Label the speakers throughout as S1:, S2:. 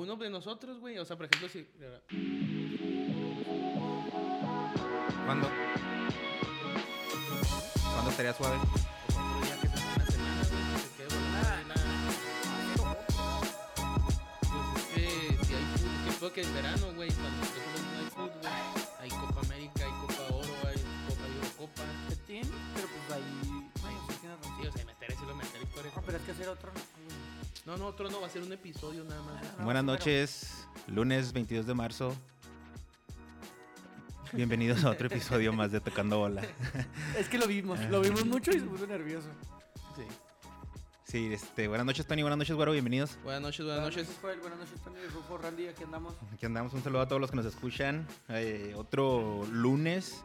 S1: no, de nosotros, güey. O sea, por ejemplo, si.
S2: ¿Cuándo? ¿Cuándo estaría suave?
S1: Pues, este, que en verano, güey, cuando por ejemplo, no hay fútbol, hay Copa América, hay Copa Oro, hay Copa Eurocopa.
S3: Se tiene, pero pues ahí. Ay, sí, tiene razón.
S1: Sí, o sea, meter ese lo meter y por eso.
S3: No, pero es que hacer otro.
S1: No, no, otro no, va a ser un episodio nada más.
S3: Ah, no,
S2: Buenas
S3: pero-
S2: noches, lunes 22 de marzo. Bienvenidos a otro episodio más de Tocando Bola.
S3: Es que lo vimos, lo vimos mucho y se puso nervioso.
S1: Sí.
S2: Sí, este, buenas noches, Tony. Buenas noches, Güero. Bienvenidos.
S1: Buenas noches, buenas noches.
S3: Joel. Buenas noches, Tony, Rufo, Randy, aquí andamos.
S2: Aquí andamos. Un saludo a todos los que nos escuchan. Eh, otro lunes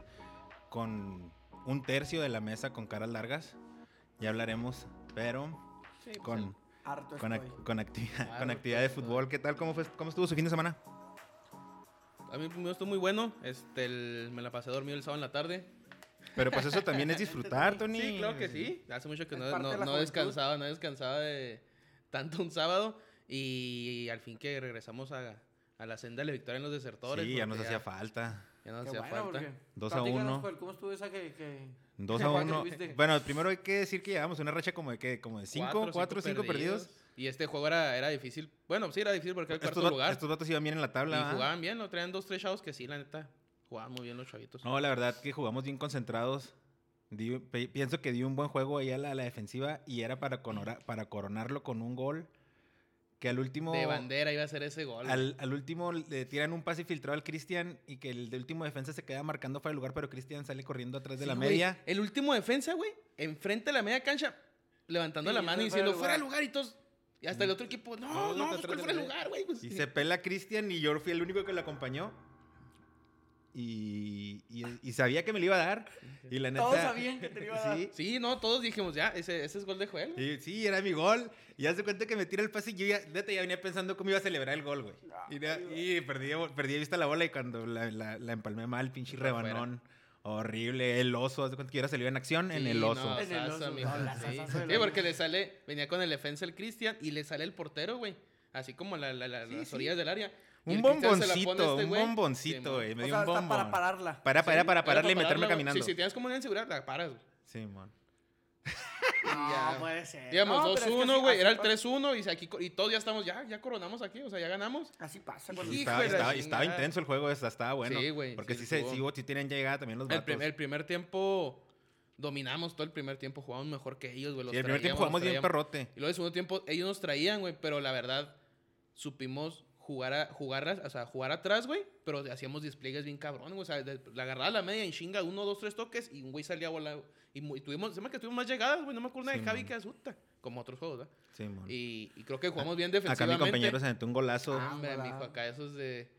S2: con un tercio de la mesa con caras largas. Ya hablaremos, pero
S1: Sí, pues,
S2: con,
S3: Harto
S2: con, ac-
S3: estoy.
S2: con actividad,
S1: Claro,
S2: con actividad de
S1: pues,
S2: fútbol. ¿Qué tal? ¿Cómo, fue, ¿Cómo estuvo su fin de semana?
S1: A mí pues, me estuvo muy bueno. Este, el- me la pasé dormido el sábado en la tarde.
S2: Pero pues eso también es disfrutar, Tony.
S1: Sí, claro que sí. Hace mucho que
S3: Es
S1: no,
S3: parte
S1: no-
S3: de la
S1: no
S3: juventud.
S1: descansaba, no descansaba de tanto un sábado. Y al fin que regresamos a, a la senda de la victoria en los desertores.
S2: Sí, ya nos
S1: porque
S2: hacía falta.
S1: Ya nos
S3: Qué
S1: hacía
S3: bueno,
S1: falta.
S3: porque-
S2: Dos a
S3: Platícanos,
S2: uno.
S3: Joel, ¿Cómo estuvo esa que.? que...
S2: 2 a
S3: ¿Cuántos
S2: 1.
S3: tuviste?
S2: Bueno, primero hay que decir que llevamos una racha como de que como de 5, 4, 5 perdidos.
S1: Y este juego era, era difícil. Bueno, sí, era difícil porque era el cuarto
S2: Estos, va-
S1: lugar.
S2: estos vatos iban bien en la
S1: y
S2: tabla. ¿ah?
S1: jugaban bien, lo traían dos, tres chavos que sí, la neta. Jugaban muy bien los chavitos.
S2: No, la verdad que jugamos bien concentrados. Di- pe- pienso que dio un buen juego ahí a la, a la defensiva y era para, conora- para coronarlo con un gol que al último
S1: De bandera iba a ser ese gol.
S2: al, al último le tiran un pase filtrado al Cristian y que el de último defensa se queda marcando fuera de lugar, pero Cristian sale corriendo atrás de
S1: Sí,
S2: la
S1: güey.
S2: media.
S1: El último defensa, güey, enfrente de la media cancha, levantando
S3: Sí,
S1: la
S3: y
S1: mano
S3: fue
S1: y
S3: fuera de
S1: diciendo fuera de
S3: lugar".
S1: lugar y todos. Y hasta el otro equipo, no,
S2: No,
S1: no,
S2: está
S1: pues,
S2: atrás
S1: ¿cuál
S2: de
S1: fuera
S2: la
S1: de lugar, güey. Pues,
S2: Y se pela Cristian y yo fui el único que lo acompañó. Y, y- y sabía que me lo iba a dar. Y la neta.
S3: Todos sabían que te iba a dar.
S2: Sí,
S1: Sí, no, todos dijimos, ya, ese, ese es gol de Joel. güey.
S2: y- sí, era mi gol. Y hace cuenta que me tira el pase y yo ya, neta, ya venía pensando cómo iba a celebrar el gol, güey. Y, na- y perdí, de- perdí de vista la bola y cuando la, la- la empalmé mal, pinche
S1: Fue afuera.
S2: rebanón. Horrible, el oso. Hace cuenta que yo era salido en acción en
S1: Sí,
S2: el oso.
S1: no,
S3: En el
S1: sasa,
S3: oso,
S1: mijo,
S3: no, la
S1: sí.
S3: sasa fue
S1: Sí,
S3: la-
S1: porque le sale, venía con el defensa el Cristian y le sale el portero, güey. Así como la- la- la-
S2: Sí,
S1: las
S2: sí.
S1: orillas del área. Y
S2: Un
S1: el Cristian se la pone a
S2: bomboncito,
S1: este
S2: un
S1: güey.
S2: bomboncito,
S1: Sí,
S2: güey.
S1: mon.
S2: Me dio
S3: o sea,
S2: un
S3: hasta
S2: bombón.
S3: para pararla.
S2: Para, para,
S1: Sí,
S2: para
S1: era
S2: pararle y
S1: pararla,
S2: meterme
S1: güey.
S2: caminando.
S1: Sí, si tienes como una inseguridad, la paras, güey.
S2: Sí, mon.
S3: No,
S1: ya.
S3: Ah, puede ser.
S1: Digamos,
S3: Eh, No, pero es que
S1: 2-1,
S3: así-
S1: güey. Era el
S3: así pasa-
S1: 3-1 y, se- aquí, co- y todos ya estamos, ya, ya coronamos aquí, o sea, ya ganamos.
S3: Así pasa.
S1: Hijo
S3: cuando-
S1: de
S2: Estaba,
S1: la
S2: estaba-
S1: chingada.
S2: estaba intenso el juego, esta- estaba bueno.
S1: Sí, güey,
S2: Porque
S1: sí
S2: sí, se,
S1: estuvo.
S2: sí, hubo- sí tenían llegada también los
S1: El,
S2: vatos.
S1: prim- el primer tiempo dominamos todo el primer tiempo, jugábamos mejor que ellos, güey. los
S2: Sí, el primer
S1: traíamos,
S2: tiempo jugamos
S1: los
S2: bien
S1: traíamos.
S2: perrote.
S1: Y luego el segundo tiempo ellos nos traían, güey, pero la verdad supimos jugar a, jugar, a- o sea, jugar atrás, güey, pero hacíamos despliegues bien cabrón, güey. O sea, de- la agarraba la media en chinga, uno, dos, tres toques y un güey salía a volar. Y, mu- y tuvimos, se me que tuvimos más llegadas, güey, no me acuerdo una de
S2: Sí,
S1: Javi
S2: man.
S1: que asusta, como otros juegos, ¿verdad?
S2: Sí, mon.
S1: Y, y creo que jugamos bien
S2: Acá mi
S1: defensivamente.
S2: compañero se aventó un golazo.
S1: Ah, hombre,
S3: Ah,
S1: mijo,
S3: volado.
S1: acá esos de,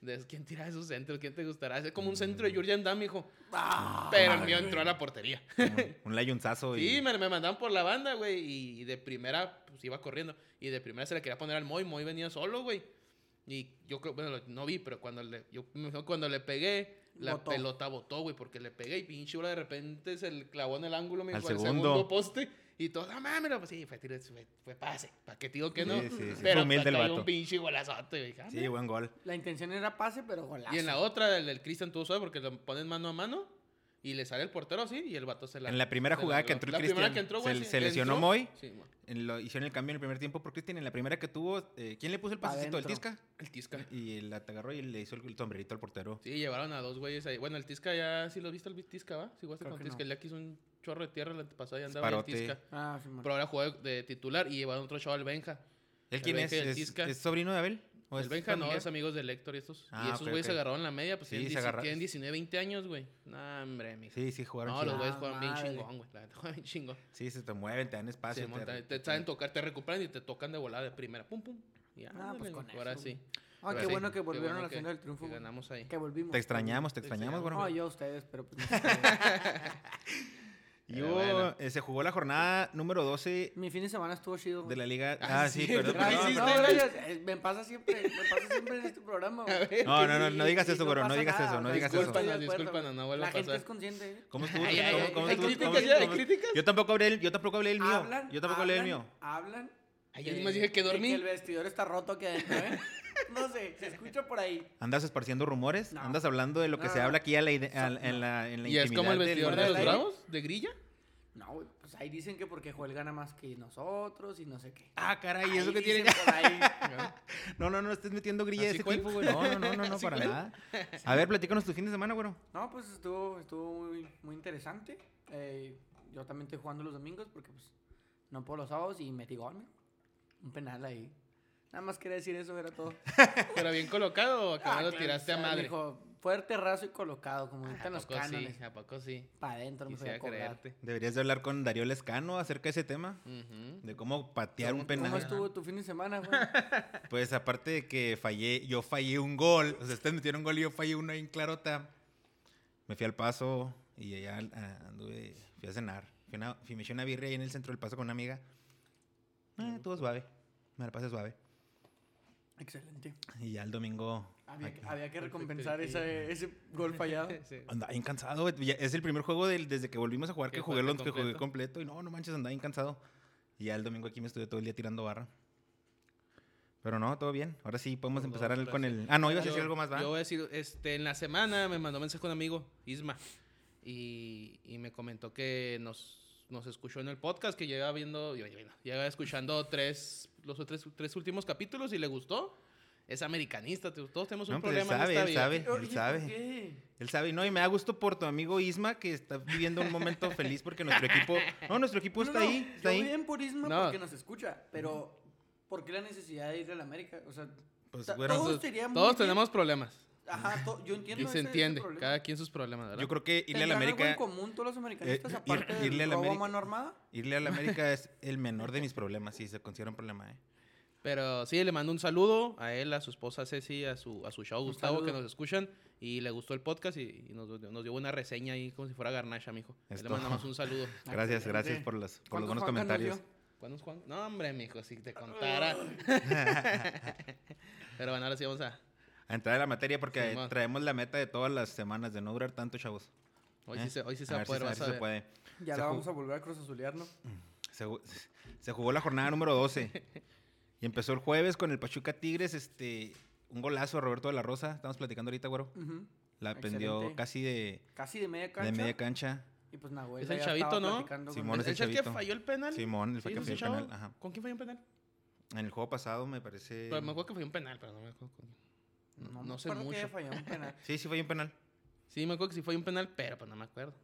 S1: de- ¿Quién tira esos centros? ¿Quién te gustará? Es
S2: Mm.
S1: como un centro de Jurgen Damm, mijo.
S3: Ah,
S1: Pero el mío entró a la portería.
S2: mon. un layunzazo. y-
S1: Ah. Sí, me, me mandaban por la banda, güey. Y, y de primera, pues iba corriendo. Y de primera se le quería poner al Moy. Moy venía solo, güey. Y yo creo, bueno, lo- no vi, pero cuando le, yo, me acuerdo cuando le pegué, la
S3: Botó.
S1: pelota botó, güey, porque le pegué y pinche bola de repente se le clavó en el ángulo, mijo,
S2: Al
S1: al segundo.
S2: segundo.
S1: poste. Y todo, ah, mames, no, pues sí, fue, tiro- fue, fue pase. ¿Para qué te digo que no?
S2: Sí, sí, sí, fue
S1: Pero
S2: humilde el
S1: cayó un
S2: vato.
S1: pinche golazote, güey. Ah,
S2: Sí, buen gol.
S3: La intención era pase, pero golazo.
S1: y en la otra, el, el Cristian tuvo suave porque lo ponen mano a mano y le sale el portero así y el vato se la.
S2: En la primera
S1: se
S2: jugada que
S1: anuló.
S2: entró el
S1: La primera
S2: Cristian,
S1: que entró,
S2: se,
S1: güey, sí,
S2: se
S1: que
S2: lesionó
S1: entró.
S2: Moy.
S1: Sí, mo-
S2: en lo- hicieron el cambio en el primer tiempo por Cristian. En la primera que tuvo, eh, ¿quién le puso el
S3: Pa'
S2: pasecito? El
S3: adentro.
S2: Tisca.
S1: el Tisca.
S2: Y el agarró y le hizo el, el sombrerito al portero.
S1: Sí, llevaron a dos güeyes ahí. Bueno, el Tisca ya, sí lo viste el Tisca, ¿va? Sí, jugaste
S3: Creo
S1: con
S3: que
S1: Tisca.
S3: no.
S1: El de aquí hizo un chorro de tierra la pasada y andaba
S2: Esparote.
S1: el Tisca.
S3: Ah, sí, man.
S1: Pero ahora jugó de, de titular y llevaron otro chaval, el Benja.
S2: ¿Él
S1: El
S2: quién es?
S1: Benja y el
S2: ¿Es,
S1: Tisca.
S2: es sobrino de Abel? ¿O
S1: El
S2: es
S1: Benja no,
S2: familiar?
S1: es amigos de Héctor y estos.
S2: Ah,
S1: y esos
S2: ok,
S1: güeyes se
S2: ok.
S1: agarraron la media, pues
S2: Sí,
S1: tienen,
S2: se
S1: 10
S2: agarra-
S1: tienen 19, 20 años, güey. No, hombre, mijo.
S2: Sí, sí, Ah, jugaron.
S1: no, los
S2: chido.
S1: güeyes juegan bien
S3: madre.
S1: chingón, güey. La neta juegan bien chingón.
S2: Sí, se te mueven, te dan
S1: Se
S2: espacio.
S1: montan, te,
S2: te-
S1: saben tocar, te recuperan y te tocan de volada de primera. Pum, pum. Y ándale,
S3: pues
S1: güey,
S3: con
S1: Ahora
S3: eso,
S1: sí.
S3: Ah,
S1: Ahora
S3: qué
S1: sí,
S3: bueno que
S1: qué
S3: volvieron
S1: bueno
S3: a la
S1: que-
S3: senda del
S1: que
S3: triunfo. güey.
S1: ganamos ahí.
S3: Que volvimos.
S2: Te extrañamos, te extrañamos,
S1: extrañamos.
S2: bueno.
S3: No, yo a ustedes, pero pues, no sé.
S2: Y
S1: Pero
S2: hubo-
S1: bueno.
S2: eh, se jugó la jornada número 12
S3: mi fin de semana estuvo chido.
S2: de
S3: güey.
S2: la liga.
S1: Ah,
S2: Ah, sí,
S1: sí, ¿verdad?
S2: perdón. perdón,
S3: Gracias,
S1: Sí,
S2: perdón.
S3: no,
S1: sí, sí.
S3: gracias. Eh, Me pasa siempre, me pasa siempre en este programa. güey.
S1: A ver.
S2: No, no, no,
S3: Sí,
S2: no digas
S3: sí,
S2: eso, güey, no
S3: pasa
S2: digas
S3: nada,
S2: eso, no
S3: güey.
S2: digas eso.
S3: Estoy de acuerdo,
S1: Disculpa,
S3: güey.
S1: no vuelva a
S3: La gente
S1: pasar.
S3: es consciente. ¿eh?
S2: ¿Cómo estuvo?
S1: Ay, ay,
S2: ¿Cómo-
S1: ay,
S2: cómo
S1: ¿Hay
S2: estuvo?
S1: críticas
S2: ¿Cómo
S1: ya? ¿Hay
S2: estuvo?
S1: críticas?
S2: Yo tampoco hablé el, yo tampoco hablé el mío.
S3: Hablan-
S2: yo tampoco hablé el mío.
S3: hablan- Hablan
S1: Ayer más dije que
S3: de
S1: dormí.
S3: Que el vestidor está roto aquí adentro, ¿eh? No sé, se escucha por ahí.
S2: Andas esparciendo rumores,
S3: No.
S2: andas hablando de lo que
S3: No,
S2: se
S3: no.
S2: habla aquí a la ide- al- en la, en la
S1: Y es como el
S2: intimidad del
S1: vestidor de
S2: guardia
S1: los
S2: del aire.
S1: bravos, de grilla.
S3: No, güey, pues ahí dicen que porque Joel gana más que nosotros y no sé qué.
S2: Ah, caray, eso
S3: Ahí
S2: que tiene.
S3: dicen por ahí.
S2: No, no, no, estés metiendo grilla de
S1: ¿Así
S2: ese
S1: cuál?
S2: tipo, güey. No, no, no, no, no
S1: ¿Así
S2: para
S1: cuál?
S2: nada. A ver, platícanos tu fin de semana, güero.
S3: No, pues estuvo, estuvo muy, muy interesante. Eh, yo también estoy jugando los domingos porque pues no puedo los sábados y metí gol, men. Un penal ahí. Nada más quería decir eso, era todo.
S1: Pero bien colocado o acá
S3: Ah,
S1: lo
S3: claro,
S1: tiraste
S3: o
S1: a
S3: sea,
S1: madre.
S3: dijo, fuerte, raso y colocado, como
S1: ¿A
S3: dicen los
S1: poco
S3: cánones.
S1: sí? ¿A poco sí?
S3: Para adentro, me voy
S1: Quisiera
S3: a cobrar.
S1: creerte.
S2: Deberías de hablar con Darío Lescano acerca de ese tema.
S1: Ujú.
S2: De cómo patear un
S3: ¿Cómo
S2: penal.
S3: estuvo tu fin de semana, güey?
S2: Pues aparte de que fallé, yo fallé un gol. O sea, ustedes metieron un gol y yo fallé uno ahí en Clarota. Me fui al paso y allá ah, anduve, fui a cenar. Fui, a una, fui- me eché una birria ahí en el centro del paso con una amiga. Eh, estuvo suave. Me la pasé suave.
S3: Excelente.
S2: Y ya el domingo.
S3: Había,
S2: aquí.
S3: había que recompensar
S1: Perfecto,
S3: ese, ese gol fallado.
S1: Sí.
S2: Andaba bien cansado, güey. Ya Es el primer juego del- desde que volvimos a jugar que
S1: Que
S2: jugué, lo,
S1: jugaste
S2: que jugué completo. Y no, no manches, andaba bien cansado. Y ya el domingo aquí me estuve todo el día tirando barra. Pero no, todo bien. Ahora sí podemos
S1: Perdón,
S2: empezar al- con
S1: gracias.
S2: el. Ah, no, ibas a
S1: Yo-
S2: decir algo más, ¿va?
S1: Yo voy a decir, este, en la semana me mandó mensaje un amigo, Isma, y, y me comentó que nos, nos escuchó en el podcast, que llegaba viendo, yo- yo- llegaba escuchando tres, los tres, tres últimos capítulos y le gustó. Es americanista, te- todos tenemos un
S2: No, pues, él
S1: problema en
S2: sabe,
S1: esta
S2: él
S1: vida.
S2: sabe.
S3: Oye, ¿por
S2: sabe.
S3: qué?
S2: Él sabe, y no, y me da gusto por tu amigo Isma, que está viviendo un momento feliz porque nuestro equipo. No, nuestro equipo
S3: No,
S2: Pues está
S3: no,
S2: ahí, está
S3: yo
S2: ahí.
S3: bien por Isma
S1: No.
S3: porque nos escucha, pero ¿por qué la necesidad de ir a la América? O sea,
S2: Pues,
S3: ta-
S2: bueno,
S3: todos
S1: Entonces,
S3: serían
S1: todos
S3: muy bien-
S1: tenemos problemas.
S3: Ajá, to- yo entiendo
S1: Y
S3: ese-
S1: se
S3: ese
S1: entiende,
S3: problema.
S1: cada quien sus problemas, ¿verdad?
S2: Yo creo que irle a la
S3: ¿Tendrán algo en
S2: América.
S3: común todos los americanistas
S2: ir-
S3: aparte del
S2: irle a la
S3: robo a
S2: América-
S3: mano armada?
S2: Irle a la América es el menor de mis problemas, si se considera un problema, ¿eh?
S1: Pero sí, le mando un saludo a él, a su esposa Ceci, a su, a su chavo Gustavo que
S3: saludo.
S1: nos escuchan y le gustó el podcast y, y nos, nos dio una reseña ahí como si fuera garnacha, mijo. Ahí
S2: Es
S1: Le
S2: todo.
S1: mandamos un saludo.
S2: Gracias,
S3: Excelente.
S2: gracias por los, por los
S3: ¿Cuántos
S2: buenos
S3: Juancas nos dio?
S2: comentarios.
S1: ¿Cuándo es Juan? No, hombre, mijo, si te contara. Pero bueno, ahora sí vamos a...
S2: A entrar a la materia porque
S1: Simón.
S2: traemos la meta de todas las semanas de no durar tanto, chavos.
S1: Hoy
S2: ¿eh?
S1: sí se, hoy sí se
S2: A
S1: va a
S2: ver
S1: poder,
S2: si se- a
S1: vas
S2: ver si
S1: a
S2: se
S1: ver.
S2: puede.
S3: Ya
S2: Se jugó-
S3: la vamos a volver a cruzazulear, ¿no?
S2: Se, ju- se jugó la jornada número 12. Y empezó el jueves con el Pachuca Tigres, este, un golazo de Roberto de la Rosa. Estamos platicando ahorita, güero.
S3: Ujú.
S2: La prendió
S3: Excelente.
S2: casi de,
S3: Casi de media cancha.
S2: de media cancha.
S3: Y pues Nahuel.
S1: Es el
S3: ya
S1: chavito,
S3: estaba
S1: ¿no?
S3: platicando con-
S2: Simón. Bueno, es el
S1: ¿Es el que
S2: chavito.
S1: falló el penal?
S2: Simón, el
S1: ¿Sí, es
S2: que falló
S1: ese
S2: el
S1: chavo?
S2: penal. Ajá. Eh,
S1: ¿Con quién falló un penal?
S2: En el juego pasado me parece.
S1: Pero me acuerdo que falló un penal, pero no me acuerdo. con-
S3: No,
S1: No sé
S3: sé
S1: mucho.
S3: mucho.
S2: Sí, sí, falló un penal.
S1: Sí, me acuerdo que sí falló un penal, pero pues no me acuerdo.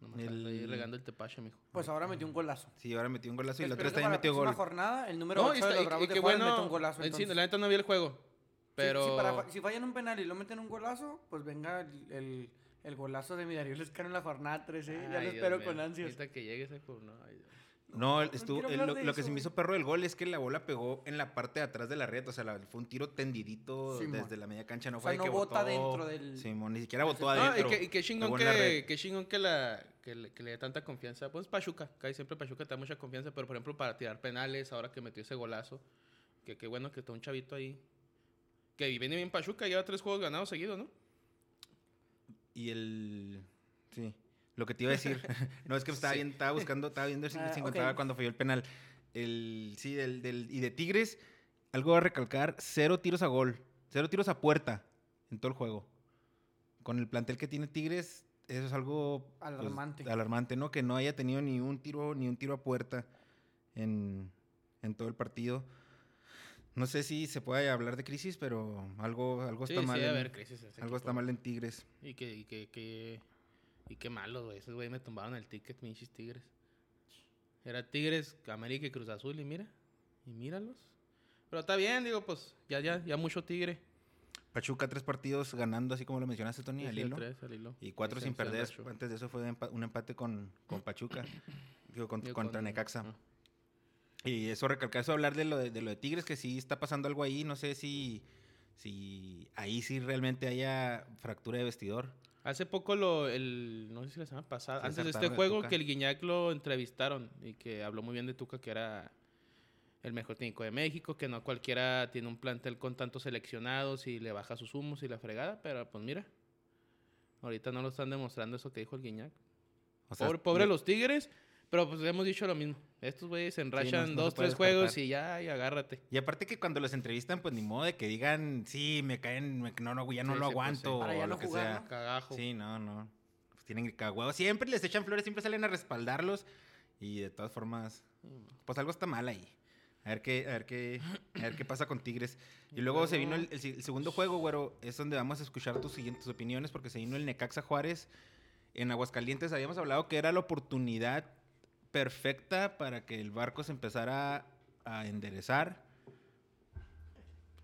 S1: No me acuerdo,
S2: El-
S1: ahí regando el tepache, mijo.
S3: Pues ahora metió un golazo.
S2: Sí, ahora metió un golazo y la
S3: Espero
S2: otra
S3: que
S2: también
S3: para
S2: metió
S3: la próxima
S2: gol.
S3: jornada, el número
S1: No, y
S3: 8 de
S1: está,
S3: los
S1: y-
S3: Bravos
S1: y
S3: de
S1: qué
S3: Juárez
S1: bueno.
S3: metió un golazo.
S1: eh, sí,
S3: entonces.
S1: la neta no vi el juego.
S3: Sí, sí,
S1: Pero.
S3: para fa- si fallan un penal y lo meten un golazo, pues venga el, el, el golazo de mi Darío Lescano en la jornada 3, ¿eh? Ya
S1: Ay,
S3: lo
S1: Dios
S3: espero
S1: mío,
S3: con ansias.
S1: Ahorita que llegue ese por- no, ay, Dios.
S2: No,
S3: no
S2: estuvo,
S3: quiero
S2: el-
S3: hablar
S2: lo,
S3: de
S2: lo que se
S3: eso.
S2: me hizo perro del gol es que la bola pegó en la parte de atrás de la red. O sea, la- fue un tiro tendidito
S3: Simón.
S2: desde la media cancha. No
S3: O
S2: fue
S3: sea,
S2: de
S3: no
S2: que botó.
S3: bota dentro del-
S2: Simón, ni siquiera botó
S1: No, Ah, y
S2: adentro.
S1: que, y que chingón
S2: Pegó en la
S1: que,
S2: red.
S1: que chingón que la que le, que le dé tanta confianza. Pues Pachuca, que ahí siempre Pachuca te da mucha confianza, pero por ejemplo para tirar penales, ahora que metió ese golazo, que qué bueno que está un chavito ahí. Que viene bien Pachuca, lleva tres juegos ganados seguidos, ¿no?
S2: Y el. Sí. Lo que te iba a decir. no, es que estaba, bien- estaba buscando, estaba viendo si
S3: Ah,
S2: se encontraba
S3: ok.
S2: cuando falló el penal. El, sí, del, del- y de Tigres, algo a recalcar: cero tiros a gol, cero tiros a puerta en todo el juego. Con el plantel que tiene Tigres, eso es algo pues,
S3: Alarmante.
S2: alarmante, ¿no? Que no haya tenido ni un tiro, ni un tiro a puerta en, en todo el partido. No sé si se puede hablar de crisis, pero algo, algo
S1: Sí,
S2: está
S1: sí,
S2: mal.
S1: a
S2: en-
S1: ver, crisis. ese
S2: algo está
S1: equipo.
S2: mal en Tigres.
S1: Y que, y que, que- y qué malos, güey. Esos güey me tumbaron el ticket, pinches Tigres. Era Tigres, América y Cruz Azul, y mira. Y míralos. Pero está bien, digo, pues, ya, ya, ya mucho Tigre.
S2: Pachuca tres partidos ganando, así como lo mencionaste, Tony,
S1: Sí,
S2: al
S1: sí,
S2: hilo.
S1: tres, al hilo.
S2: Y cuatro
S1: Sí,
S2: sin
S1: sí,
S2: perder.
S1: Nacho.
S2: Antes de eso fue empa- un empate con, con Pachuca. digo, con-
S1: Digo,
S2: contra
S1: con-
S2: Necaxa.
S1: ah.
S2: Y eso recalcar, eso hablar de lo de, de lo de Tigres, que sí está pasando algo ahí. No sé si, si ahí sí realmente haya fractura de vestidor.
S1: Hace poco, lo, el, no sé si la semana pasada,
S2: Se
S1: antes de este
S2: ensartaron de
S1: juego,
S2: Tuca.
S1: que el Guiñac lo entrevistaron y que habló muy bien de Tuca, que era el mejor técnico de México, que no cualquiera tiene un plantel con tantos seleccionados y le baja sus humos y la fregada, pero pues mira, ahorita no lo están demostrando eso que dijo el Guiñac.
S2: O sea,
S1: pobre pobre
S2: yo-
S1: los Tigres, Pero pues hemos dicho lo mismo. Estos güeyes se enrachan
S2: no- no se
S1: dos,
S2: puede
S1: tres juegos
S2: descartar.
S1: y ya, y agárrate.
S2: Y aparte que cuando los entrevistan, pues ni modo de que digan, sí, me caen, me- no, no, güey, ya no
S1: Sí,
S2: lo
S1: sí, pues, sí.
S2: aguanto
S3: Para
S2: o
S3: ya
S2: lo
S3: no
S2: que
S3: jugar,
S2: sea.
S3: ¿no?
S1: Cagajo.
S2: Sí, no, no. Pues tienen cagüeo. Siempre les echan flores, siempre salen a respaldarlos. Y de todas formas, pues algo está mal ahí. A ver qué, a ver qué, a ver qué pasa con Tigres. Y luego se vino el, el si- el segundo juego, güero. Es donde vamos a escuchar tus siguientes opiniones porque se vino el Necaxa Juárez. En Aguascalientes habíamos hablado que era la oportunidad perfecta para que el barco se empezara a enderezar.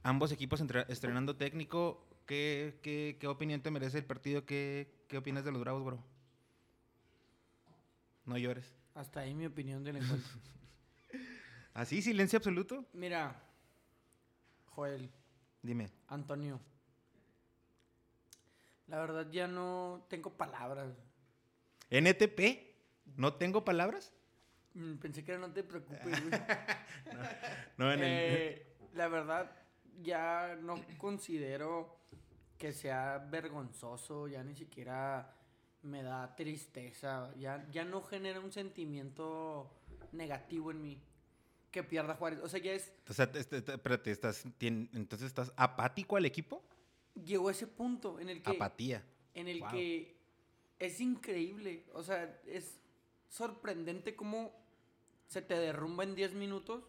S2: Ambos equipos entra- estrenando técnico. ¿Qué, qué, qué opinión te merece el partido? ¿Qué, qué opinas de los Bravos, bro? No llores.
S3: Hasta ahí mi opinión del encuentro.
S2: ¿Así? ¿Silencio absoluto?
S3: Mira, Joel,
S2: Dime.
S3: Antonio. La verdad ya no tengo palabras.
S2: ¿NTP? ¿No tengo palabras?
S3: Mm, Pensé que era no te preocupes, güey.
S2: No, en el-
S3: Eh, la verdad, ya no considero que sea vergonzoso, ya ni siquiera me da tristeza, ya, ya no genera un sentimiento negativo en mí que pierda Juárez. O sea, ya es,
S2: O sea, te- te- te- espérate, estás, tien- entonces estás apático al equipo.
S3: llegó ese punto en el que...
S2: Apatía.
S3: en el
S2: Wow.
S3: que es increíble, o sea, es sorprendente cómo se te derrumba en 10 minutos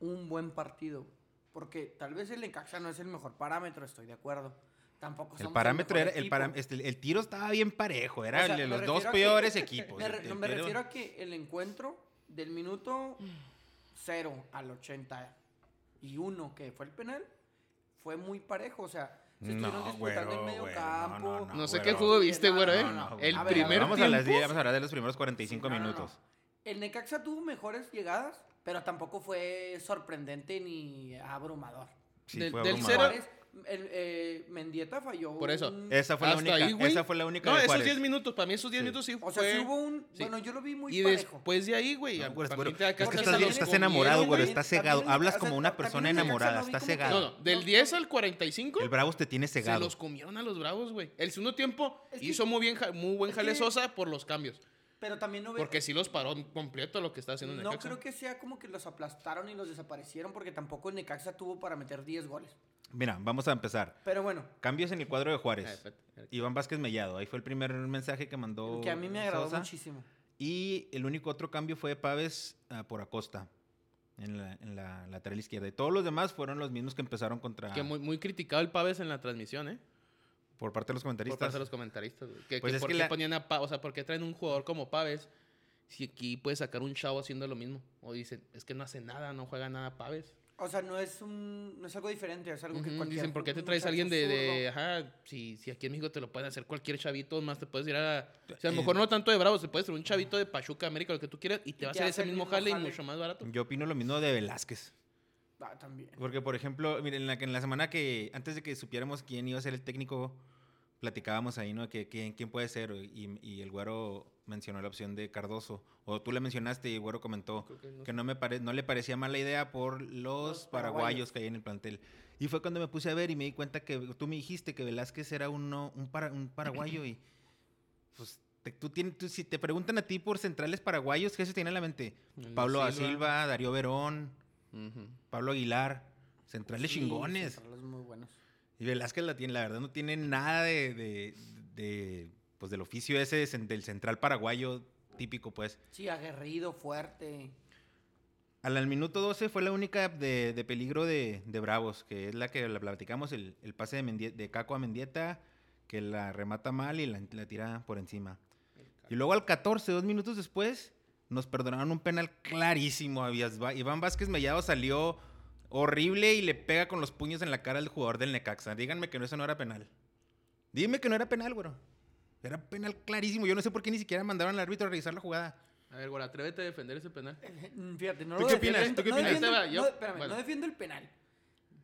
S3: un buen partido. Porque tal vez el Necaxa no es el mejor parámetro, estoy de acuerdo. Tampoco
S2: El
S3: somos
S2: parámetro
S3: mejor
S2: era, el,
S3: equipo.
S2: param- este, el- el tiro estaba bien parejo, era
S3: O sea,
S2: el de
S3: me
S2: los dos
S3: refiero a que-
S2: peores equipos.
S3: Me,
S2: el-
S3: re-
S2: el
S3: no, me
S2: tiro-
S3: refiero a que el encuentro del minuto 0 al 80 y 1, que fue el penal, fue muy parejo. O sea, se
S2: No,
S3: estuvieron disputando
S2: güero,
S3: en medio
S2: güero, no,
S3: campo.
S2: no, no,
S1: No sé
S2: güero.
S1: qué juego viste,
S3: No,
S1: güero,
S3: no,
S1: ¿eh?
S3: no,
S2: güey.
S1: El
S3: A ver, a ver,
S1: primer
S2: vamos, a
S1: tiempo.
S2: las die- vamos a hablar de los primeros 45
S3: No, no, no.
S2: minutos.
S3: El Necaxa tuvo mejores llegadas, pero tampoco fue sorprendente ni abrumador.
S2: Sí,
S1: Del-
S2: fue
S1: del
S2: abrumador.
S1: Cero-
S3: Juárez, el, eh, Mendieta falló.
S1: Por eso.
S3: un-
S2: Esa fue la
S1: Hasta
S2: única.
S1: ahí, güey.
S2: esa fue la única.
S1: No,
S2: de
S1: esos
S2: Juárez.
S1: 10 minutos, para mí esos 10
S2: Sí.
S1: minutos sí
S3: o sea,
S1: fue-
S3: sí hubo un.
S1: sí.
S3: Bueno, yo lo vi muy
S1: y
S3: parejo.
S1: después de ahí, güey.
S2: No,
S1: a-
S2: güey,
S1: para
S2: güero,
S1: mí te da
S2: es que
S1: cáscara
S2: estás,
S1: también
S2: bien- estás
S1: comieron,
S2: enamorado, güey.
S1: güey.
S2: Estás
S3: También
S2: cegado.
S3: el-
S2: Hablas
S3: o sea,
S2: como una
S3: también
S2: persona
S3: el Necaxa
S2: enamorada.
S3: lo vi
S2: Estás
S3: como que-
S1: No,
S2: cegado.
S1: no, del 10 al 45
S2: El Bravos te tiene
S1: se
S2: cegado.
S1: los comieron a los bravos, güey. El segundo tiempo
S3: Es que-
S1: hizo muy bien, ja- muy buen
S3: es que-
S1: Jale Sosa por los cambios.
S3: Pero también no ve-
S1: Porque sí los paró completo lo que está haciendo
S3: No
S1: Necaxa.
S3: creo que sea como que los aplastaron y los desaparecieron, porque tampoco el Necaxa tuvo para meter 10 goles.
S2: Mira, vamos a empezar.
S3: Pero bueno,
S2: Cambios en el cuadro de
S1: Ah,
S2: Juárez.
S1: espérate.
S2: Iván Vázquez Mellado. Ahí fue el primer mensaje que
S1: Oh,
S2: mandó.
S3: que a mí me agradó
S2: Sosa.
S3: muchísimo.
S2: Y el único otro cambio fue Paves ah, por Acosta. En la, en la lateral izquierda. Y todos los demás fueron los mismos que empezaron contra.
S1: Que muy, muy criticado el Paves en la transmisión, ¿eh?
S2: Por parte de los
S1: Por
S2: comentaristas.
S1: parte de los comentaristas, güey. Que,
S2: Pues
S1: que
S2: es
S1: por
S2: que
S1: qué
S2: la-
S1: ponían a Paves, o sea, por qué traen un jugador como Paves si aquí puede sacar un chavo haciendo lo mismo. O dicen, es que no hace nada, no juega nada Paves.
S3: O sea, no es, un, no es algo diferente, es algo que
S1: Ujú,
S3: cualquier
S1: Dicen, ¿por qué te traes a
S3: muchacho
S1: alguien de, de-
S3: zurdo-
S1: ajá, si, si aquí en México te lo pueden hacer cualquier chavito, más te puedes ir a, o sea, a
S2: Eh,
S1: lo mejor no tanto de Bravos, te puedes traer un chavito de Pachuca, América, lo que tú quieras, y te
S3: Y
S1: va a
S3: te
S1: hacer
S3: hace
S1: ese
S3: el
S1: mismo
S3: mismo
S1: jale y
S3: jale.
S1: mucho más barato.
S2: Yo opino lo mismo de Velázquez.
S3: Ah, también.
S2: Porque, por ejemplo, miren, la, que en la semana que, antes de que supiéramos quién iba a ser el técnico, platicábamos ahí, ¿no? Que, quién, quién puede ser. Y, y el güero mencionó la opción de Cardoso. O tú la mencionaste y el güero comentó
S1: Creo que no.
S2: que no, me pare- no le parecía mala idea por los paraguayos
S3: Los paraguayos.
S2: que hay en el plantel. Y fue cuando me puse a ver y me di cuenta que tú me dijiste que Velázquez era uno, un, para- un paraguayo y pues te- tú tienes, tú- si te preguntan a ti por centrales paraguayos, ¿qué se tiene en la mente?
S1: Luis
S2: Pablo da
S1: Silva.
S2: Silva, Darío Verón,
S1: Ujú.
S2: Pablo Aguilar, centrales
S3: Sí,
S2: chingones.
S3: centrales muy buenos.
S2: Y Velázquez la tiene, la verdad no tiene nada de, de- de, pues del oficio ese de cen- del central paraguayo típico, pues.
S3: Sí, aguerrido, fuerte.
S2: Al, al minuto 12 fue la única de, de peligro de, de Bravos, que es la que la platicamos, el, el pase de, Mendie- de Caco a Mendieta, que la remata mal y la, la tira por encima. Y luego al 14, dos minutos después, nos perdonaron un penal clarísimo. a Vías Va- Iván Vázquez Mellado salió horrible y le pega con los puños en la cara al jugador del Necaxa. Díganme que no, eso no era penal. Dime que no era penal, güero. Era penal clarísimo. Yo no sé por qué ni siquiera mandaron al árbitro a revisar la jugada.
S1: A ver, güey, atrévete a defender ese penal.
S3: Mm, Fíjate, no
S2: ¿Tú
S3: lo
S2: qué
S3: defiendo-
S2: opinas? ¿Tú qué
S3: no
S2: opinas?
S3: defiendo-
S1: Estaba yo-
S3: no, espérame,
S1: bueno.
S3: no defiendo el penal.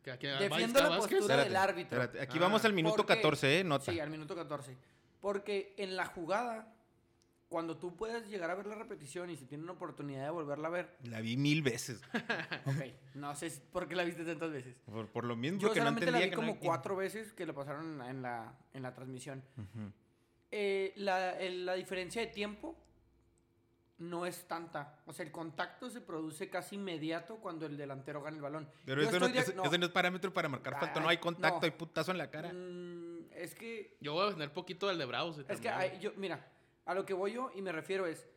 S1: Que aquí-
S3: Defiendo
S1: ahí está
S3: la
S1: Vázquez.
S3: postura. del árbitro.
S2: espérate. Aquí
S1: Ah,
S2: vamos al minuto
S3: porque-
S2: 14, ¿eh? Nota.
S3: Sí, al minuto 14. Porque en la jugada, cuando tú puedes llegar a ver la repetición y si tienes una oportunidad de volverla a ver,
S2: La vi mil veces.
S3: ok, no sé si- por qué la viste tantas veces.
S2: Por, por lo mismo
S3: Yo
S2: que no
S3: solamente la
S2: entendía
S3: vi
S2: que no
S3: como
S2: entiendo.
S3: cuatro veces que la pasaron en la, en la transmisión.
S2: Ujú.
S3: Eh, la, el- la diferencia de tiempo no es tanta. O sea, el contacto se produce casi inmediato cuando el delantero gana el balón.
S2: Pero
S3: Yo
S2: eso no,
S3: estoy de-
S2: eso-
S3: no.
S2: eso no es parámetro para marcar falta. No hay
S3: Ay,
S2: contacto,
S3: no.
S2: hay putazo en la cara.
S3: Mm, es que,
S1: Yo voy a tener poquito del de Bravos.
S3: es que
S1: también.
S3: hay- yo, mira, a lo que voy yo y me refiero es,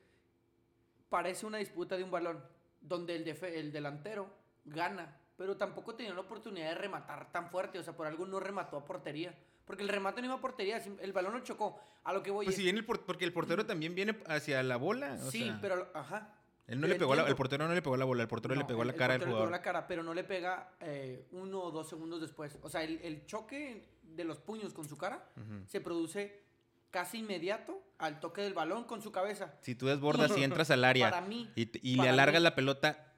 S3: parece una disputa de un balón donde el, def- el delantero gana, pero tampoco tenía la oportunidad de rematar tan fuerte. O sea, por algo no remató a portería. Porque el remate no iba a portería, sim- el balón no chocó. A lo que voy
S2: Pues
S3: es- Mm.
S2: si viene el por- porque el portero también viene hacia la bola. o
S3: sí,
S2: sea,
S3: pero... Ajá.
S2: Él no le
S3: pero
S2: pegó a la- el
S3: entiendo.
S2: portero no le pegó a la bola, el portero le
S3: No,
S2: pegó a
S3: el-
S2: la
S3: el
S2: cara al
S3: portero le pegó
S2: jugador.
S3: la cara, pero no le pega eh, uno o dos segundos después. O sea, el, el choque de los puños con su cara
S2: Ujú.
S3: se produce casi inmediato al toque del balón con su cabeza.
S2: Si tú desbordas y entras al área
S3: Para mí,
S2: y, te- y le
S3: para
S2: alargas
S3: mí-
S2: la pelota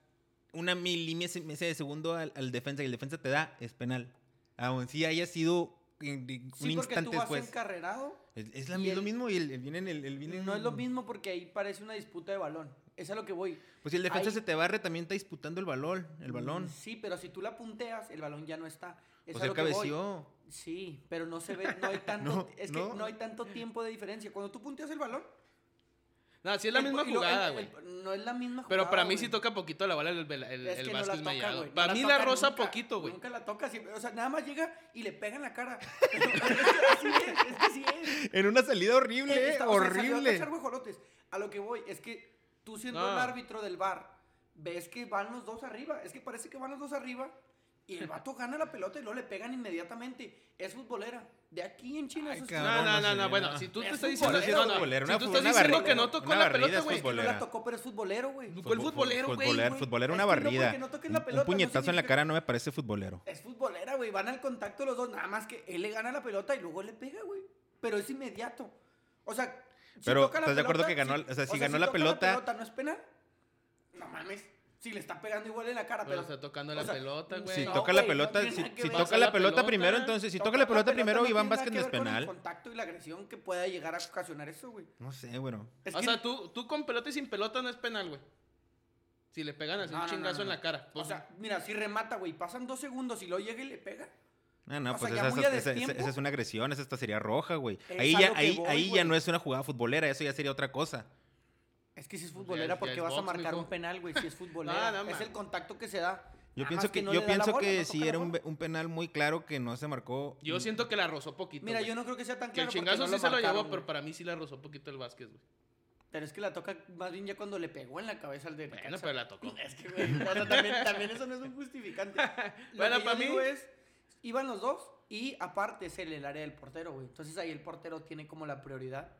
S2: una milimesia de segundo al, al defensa y el defensa te da, es penal. Aun si haya sido en- de- un
S3: sí, porque
S2: instante
S3: tú vas
S2: después.
S3: encarrerado.
S2: Es, es la-
S3: y
S2: es lo
S3: el-
S2: mismo y el, el viene en el, el viene
S3: No es
S2: en-
S3: lo mismo porque ahí parece una disputa de balón. Es a lo que voy.
S2: Pues si el defensa
S3: Ahí- Mm,
S2: se te barre, también está disputando el balón. El balón.
S3: Sí, pero si tú la punteas, el balón ya no está. Es
S2: O
S3: a
S2: sea,
S3: lo que voy.
S2: cabeció.
S3: Sí, pero no se ve, no hay tanto,
S2: No,
S3: es
S2: no.
S3: que no hay tanto tiempo de diferencia. Cuando tú punteas el balón,
S1: No, sí es la
S3: el-
S1: misma
S3: y lo- el-
S1: jugada,
S3: el-
S1: güey.
S3: No es la misma jugada.
S1: Pero para mí
S3: güey.
S1: sí toca poquito la bola el, el, el-
S3: Es
S1: el
S3: que no la
S1: Vázquez
S3: toca,
S1: Mellado.
S3: güey, no
S1: para mí la
S3: toca
S1: rosa
S3: nunca,
S1: poquito, güey.
S3: Nunca la toca, siempre, o sea, nada más llega y le pega en la cara. Así es, es que sí es.
S2: En una salida horrible,
S3: Eh,
S2: eh,
S3: está- o sea, salió a
S2: horrible.
S3: cachar guajolotes. A lo que voy es que tú siendo
S1: No.
S3: el árbitro del bar, ves que van los dos arriba. Es que parece que van los dos arriba y el vato gana la pelota y luego le pegan inmediatamente. Es futbolera. De aquí en China
S2: Ay,
S3: eso es
S1: No,
S2: cabrón.
S1: no, no,
S2: no,
S1: no.
S2: sí,
S1: Bueno,
S2: no.
S1: si tú
S3: Es
S1: te estás diciendo,
S3: futbolero,
S1: no, no,
S2: futbolero,
S1: si
S2: una
S1: tú
S2: fu-
S1: estás
S2: una
S1: diciendo
S2: barrida,
S1: que no tocó
S2: una
S1: la
S2: barrida
S1: pelota,
S2: es
S1: güey.
S3: no
S2: futbolera.
S3: la tocó, pero es futbolero, güey.
S1: Fue el futbolero, güey.
S2: Futbolero,
S1: güey.
S2: futbolero, una
S3: Es que no,
S2: barrida.
S3: porque no toques
S2: Un-
S3: la
S2: un
S3: pelota, no
S2: puñetazo en la
S3: significa-
S2: cara no me parece futbolero.
S3: Es futbolera, güey. Van al contacto los dos. Nada más que él le gana la pelota y luego le pega, güey. Pero es inmediato. O sea, si
S2: Pero,
S3: toca la
S2: ¿estás de acuerdo
S3: pelota,
S2: que ganó- o sea, si ganó la
S3: toca
S2: pelota-
S3: ¿No es penal? No mames. Si le está pegando igual en la cara,
S1: Pero
S3: Ah, pero.
S1: está tocando
S3: o
S1: la
S3: sea,
S1: pelota, güey.
S2: Si
S3: No,
S2: toca la
S3: güey, no
S2: pelota,
S3: tiene
S2: si,
S3: nada que
S2: si
S3: ver.
S2: toca la pelota
S1: pelota,
S2: primero, entonces, si toca la pelota primero,
S3: pelota
S2: Iván
S3: tiene
S2: Vázquez no
S3: nada
S2: es
S3: que ver con
S2: penal.
S3: El contacto y la agresión que pueda llegar a ocasionar eso, güey.
S2: No sé, bueno.
S3: Es
S1: o
S3: que-
S1: sea, tú, tú con pelota y sin pelota no es penal, güey. Si le pegan así
S3: No, no,
S1: un
S3: no,
S1: chingazo
S3: no,
S1: en
S3: no.
S1: la cara.
S3: o
S1: Pues,
S3: sea, mira, si remata, güey, pasan dos segundos y lo llega y le pega.
S2: No, no,
S3: O sea,
S2: pues
S3: ya
S2: esa,
S3: muy
S2: esa-
S3: a
S2: esa-
S3: destiempo.
S2: esa es una agresión, esa hasta sería roja, güey.
S3: Es
S2: Ahí,
S3: a
S2: ya,
S3: lo que
S2: ahí,
S3: voy,
S2: ahí ya
S3: güey.
S2: no es una jugada futbolera, eso ya sería otra cosa.
S3: Es que si es
S1: Pues ya
S3: futbolera,
S1: es-
S3: ¿por
S1: ya
S3: qué
S1: es
S3: vas a
S1: box,
S3: marcar
S1: mijo.
S3: un penal, güey? Si es futbolera.
S1: no,
S3: es
S1: man.
S3: el contacto que se da.
S2: Yo
S3: Nada
S2: pienso
S3: más
S2: que,
S3: no
S2: yo
S3: le da la
S2: pienso
S3: bola,
S2: que
S3: no toca
S2: si
S3: la
S2: era un,
S3: bola.
S2: be- un penal muy claro que no se marcó.
S1: yo siento que la rozó poquito.
S3: Mira,
S1: güey.
S3: yo no creo que sea tan
S1: Que el
S3: claro. porque
S1: chingazo
S3: no
S1: sí se lo
S3: marcaron,
S1: llevó, pero
S3: güey.
S1: para mí sí la rozó poquito el Vázquez, güey.
S3: Pero es que la toca más bien ya cuando le pegó en la cabeza al de
S1: Bueno,
S3: Necaxa.
S1: pero la tocó.
S3: Es que, güey, o sea, también, también eso no es un justificante. Lo
S1: Bueno,
S3: que yo
S1: para mí-
S3: digo es, iban los dos y aparte es el, el área del portero, güey. Entonces ahí el portero tiene como la prioridad.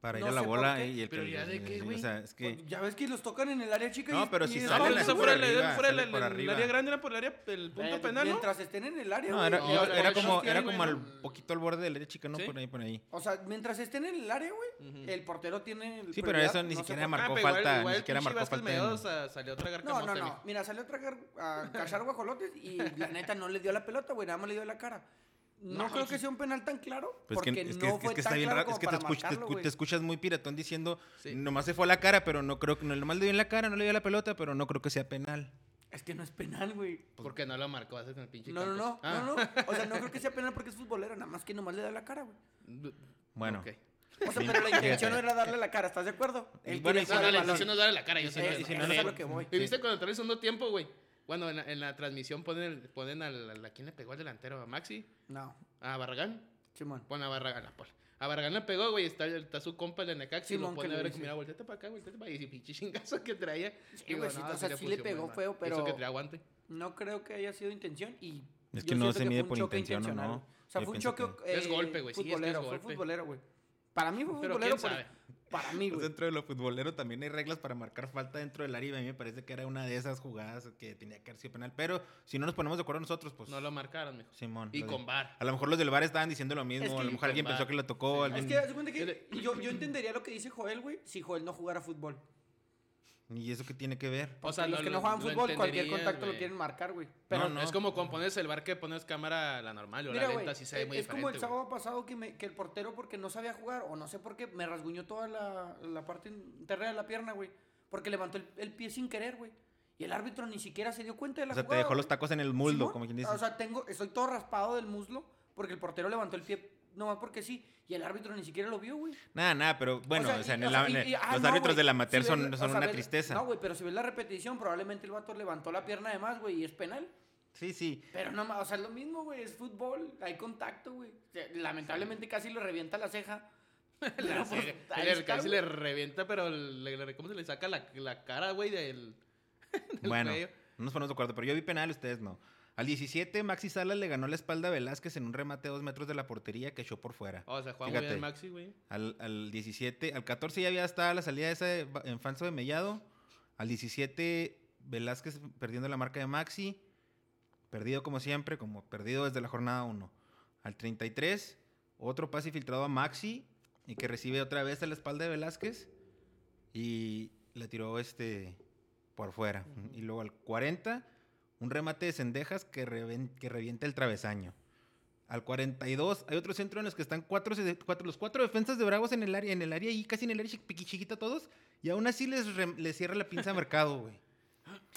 S2: Para ir
S3: no
S2: a la
S3: sé por
S2: bola
S3: qué,
S2: y el
S1: pero
S2: que- eh,
S1: ya de qué,
S2: O
S1: güey.
S2: sea, es que.
S3: Pues, Ya ves que los tocan en el área chica y
S2: No, pero
S3: y
S2: si
S3: es
S2: salen
S1: No,
S3: falta,
S1: pero
S2: así
S1: esa
S3: güey.
S2: por
S1: fuera el,
S2: arriba,
S1: fuera el,
S2: sale por
S1: el- el
S2: arriba.
S1: área grande, era por el área, el punto
S3: Eh,
S1: penal, ¿no?
S3: Mientras estén en el área,
S2: No,
S3: güey.
S2: era,
S1: No,
S2: era-
S1: no,
S2: era
S1: no,
S2: como,
S1: no,
S2: era
S1: no,
S2: como
S1: no.
S2: al poquito al borde del área chica, ¿no?
S1: Sí.
S2: Por ahí, por ahí.
S3: O sea, mientras estén en el área, güey,
S1: Ujú.
S3: el portero tiene.
S2: Sí, pero
S3: prioridad,
S2: eso ni
S3: no sé
S2: siquiera
S3: por qué.
S2: marcó
S1: pero
S2: falta, ni
S1: Ah, el
S2: siquiera
S1: pinche
S2: marcó
S1: Vázquez
S2: falta en-
S1: Meodos, ah, salió a tragar
S3: No, no,
S1: camote,
S3: no.
S1: güey.
S3: Mira, salió a tragar a cachar guajolotes y la neta no le dio la pelota, güey, nada más le dio la cara. No,
S1: No,
S3: creo
S1: sí.
S3: que sea un penal tan claro,
S2: Pues
S3: porque
S2: que, es que, es
S3: no
S2: que
S3: fue
S2: está
S3: tan
S2: bien
S3: claro
S2: raro, es
S3: como
S2: que te,
S3: para
S2: escuch- te
S3: marcarlo,
S2: escu-
S3: güey.
S2: te escuchas muy piratón diciendo,
S1: Sí.
S2: nomás se fue a la cara, pero no creo que, nomás le dio en la cara, no le dio la pelota, pero no creo que sea penal.
S3: Es que no es penal, güey.
S1: pues, Porque no lo marcó hace con el pinche
S3: No, no,
S1: Campos.
S3: no,
S1: Ah.
S3: no, no. O sea, no creo que sea penal porque es futbolero, nada más que nomás le da la cara, güey.
S2: Bueno,
S1: Ok.
S3: O sea,
S2: Sí,
S3: pero la
S2: fíjate.
S3: intención no era darle la cara, ¿estás de acuerdo?
S2: Y bueno,
S3: quería
S2: y si
S1: No,
S3: jugar
S1: no,
S3: al
S1: la
S3: balón.
S1: intención nos da la cara. Yo sé
S3: Eh,
S1: que-
S2: y si no, no
S1: Eh,
S2: sé.
S3: es a lo que voy.
S1: ¿Y viste cuando entró el segundo tiempo, güey? Cuando en la, en la transmisión ponen, el- ponen al, al- ¿A quién le pegó al delantero? ¿A Maxi?
S3: No,
S1: ¿A Barragán?
S3: Simón.
S1: Pon a Barragán, a Paul. A Barragán le pegó, güey. Está, está su compa, el de Necaxi. y lo
S3: Simón, que
S1: pone a
S3: le
S1: ver,
S3: dice.
S1: mira, volteate para acá, volteate para allá. Y ese pinche chingazo que traía. Digo,
S3: güey, sí, o sea, sí le
S1: funcionó,
S3: pegó
S1: hermano.
S3: feo, pero-
S1: Eso que traía aguante.
S3: No creo que haya sido intención y.
S2: Es
S3: yo
S2: que no
S3: siento
S2: se mide
S3: fue un
S2: por
S3: choque
S2: intención o no.
S3: intencional. O sea,
S2: Yo
S3: fue un
S2: pienso
S3: choque. eh,
S1: que- Es golpe, güey, sí, es que es
S3: futbolero, fue
S1: golpe.
S3: futbolero, güey. Para mí fue
S1: Pero
S3: futbolero.
S1: quién
S3: por-
S1: sabe.
S3: Para mí,
S2: Pues
S3: güey.
S2: dentro de lo futbolero también hay reglas para marcar falta dentro del área y a mí me parece que era una de esas jugadas que tenía que haber sido penal, pero si no nos ponemos de acuerdo nosotros, pues
S1: No lo marcaron, mijo.
S2: Simón.
S1: Y
S2: lo
S1: con
S2: de-
S1: VAR.
S2: A lo mejor los del bar estaban diciendo lo mismo,
S3: Es que-
S2: a lo mejor
S1: con
S2: alguien pensó
S1: VAR.
S2: que lo tocó,
S1: Sí.
S3: Es
S2: alguien...
S3: que, haz de cuenta
S1: Yo
S3: que yo, yo entendería lo que dice Joel, güey, si Joel no jugara fútbol.
S2: ¿Y eso qué tiene que ver?
S1: O
S3: O
S1: sea,
S3: sea, los
S1: lo-
S3: que
S1: lo-
S3: no juegan
S1: lo
S3: fútbol, cualquier
S1: entenderías,
S3: contacto
S1: güey.
S3: lo quieren marcar, güey.
S1: Pero
S2: no.
S1: es como cuando pones el VAR que pones cámara la normal o la lenta. Así se ve
S3: eh,
S1: muy
S3: es como el
S1: diferente, güey.
S3: sábado pasado que, me- que el portero, porque no sabía jugar, o no sé por qué, me rasguñó toda la, la parte interna de la pierna, güey. Porque levantó el, el pie sin querer, güey. Y el árbitro ni siquiera se dio cuenta de
S2: O
S3: la
S2: sea, te
S3: jugada,
S2: dejó los
S3: güey.
S2: tacos en el muslo,
S3: Simón,
S2: como quien dice.
S3: O sea, tengo, estoy todo raspado del muslo porque el portero levantó el pie nomás porque sí. Y el árbitro ni siquiera lo vio, güey.
S2: Nada, nada, pero bueno, o sea,
S3: y-
S2: en
S3: o
S2: el-
S3: sea,
S2: en
S3: y-
S2: el-
S3: y- ah,
S2: los
S3: no,
S2: árbitros
S3: güey.
S2: del amateur
S3: Si
S2: son,
S3: ves-
S2: son
S3: o sea,
S2: una
S3: ves-
S2: tristeza.
S3: No, güey, pero si ves la repetición, probablemente el vato levantó la pierna de más, güey, y es penal.
S2: sí, sí.
S3: Pero no, ma- o sea, es lo mismo, güey, es fútbol, hay contacto, güey. O sea, Lamentablemente casi le revienta la ceja. Pero, pues,
S1: Sí,
S3: ahí
S1: le-
S3: está,
S1: casi
S3: güey.
S1: le revienta, pero le, le- ¿cómo se le saca la, la cara, güey, del, del
S2: Bueno,
S1: cuello?
S2: no nos ponemos de acuerdo, pero yo vi penal, ustedes no. Al 17, Maxi Salas le ganó la espalda a Velázquez en un remate a dos metros de la portería que echó por fuera.
S1: O sea, juega muy
S2: Fíjate.
S1: bien Maxi, güey.
S2: Al, al 17, al 14 ya había estado la salida esa de Ba- en Fanzo de Mellado. Al 17, Velázquez perdiendo la marca de Maxi. Perdido como siempre, como perdido desde la jornada 1. Al 33, otro pase filtrado a Maxi y que recibe otra vez a la espalda de Velázquez y la tiró este por fuera. Y luego al 40, un remate de Cendejas que, reven- que revienta el travesaño. Al 42 hay otro centro en los que están cuatro, se- cuatro- los cuatro defensas de Bravos en el área, en el área y casi en el área chiqui- chiquita todos, y aún así les, rem- les cierra la pinza a mercado, güey.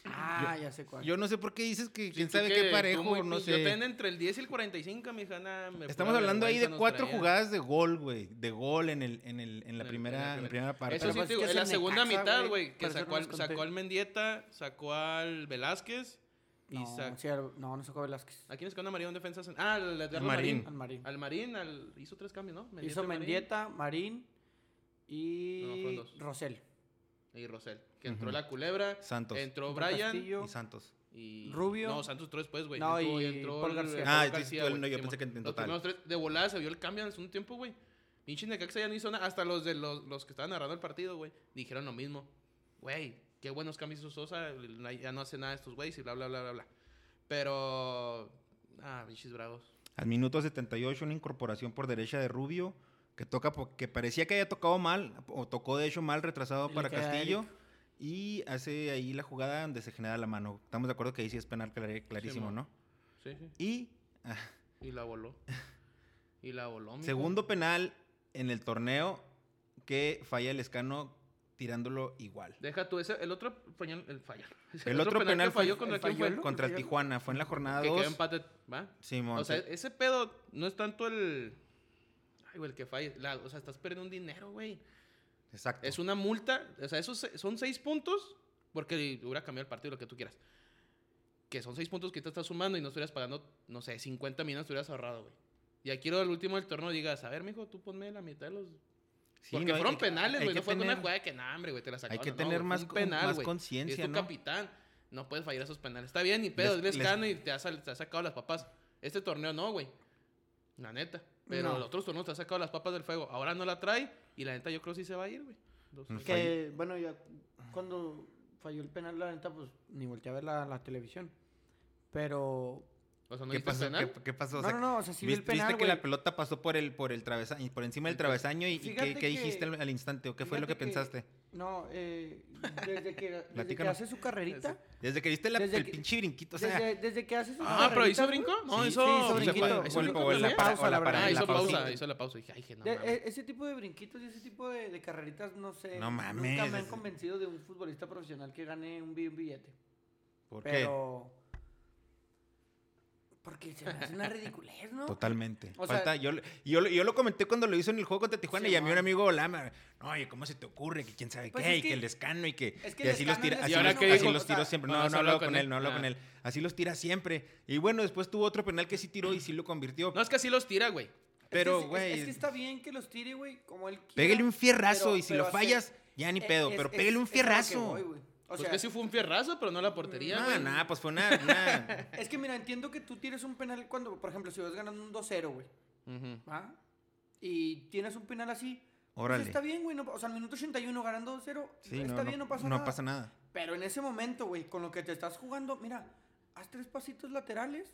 S3: Ah, ya sé cuál.
S2: Yo no sé por qué dices que quién
S1: Sí,
S2: sabe
S1: tú que
S2: qué
S1: tú muy
S2: parejo, no
S1: pin- Yo tengo
S2: sé.
S1: entre el 10 y el 45, mi hija. nada, me
S2: Estamos
S1: pura
S2: hablando ahí de
S1: vergüenza pues, nos
S2: cuatro
S1: traía.
S2: jugadas de gol, güey, de gol en el en el en la
S1: En el- en
S2: primera
S1: el
S2: en
S1: primer-
S2: la primera parte.
S1: Eso sí,
S3: pues,
S1: te
S3: es
S1: digo,
S3: que
S1: en la
S3: se
S1: segunda
S3: Necaxa,
S1: mitad,
S3: güey,
S1: güey, que
S3: para ser
S1: sacó al,
S3: unos
S1: sacó
S3: conté.
S1: al Mendieta, sacó al Velázquez y
S3: No,
S1: sacó...
S3: sí, al- no, no sacó a Velázquez.
S1: ¿A quién sacó una María en defensa? cent- Ah, al Edgardo
S2: Marín.
S1: Marín.
S3: Al Marín.
S1: Al Marín, al- hizo tres cambios, ¿no?
S3: Hizo
S1: y Marín
S3: Mendieta, Marín
S1: No, fueron
S3: y
S1: dos.
S3: Rosel.
S1: Y Rosel, que entró
S2: Ujú.
S1: la culebra.
S2: Santos
S1: Entró
S3: Entró
S1: Brian.
S3: Castillo.
S2: y Santos.
S1: y
S3: Rubio.
S1: No, Santos entró después, güey.
S3: No,
S1: Entró-
S3: y
S1: entró
S3: Paul
S1: el-
S3: García.
S2: Ah,
S1: Paul
S2: tú dices tú,
S1: güey,
S2: no, yo
S1: Simón.
S2: pensé que en
S1: Los
S2: total.
S1: primeros tres, de volada se vio el cambio en el segundo tiempo, güey. Pinche Necaxa ya no hizo nada. Hasta los de los, los que estaban narrando el partido, güey, dijeron lo mismo. Güey, qué buenos cambios hizo Sosa. Ya no hace nada estos güeyes y bla, bla, bla, bla, bla. Pero... Ah, pinches bravos.
S2: Al minuto 78, una incorporación por derecha de Rubio, que toca po- que parecía que había tocado mal, o tocó de hecho mal, retrasado
S3: Y le
S2: para
S3: queda a
S2: Castillo.
S3: Eric.
S2: Y hace ahí la jugada donde se genera la mano. Estamos de acuerdo que ahí sí es penal clar- clarísimo,
S1: Simón.
S2: ¿no?
S1: Sí, sí.
S2: Y ah,
S1: Y la voló. Y la voló, mijo.
S2: segundo penal en el torneo que falla el escano tirándolo igual.
S1: Deja tú ese, el otro pañal, el falla.
S2: El, otro, penal,
S1: que falló
S2: fue-
S1: contra
S2: el
S1: quién
S2: falló
S1: fue?
S2: contra el
S3: Falló.
S2: Tijuana, fue en la jornada
S1: Que quedó
S2: 2.
S1: empate, ¿va?
S2: Simón.
S1: O sea,
S2: sí.
S1: ese pedo no es tanto el. Ay, güey, el que falle. La- o sea, estás perdiendo un dinero, güey.
S2: exacto.
S1: Es una multa. O sea, esos se- son seis puntos. Porque hubiera cambiado el partido, lo que tú quieras. Que son seis puntos que te estás sumando y no estuvieras pagando, no sé, 50 millones te hubieras ahorrado, güey. Y aquí al último del torneo digas, a ver, mijo, tú ponme la mitad de los.
S2: Sí,
S1: Porque
S2: no, hay-
S1: fueron
S2: hay que-
S1: penales,
S2: hay
S1: güey.
S2: que
S1: No fue una
S2: tener-
S1: jugada de que, nah, hombre, güey, te la sacaron.
S2: que
S1: no,
S2: tener
S1: güey, fue
S2: más
S1: un
S2: con-
S1: penal,
S2: más
S1: güey.
S2: conciencia,
S1: Es tu
S2: ¿no?
S1: capitán. No puedes fallar esos penales. Está bien, ni pedo.
S2: Les-
S1: Les,
S2: les-
S1: gano y te has, sal- te has sacado las papas. Este torneo no, güey. La neta. Pero
S3: No.
S1: los otros torneos te has sacado las papas del fuego. Ahora no la trae y la neta yo creo que sí se va a ir, güey. Dos-
S2: Mm.
S3: Que, bueno, ya cuando falló el penal, la neta, pues ni volteé a ver la, la televisión. Pero.
S1: O sea, no
S2: ¿Qué
S1: viste el
S2: pasó?
S1: penal.
S2: ¿Qué, qué pasó? O
S3: No,
S2: sea,
S3: no, no, o sea, sí vi el
S2: ¿Viste,
S3: penal.
S2: viste que la
S3: güey.
S2: pelota pasó por el por el travesaño, por encima del travesaño y, y qué-
S3: Fíjate
S2: qué,
S3: que-
S2: dijiste al, al instante o qué fue lo que,
S3: Fíjate
S2: pensaste?
S3: No, eh, desde que, desde que
S2: Platícanos.
S3: hace su carrerita.
S2: Desde que viste la-
S3: desde
S2: el
S3: que-
S2: pinche brinquito, o sea,
S3: Desde, desde que hace su
S1: Ah, pero hizo
S3: carrerita,
S1: brinco.
S3: güey.
S1: No,
S2: Sí,
S1: hizo.
S3: sí, hizo
S1: hizo
S3: brinquito.
S1: pa-
S3: Hizo
S1: Hizo
S3: brinco,
S1: brinco
S3: la
S1: también.
S3: pausa, la
S2: parada,
S1: Ah,
S3: la
S1: hizo pausa.
S2: pausita. eh,
S1: Hizo la pausa. Dije, ay, que no.
S3: De-
S1: mames.
S3: e- ese tipo de brinquitos y ese tipo de, de carreritas, no sé.
S2: No
S3: Nunca
S2: mames,
S3: me han
S2: es-
S3: convencido de un futbolista profesional que gane un bi- un billete.
S2: ¿Por qué?
S3: Pero. Porque se me hace una ridiculez, ¿no?
S2: Totalmente.
S3: O sea-
S2: Falta, yo, lo- y yo, lo- yo lo comenté cuando lo hizo en el juego contra Tijuana y a mí un
S3: Simón.
S2: amigo Olama, no, oye, ¿cómo se te ocurre? Que quién sabe
S3: Pues
S2: qué,
S3: es
S2: y que
S3: que-
S2: el escano y que
S3: es que
S2: y
S3: el
S2: así los
S3: escano
S2: tira,
S3: es
S2: así,
S1: el
S2: los,
S1: escano, ¿no?
S2: así
S1: O
S2: los
S3: sea,
S2: tiro siempre.
S1: no,
S2: No,
S1: no
S2: no,
S1: se habló
S2: hablo con
S1: con
S2: él,
S1: él.
S2: no hablo con
S1: Ah.
S2: él. Así los tira siempre. Y bueno, después tuvo otro penal que sí tiró y sí lo convirtió.
S1: No es que así los tira, güey.
S2: pero
S3: es, que-
S2: güey,
S3: Es, que está bien que los tire, güey, como él quiera.
S2: pégale un fierrazo
S3: pero-
S2: y si
S3: pero
S2: lo
S3: hace-
S2: fallas ya ni
S3: Eh,
S2: pedo,
S3: es-
S2: pero
S3: es-
S2: pégale un
S3: es a lo que
S2: fierrazo.
S3: voy, güey. O
S1: Pues
S3: sea,
S1: que sí fue un fierrazo, pero no la portería,
S2: Nada,
S1: güey.
S2: nada, pues fue una. una-
S3: es que mira, entiendo que tú tires un penal cuando, por ejemplo, si vas ganando un 2-0, güey.
S1: Ujú.
S3: ¿va? Y tienes un penal así. pues
S2: Órale.
S3: está bien, güey. no- o sea, al minuto 81 ganando 2-0.
S2: Sí,
S3: está bien, no pasa nada.
S2: pasa nada.
S3: Pero en ese momento, güey, con lo que te estás jugando, mira, haz tres pasitos laterales.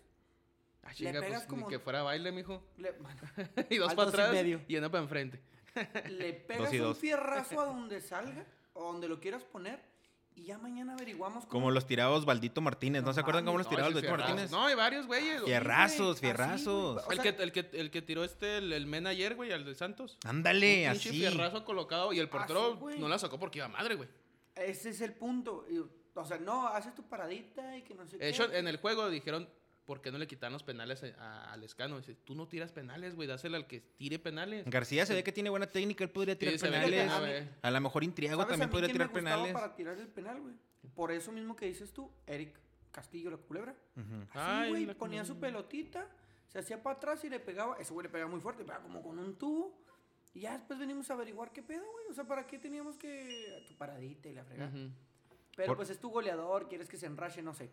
S1: Ah, chinga,
S3: pegas
S1: pues, ni
S3: como-
S1: que fuera baile, mijo.
S3: Le,
S1: y dos
S3: Al
S1: para
S3: dos y
S1: atrás
S3: medio.
S1: y uno para enfrente.
S3: le pegas
S2: Dos y
S3: un
S2: dos.
S3: fierrazo a donde salga o donde lo quieras poner. Y ya mañana averiguamos cómo.
S2: Como los tirados Valdito Martínez. ¿No,
S3: No
S2: se acuerdan cómo
S3: mames,
S2: los
S1: No,
S2: tiraba
S1: esos
S2: Valdito
S1: fierrazos.
S2: Martínez?
S1: No, hay varios, güeyes.
S3: Sí, güey,
S2: fierrazos,
S3: así, güey.
S2: fierrazos.
S3: O
S1: El
S3: sea,
S1: que, el, que, el que tiró este, el, el men ayer, güey, al de Santos.
S2: Ándale,
S1: Un pinche
S2: así.
S1: fierrazo colocado y el portero
S3: Así, güey.
S1: no la sacó porque iba madre, güey.
S3: Ese es el punto. y- O sea, no, haces tu paradita y que no sé
S1: De hecho,
S3: qué.
S1: en el juego dijeron ¿por qué no le quitaron los penales a- a- al escano? Dice, tú no tiras penales, güey, dásela al que tire penales.
S2: García se ve que tiene buena técnica, él podría tirar
S1: se ve que
S2: penales.
S1: sabe.
S2: A lo mejor Intriago
S3: ¿Sabes a
S2: también
S3: mí
S2: podría
S3: quién me
S2: tirar
S3: gustaba
S2: penales.
S3: para tirar el penal, güey? Por eso mismo que dices tú, Eric Castillo, la culebra.
S2: Ujú.
S1: Ay,
S3: Así, güey,
S1: la
S3: ponía su
S1: culebra.
S3: pelotita, se hacía para atrás y le pegaba. Ese güey le pegaba muy fuerte, pegaba como con un tubo. Y ya después venimos a averiguar qué pedo, güey. O sea, ¿para qué teníamos que... Tu paradita y la fregada.
S1: Ujú.
S3: Pero
S2: Por-
S3: pues es tu goleador, quieres que se enrache, no sé.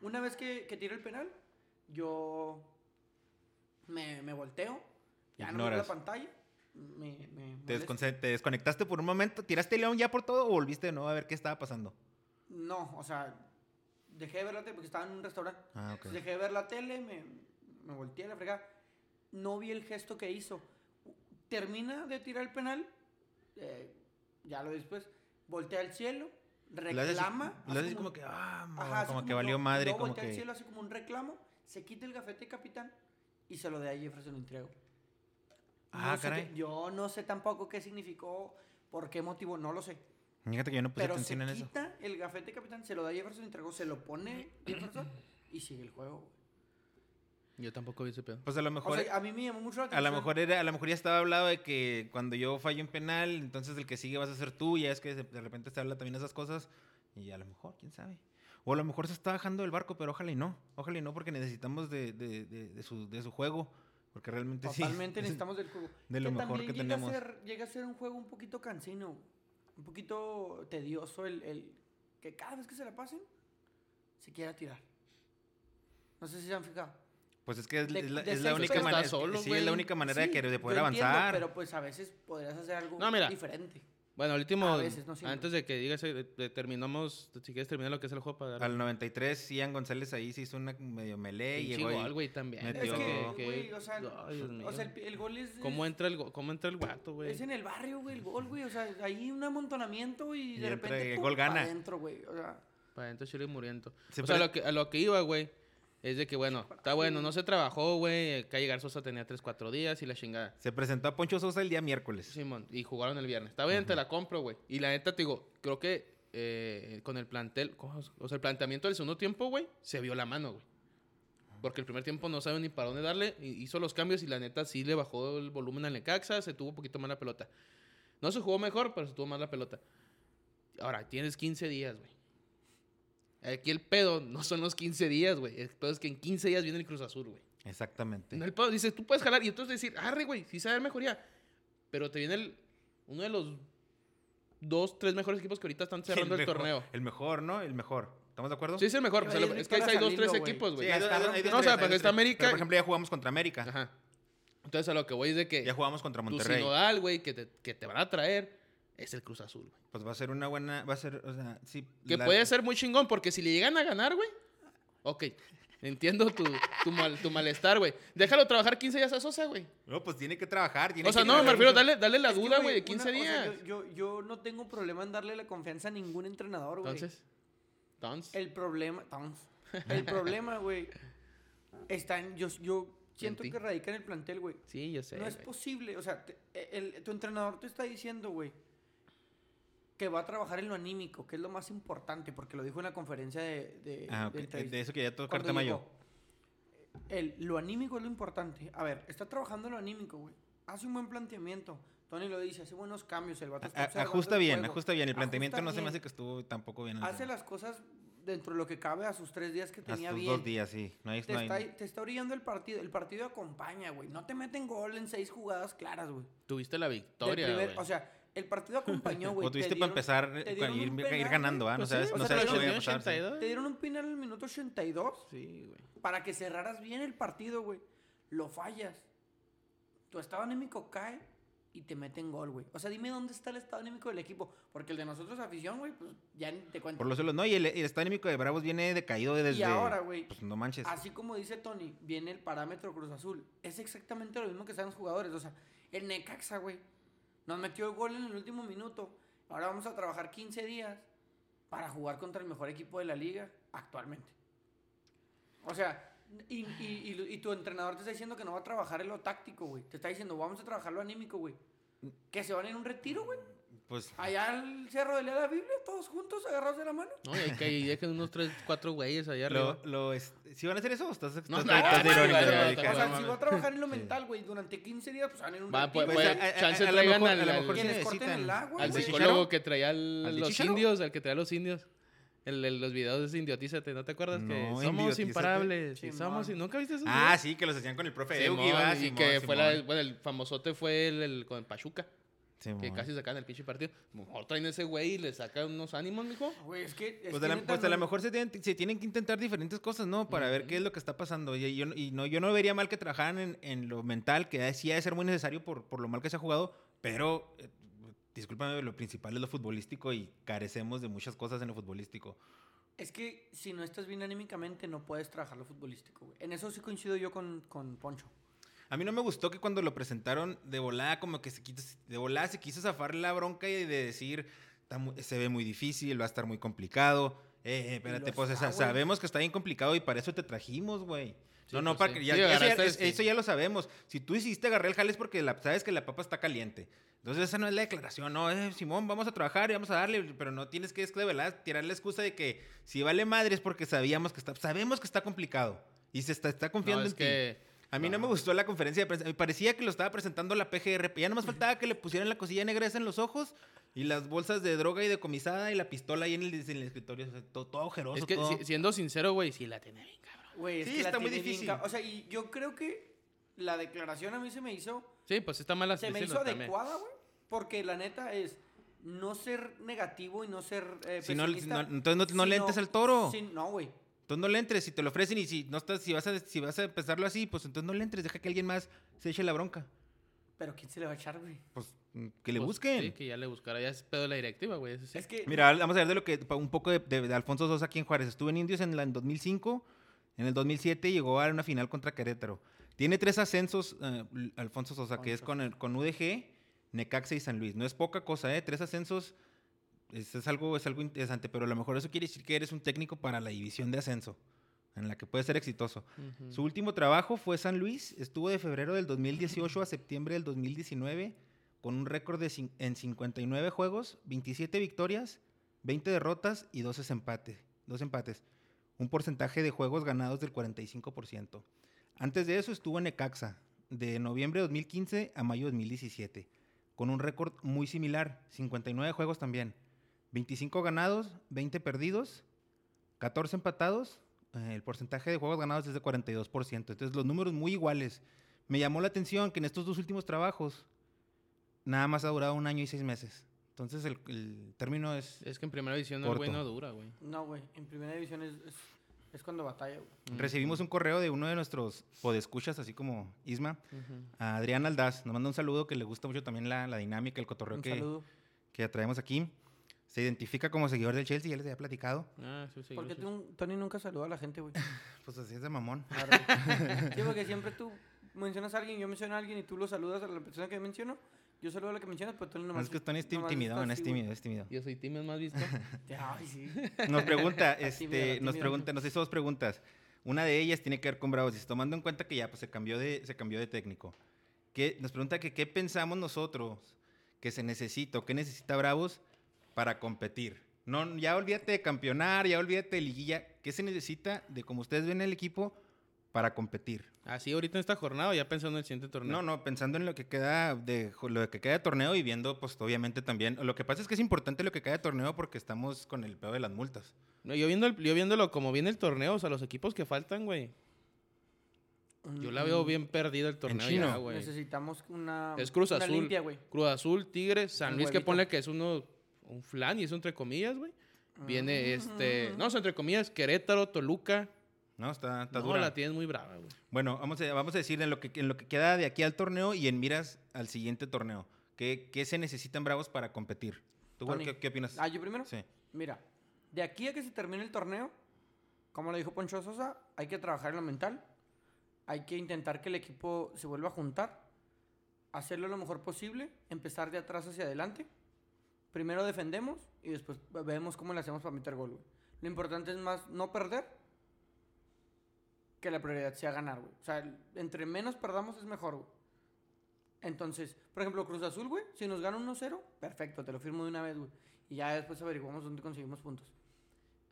S3: Una vez que, que tira el penal, yo me, me volteo, ya no veo la
S2: Ignoras.
S3: pantalla, me, me
S2: Te,
S3: molesto.
S2: desconce- te desconectaste por un momento, tiraste león ya por todo o volviste de nuevo a ver qué estaba pasando.
S3: No, o sea, dejé de ver la tele porque estaba en un restaurante.
S2: Ah, ok.
S3: Entonces, Dejé de ver la tele, me, me volteé a la fregada. No vi el gesto que hizo. Termina de tirar el penal, eh, ya lo vi después, voltea al cielo,
S2: Lo haces así-
S3: reclama.
S2: Lo
S3: hace
S2: haces como que, ah, mamá,
S3: Ajá, así
S2: como que valió
S3: lo-
S2: madre,
S3: luego
S2: como
S3: voltea al cielo
S2: que.
S3: hace como un reclamo, se quita el gafete capitán y se lo da a Jefferson Intriago.
S2: Ah,
S3: No sé
S2: caray.
S3: qué- yo no sé tampoco qué significó, por qué motivo, no lo sé.
S2: Fíjate que yo no puse
S3: pero se
S2: atención en eso.
S3: quita el gafete capitán, se lo da a Jefferson Intriago, se lo pone Jefferson y sigue el juego. güey.
S1: Yo tampoco vi ese pedo.
S2: Pues a lo
S3: O
S2: mejor.
S3: sea, a mí me llamó mucho la
S2: A
S3: atención.
S2: lo mejor era, a lo mejor ya estaba hablado de que cuando yo fallo un penal, entonces el que sigue vas a ser tú, ya es que de- de repente se habla también esas cosas, y a lo mejor, quién sabe. O a lo mejor se está bajando del barco, pero ojalá y no, ojalá y no, porque necesitamos de, de- de- de su, de su juego, porque realmente sí.
S3: Totalmente necesitamos del juego.
S2: de lo mejor
S3: también
S2: que
S3: llega
S2: tenemos.
S3: A ser, llega a ser un juego un poquito cansino, un poquito tedioso el, el que cada vez que se la pasen se quiera tirar. No sé si se han fijado.
S2: Pues es que es,
S3: de-
S2: es la,
S3: de
S2: es la
S3: seis,
S2: única
S3: pero
S2: manera,
S1: estás solo,
S2: sí, es
S1: güey.
S2: la única manera de,
S3: Sí,
S2: que- de
S3: yo
S2: poder
S3: entiendo,
S2: avanzar.
S3: pero pues a veces podrías hacer algo
S1: No, mira.
S3: diferente.
S1: Bueno, al último,
S3: A veces, no siempre.
S1: antes de que digas, eh, eh, terminamos, si quieres terminar lo que es el juego para dar
S2: Al 93, Ian González ahí se hizo una medio melee y
S1: pinche
S2: llegó ahí.
S1: gol, güey, también.
S2: metió-
S3: Es que,
S2: Dios.
S3: güey, o sea,
S1: Ay, Dios mío.
S3: o sea, el, el gol es,
S1: ¿Cómo
S3: es,
S1: entra el, go- cómo entra el guato, güey?
S3: es en el barrio, güey, el gol, güey. O sea, hay un amontonamiento y,
S2: Y
S3: de
S2: entra
S3: repente
S2: y el
S3: pum,
S2: gol
S3: pa'
S2: gana.
S3: Adentro, güey. O sea,
S1: Para adentro chile muriendo.
S2: Se
S1: o sea,
S2: pare-
S1: lo que, a lo que iba, güey, es de que, bueno, está bueno, no se trabajó, güey. Calle Garzosa tenía 3, 4 días y la chingada.
S2: Se presentó a Poncho Sosa el día miércoles.
S1: Simón, y jugaron el viernes. Está bien, te la compro, güey. Y la neta, te digo, creo que eh, con el plantel, ¿cómo es? o sea, el planteamiento del segundo tiempo, güey, se vio la mano, güey. Porque el primer tiempo no sabe ni para dónde darle. y- Hizo los cambios y la neta sí le bajó el volumen al Necaxa. Se tuvo un poquito más la pelota. No se jugó mejor, pero se tuvo más la pelota. Ahora, tienes 15 días, güey. Aquí el pedo no son los 15 días, güey. El pedo es que en 15 días viene el Cruz Azul, güey.
S2: Exactamente.
S1: No, el pedo, dices, tú puedes jalar y entonces decir, arre, güey, sí sabe mejoría. Pero te viene el- uno de los dos, tres mejores equipos que ahorita están cerrando el,
S2: mejor-
S1: torneo.
S2: El mejor, ¿no? El mejor. ¿Estamos de acuerdo?
S1: Sí, es el mejor.
S3: Yo
S1: o sea,
S3: ahí
S1: lo-
S3: es
S1: es que ahí hay
S3: Nicolás
S1: dos, tres
S3: Salindo, güey.
S1: equipos,
S2: Sí,
S1: güey.
S2: hay dos-
S3: está
S2: hay dos-
S3: rompiendo.
S2: hay dos-
S1: No, o sea,
S2: hay dos-
S1: porque está
S2: tres.
S1: América
S2: Pero, por
S1: y-
S2: ejemplo, ya jugamos contra América.
S1: Ajá. Entonces a lo que voy es de que
S2: Ya jugamos contra
S1: tu
S2: Monterrey.
S1: sinodal, güey, que te, que te van a traer es el Cruz Azul, güey.
S2: Pues va a ser una buena. Va a ser. O sea, sí.
S1: Que
S2: la-
S1: puede ser muy chingón, porque si le llegan a ganar, güey. Ok, entiendo tu, tu, mal- tu malestar, güey. Déjalo trabajar 15 días a Sosa, güey.
S2: No, pues tiene que trabajar. tiene
S1: O sea,
S2: que
S1: no, me
S2: ganar
S1: refiero,
S2: mucho.
S1: dale, dale la
S3: Es que,
S1: duda, güey, de
S3: una-
S1: 15
S3: o sea,
S1: días.
S3: yo, yo- yo no tengo problema en darle la confianza a ningún entrenador, güey.
S1: Entonces, entonces.
S3: El problema. tons. El problema, güey. Está en. Yo, yo siento
S1: ti.
S3: que radica en el plantel, güey.
S1: Sí, yo sé.
S3: no es
S1: güey.
S3: posible. O sea, te- e, el- tu entrenador te está diciendo, güey, que va a trabajar en lo anímico, que es lo más importante, porque lo dijo en la conferencia de. de-
S2: Ah,
S3: de
S2: ok, De,
S3: entrevista.
S2: de eso quería tocar
S3: Cuando
S2: tema
S3: llegó,
S2: yo.
S3: El, lo anímico es lo importante. A ver, está trabajando en lo anímico, güey. Hace un buen planteamiento. Tony lo dice, hace buenos cambios. El vato está
S2: A- a-
S3: observando
S2: ajusta
S3: el
S2: bien,
S3: juego.
S2: ajusta bien. El planteamiento
S3: Ajusta
S2: no se me
S3: bien.
S2: hace que estuvo tampoco bien.
S3: Hace las cosas dentro de lo que cabe a sus tres días que
S2: Hasta
S3: tenía
S2: tus
S3: bien.
S2: dos días, sí. No hay.
S3: Te,
S2: no hay-
S3: está, te está orillando el partido. El partido acompaña, güey. No te meten gol en seis jugadas claras, güey. Del
S1: Tuviste la victoria,
S3: primer-
S1: güey.
S3: o sea, el partido acompañó, güey.
S2: o
S3: Te
S2: tuviste
S3: dieron-
S2: para empezar
S3: te
S2: eh,
S3: dieron
S2: ir,
S3: un
S2: ir
S3: penal,
S2: ganando, ¿ah? No
S1: Pues sí,
S2: sabes,
S1: o
S2: no
S1: sea,
S2: sabes
S1: te
S2: qué
S1: lo
S2: vaya a
S1: dio
S2: pasar. sí.
S1: 82.
S3: Te dieron un penal en el minuto 82
S1: Sí, güey.
S3: para que cerraras bien el partido, güey. Lo fallas. Tu estado anímico cae y te meten gol, güey. O sea, dime dónde está el estado anímico del equipo. Porque el de nosotros, afición, güey, pues ya ni te cuento.
S2: Por los suelos. No, y el, el estado anímico de Bravos viene decaído desde.
S3: ahora, güey,
S2: Pues no manches.
S3: Así como dice Tony, viene el parámetro Cruz Azul. Es exactamente lo mismo que están los jugadores. O sea, el Necaxa, güey. Nos metió el gol en el último minuto. Ahora vamos a trabajar 15 días para jugar contra el mejor equipo de la liga actualmente. O sea, y, y- y- y tu entrenador te está diciendo que no va a trabajar en lo táctico, güey. Te está diciendo, vamos a trabajar lo anímico, güey. Que se van en un retiro, güey.
S2: Pues
S3: Allá al cerro de la Biblia, todos juntos, agarrados de la mano.
S1: No, y, hay que, y dejen unos tres, cuatro güeyes allá arriba.
S2: lo, lo es- ¿Sí van a hacer eso o estás,
S1: No,
S2: estás-
S1: no, no,
S2: estás de
S1: no,
S2: irónico,
S1: no, no,
S2: ya
S1: no,
S2: dije,
S1: no,
S3: o sea,
S1: no,
S3: si
S1: no.
S3: va a trabajar en lo mental, güey, durante 15 días, pues van en un
S1: Va,
S3: retiro,
S1: pues,
S2: Pues,
S1: pues,
S3: güey.
S2: a- a-
S1: chance
S2: a- a lo
S1: traigan
S2: mejor- a
S1: al-
S2: lo mejor
S1: al-
S2: sí
S3: Quienes corten
S2: necesitan.
S3: el agua,
S1: Al
S3: güey.
S1: psicólogo que traía al-
S2: ¿Al de
S1: los
S2: Chicharo?
S1: indios, al que traía los indios. El, el- los videos de Indiotízate, ¿no te acuerdas?
S2: No,
S1: que somos
S2: Indiotízate.
S1: imparables. y
S3: Simón.
S1: somos, y- ¿Nunca viste esos
S2: Ah,
S1: videos?
S2: sí, que los hacían con el profe
S1: Sí,
S2: Edmond,
S1: iba, y
S2: Simón,
S1: que fue la-
S2: Simón.
S1: bueno, el famosote fue el, el con el Pachuca, que
S2: Simón.
S1: casi sacan el pinche partido. A lo Mejor traen ese güey y le sacan unos ánimos, mijo.
S3: Güey, es que. es
S2: Pues,
S3: que
S2: a, la,
S3: neta,
S2: pues a
S3: no-
S2: lo mejor se tienen, se tienen que intentar diferentes cosas, ¿no? Para ver qué es lo que está pasando. Y, yo, y no, yo no vería mal que trabajaran en, en lo mental, que ha- sí ha de ser muy necesario por, por lo mal que se ha jugado, pero, eh, discúlpame, lo principal es lo futbolístico y carecemos de muchas cosas en lo futbolístico.
S3: Es que si no estás bien anímicamente, no puedes trabajar lo futbolístico, güey. En eso sí coincido yo con, con Poncho.
S2: A mí no me gustó que cuando lo presentaron de volada, como que se quito- de volada se quiso zafar la bronca y de decir, "Está mu- se ve muy difícil, va a estar muy complicado. Eh, eh, espérate,
S3: lo
S2: pues
S3: está,
S2: sa-
S3: güey.
S2: sabemos que está bien complicado y para eso te trajimos, güey.
S1: Sí,
S2: no, no,
S1: pues
S2: para
S1: sí.
S2: que ya,
S1: Sí,
S2: ya- eso, ya,
S1: agarraste,
S2: es-
S1: sí.
S2: eso ya lo sabemos. Si tú hiciste agarrar el jale es porque la- sabes que la papa está caliente. Entonces esa no es la declaración, no, eh, Simón, vamos a trabajar y vamos a darle, pero no tienes que, es que de verdad, tirar la excusa de que si vale madre es porque sabíamos que está, sabemos que está complicado y se está, está confiando
S1: No, es
S2: en ti.
S1: que...
S2: A mí no me
S1: Ah.
S2: gustó la conferencia de prensa. Me parecía que lo estaba presentando la PGR. Ya nomás faltaba que le pusieran la cosilla negra esa en los ojos y las bolsas de droga y decomisada y la pistola ahí en el, en el escritorio. O sea, todo, todo ojeroso.
S1: Es que,
S2: todo.
S1: si- siendo sincero, güey, sí la tiene bien, cabrón.
S3: Güey, es
S2: Sí,
S3: que la
S2: está muy
S3: tiene bien
S2: difícil.
S3: ca- O sea, y yo creo que la declaración a mí se me hizo.
S1: Sí, pues está mala
S3: Se me
S1: decirlo
S3: hizo
S1: también.
S3: adecuada, güey. Porque la neta es no ser negativo y no ser.
S1: pues,
S3: eh,
S2: Si no-
S3: pesimista,
S2: no- entonces no- no le
S3: sino-
S2: entres al toro.
S3: sin- no, güey.
S2: Entonces no le entres. Si te lo ofrecen y si no estás, si vas a, si vas a empezarlo así, pues entonces no le entres. Deja que alguien más se eche la bronca.
S3: Pero ¿quién se le va a echar, güey?
S2: Pues mm, que le
S1: Pues,
S2: busquen.
S1: Sí, que ya le buscara. Ya es pedo de la directiva, güey. eso sí.
S3: Es que.
S2: Mira, vamos a ver de lo que pa- un poco de, de- de Alfonso Sosa aquí en Juárez. Estuvo en Indios en, la, en 2005, en el 2007 llegó a una final contra Querétaro. Tiene tres ascensos eh, L- Alfonso Sosa, que es
S3: Alfonso.
S2: con, el- con UDG, Necaxa y San Luis. No es poca cosa, ¿eh? Tres ascensos es, es algo, es algo interesante, pero a lo mejor eso quiere decir que eres un técnico para la división de ascenso, en la que puedes ser exitoso.
S1: Ujú.
S2: Su último trabajo fue San Luis, estuvo de febrero del 2018 a septiembre del 2019 con un récord de cin- en 59 juegos, 27 victorias, 20 derrotas y 12 empates, dos empates, un porcentaje de juegos ganados del 45%. Antes de eso estuvo en Necaxa, de noviembre de 2015 a mayo de 2017, con un récord muy similar, 59 juegos también, 25 ganados, 20 perdidos, 14 empatados, eh, el porcentaje de juegos ganados es de 42%. Entonces, los números muy iguales. Me llamó la atención que en estos dos últimos trabajos nada más ha durado un año y seis meses. Entonces, el, el término es
S1: Es que en primera división el güey
S2: Corto.
S1: no dura, güey.
S3: No, güey. En primera división es, es, es cuando batalla, güey.
S2: Recibimos un correo de uno de nuestros podescuchas, así como Isma,
S1: Ujú.
S2: a Adrián Aldaz. Nos manda un saludo que le gusta mucho también la, la dinámica, el cotorreo
S3: Un
S2: que,
S3: saludo.
S2: que traemos aquí. Se identifica como seguidor del Chelsea, ya les había platicado.
S1: Ah, sí, sí,
S3: ¿Por qué
S1: gracias.
S3: tú- Tony nunca saluda a la gente, güey?
S2: Pues así es de mamón.
S3: Arre. Sí, porque siempre tú mencionas a alguien, yo menciono a alguien y tú lo saludas a la persona que menciono. Yo saludo a la que mencionas, pero tú nomás.
S2: es que Tony es tim-
S3: nomás
S2: tímido,
S3: está
S2: no es
S3: así, güey.
S2: tímido, es tímido.
S1: Yo soy tímido, ¿no has visto?
S3: Ay, sí.
S2: Nos pregunta,
S3: tímida, la
S2: este, nos
S3: tímida.
S2: pregunta, nos hizo dos preguntas. Una de ellas tiene que ver con Bravos, dice, tomando en cuenta que ya pues, se cambió de, se cambió de técnico. ¿Qué, nos pregunta que qué pensamos nosotros que se necesita o qué necesita Bravos para competir. No, ya olvídate de campeonar, ya olvídate de liguilla. ¿Qué se necesita de como ustedes ven el equipo para competir?
S1: Así Ah, ahorita en esta jornada, ya pensando en el siguiente torneo.
S2: No, no, pensando en lo que queda de jo- lo que queda de torneo y viendo, pues obviamente también. Lo que pasa es que es importante lo que queda de torneo porque estamos con el peor de las multas.
S1: No, yo, viendo el- yo viéndolo como viene el torneo, o sea, los equipos que faltan, güey. Yo la veo bien perdido el torneo
S2: chino.
S1: ya, güey.
S3: Necesitamos una.
S1: Es Cruz
S3: una
S1: Azul.
S3: limpia, güey.
S1: Cruz Azul, Tigres, San
S3: Un
S1: Luis, que
S3: huevito.
S1: ponle que es uno, un flan y eso entre comillas, güey.
S3: Ah.
S1: Viene
S3: Mm.
S1: este, no, o sea, entre comillas, Querétaro, Toluca.
S2: ¿No? Está, está
S1: No,
S2: dura.
S1: la tienes muy brava, güey.
S2: Bueno, vamos a, vamos a decir en lo, que, en lo que queda de aquí al torneo y en miras al siguiente torneo. ¿Qué, qué se necesitan Bravos para competir? ¿Tú Juan,
S3: Tony.
S2: ¿qué, qué opinas?
S3: Ah, yo primero.
S2: Sí.
S3: Mira, de aquí a que se termine el torneo, como lo dijo Poncho Sosa, hay que trabajar en lo mental. Hay que intentar que el equipo se vuelva a juntar. Hacerlo lo mejor posible. Empezar de atrás hacia adelante. Primero defendemos y después ve- vemos cómo le hacemos para meter gol, güey. Lo importante es más no perder que la prioridad sea ganar, güey. O sea, el- entre menos perdamos es mejor, güey. Entonces, por ejemplo, Cruz Azul, güey, si nos gana 1-0, perfecto, te lo firmo de una vez, güey. Y ya después averiguamos dónde conseguimos puntos.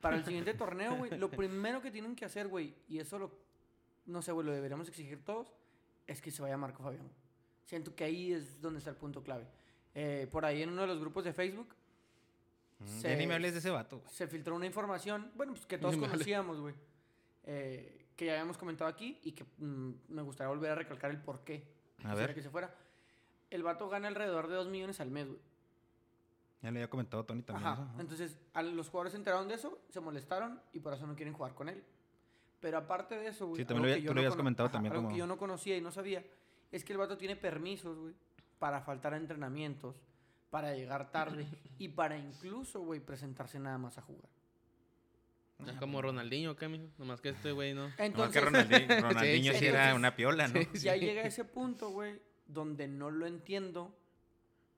S3: Para el siguiente torneo, güey, lo primero que tienen que hacer, güey, y eso lo, no sé, güey, lo deberíamos exigir todos, es que se vaya Marco Fabián. Siento que ahí es donde está el punto clave. Eh, por ahí en uno de los grupos de Facebook
S2: Mm,
S3: se-
S2: Ya ni me hables de ese vato, güey.
S3: se filtró una información, bueno, pues que todos
S1: Ni me hable.
S3: conocíamos, güey, eh, que ya habíamos comentado aquí y que mm, me gustaría volver a recalcar el por qué.
S2: A
S3: quisiera
S2: ver.
S3: Que se fuera. El vato gana alrededor de 2 millones al mes, güey.
S2: Ya le había comentado Tony también.
S3: Ajá.
S2: eso, ajá.
S3: Entonces, a los jugadores se enteraron de eso, se molestaron y por eso no quieren jugar con él. Pero aparte de eso, güey.
S2: Sí, también lo
S3: algo que
S2: había- tú
S3: yo
S2: lo
S3: no
S2: habías
S3: cono-
S2: comentado también
S3: Algo
S2: como-
S3: que yo no conocía y no sabía es que el vato tiene permisos, güey, para faltar a entrenamientos, para llegar tarde y para incluso, güey, presentarse nada más a jugar.
S1: Es como Ronaldinho, ¿qué, mijo? Nomás que este güey no.
S2: Nomás
S3: Entonces,
S2: que Ronaldinho, Ronaldinho sí,
S1: sí,
S2: era
S3: entonces-
S2: una piola, ¿no?
S3: ya llega ese punto, güey, donde no lo entiendo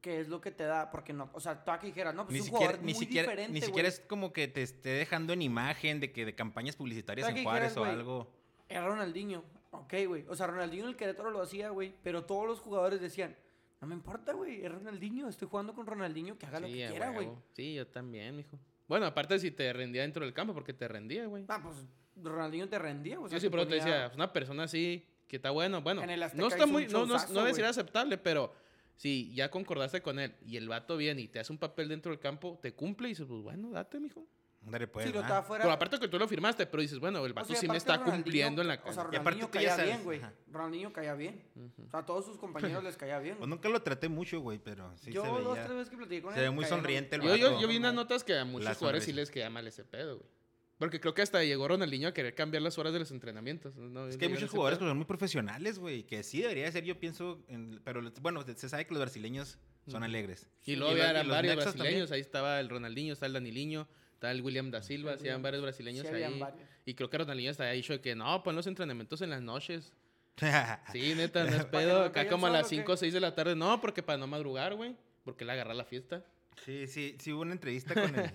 S3: qué es lo que te da, porque no, o sea, tú aquí dijeras, no, pues
S2: Ni
S3: es un
S2: siquiera,
S3: jugador
S2: ni,
S3: muy
S2: siquiera,
S3: diferente,
S2: ni
S3: güey.
S2: siquiera es como que te esté dejando en imagen de que de campañas publicitarias
S3: Pero
S2: en
S3: que
S2: Juárez
S3: dijeras,
S2: o
S3: güey,
S2: algo.
S3: Era Ronaldinho. Ok, güey. O sea, Ronaldinho en el Querétaro lo hacía, güey. Pero todos los jugadores decían, no me importa, güey. Es Ronaldinho. Estoy jugando con Ronaldinho. Que haga lo
S1: Sí,
S3: que
S1: a
S3: quiera, güey.
S1: huevo. Sí, yo también, mijo. Bueno, aparte si te rendía dentro del campo, porque te rendía, güey.
S3: Ah, pues Ronaldinho te rendía, güey. o sea,
S1: Yo sí,
S3: te
S1: pero te
S3: ponía-
S1: decía, pues, una persona así, que está bueno, bueno.
S3: En el Azteca
S1: No está
S3: hizo
S1: muy,
S3: un
S1: no, no,
S3: showzazo,
S1: no voy a decir
S3: güey.
S1: aceptable, pero si ya concordaste con él y el vato viene y te hace un papel dentro del campo, te cumple y dices, pues bueno, date, mijo.
S2: Ándale, pues,
S3: si lo
S2: ah.
S3: estaba fuera.
S1: Pero aparte que tú lo firmaste, pero dices, bueno, el
S3: o sea,
S1: vato sí me
S3: aparte
S1: está
S3: Ronaldinho-
S1: cumpliendo en la
S3: O sea,
S1: cancha.
S2: Y aparte
S3: Ronaldinho
S2: tú ya
S3: caía
S2: sabes,
S3: bien, güey.
S2: ajá.
S3: Ronaldinho caía bien. O sea, a todos sus compañeros les caía bien.
S2: Pues
S3: güey.
S2: nunca lo traté mucho, güey, pero sí
S3: yo
S2: se veía.
S3: dos, tres veces que platiqué con
S2: se
S3: él.
S2: ve muy
S3: caía,
S2: sonriente el
S3: güey.
S1: yo, yo,
S2: vato.
S1: yo vi unas notas que a muchos
S2: La
S1: jugadores sí
S2: sonrisa.
S1: les queda mal ese pedo, güey. Porque creo que hasta llegó Ronaldinho a querer cambiar las horas de los entrenamientos. ¿no?
S2: Es que
S1: Llegaron a
S2: hay muchos
S1: ese
S2: jugadores que
S1: pedo.
S2: son muy profesionales, güey, que sí debería ser, yo pienso, en- pero bueno, se sabe que los brasileños son alegres.
S1: Y luego
S2: los-
S1: había
S2: los
S1: varios
S2: mexas también.
S1: brasileños. Ahí estaba el Ronaldinho, está el Daniliño, está el William da Silva.
S3: El
S1: sí, habían
S3: William.
S1: varios brasileños
S3: Sí, habían
S1: ahí.
S3: varios.
S1: Y creo que Ronaldinho hasta había dicho de que no, pon los entrenamientos en las noches. Sí, neta, no es
S3: que
S1: pedo.
S3: no
S1: Acá
S3: caigan
S1: como a las
S3: solo, ¿o qué?
S1: 5 o 6 de la tarde. No, porque para no madrugar, güey. Porque le agarra la fiesta.
S2: Sí, sí, sí hubo una entrevista con él.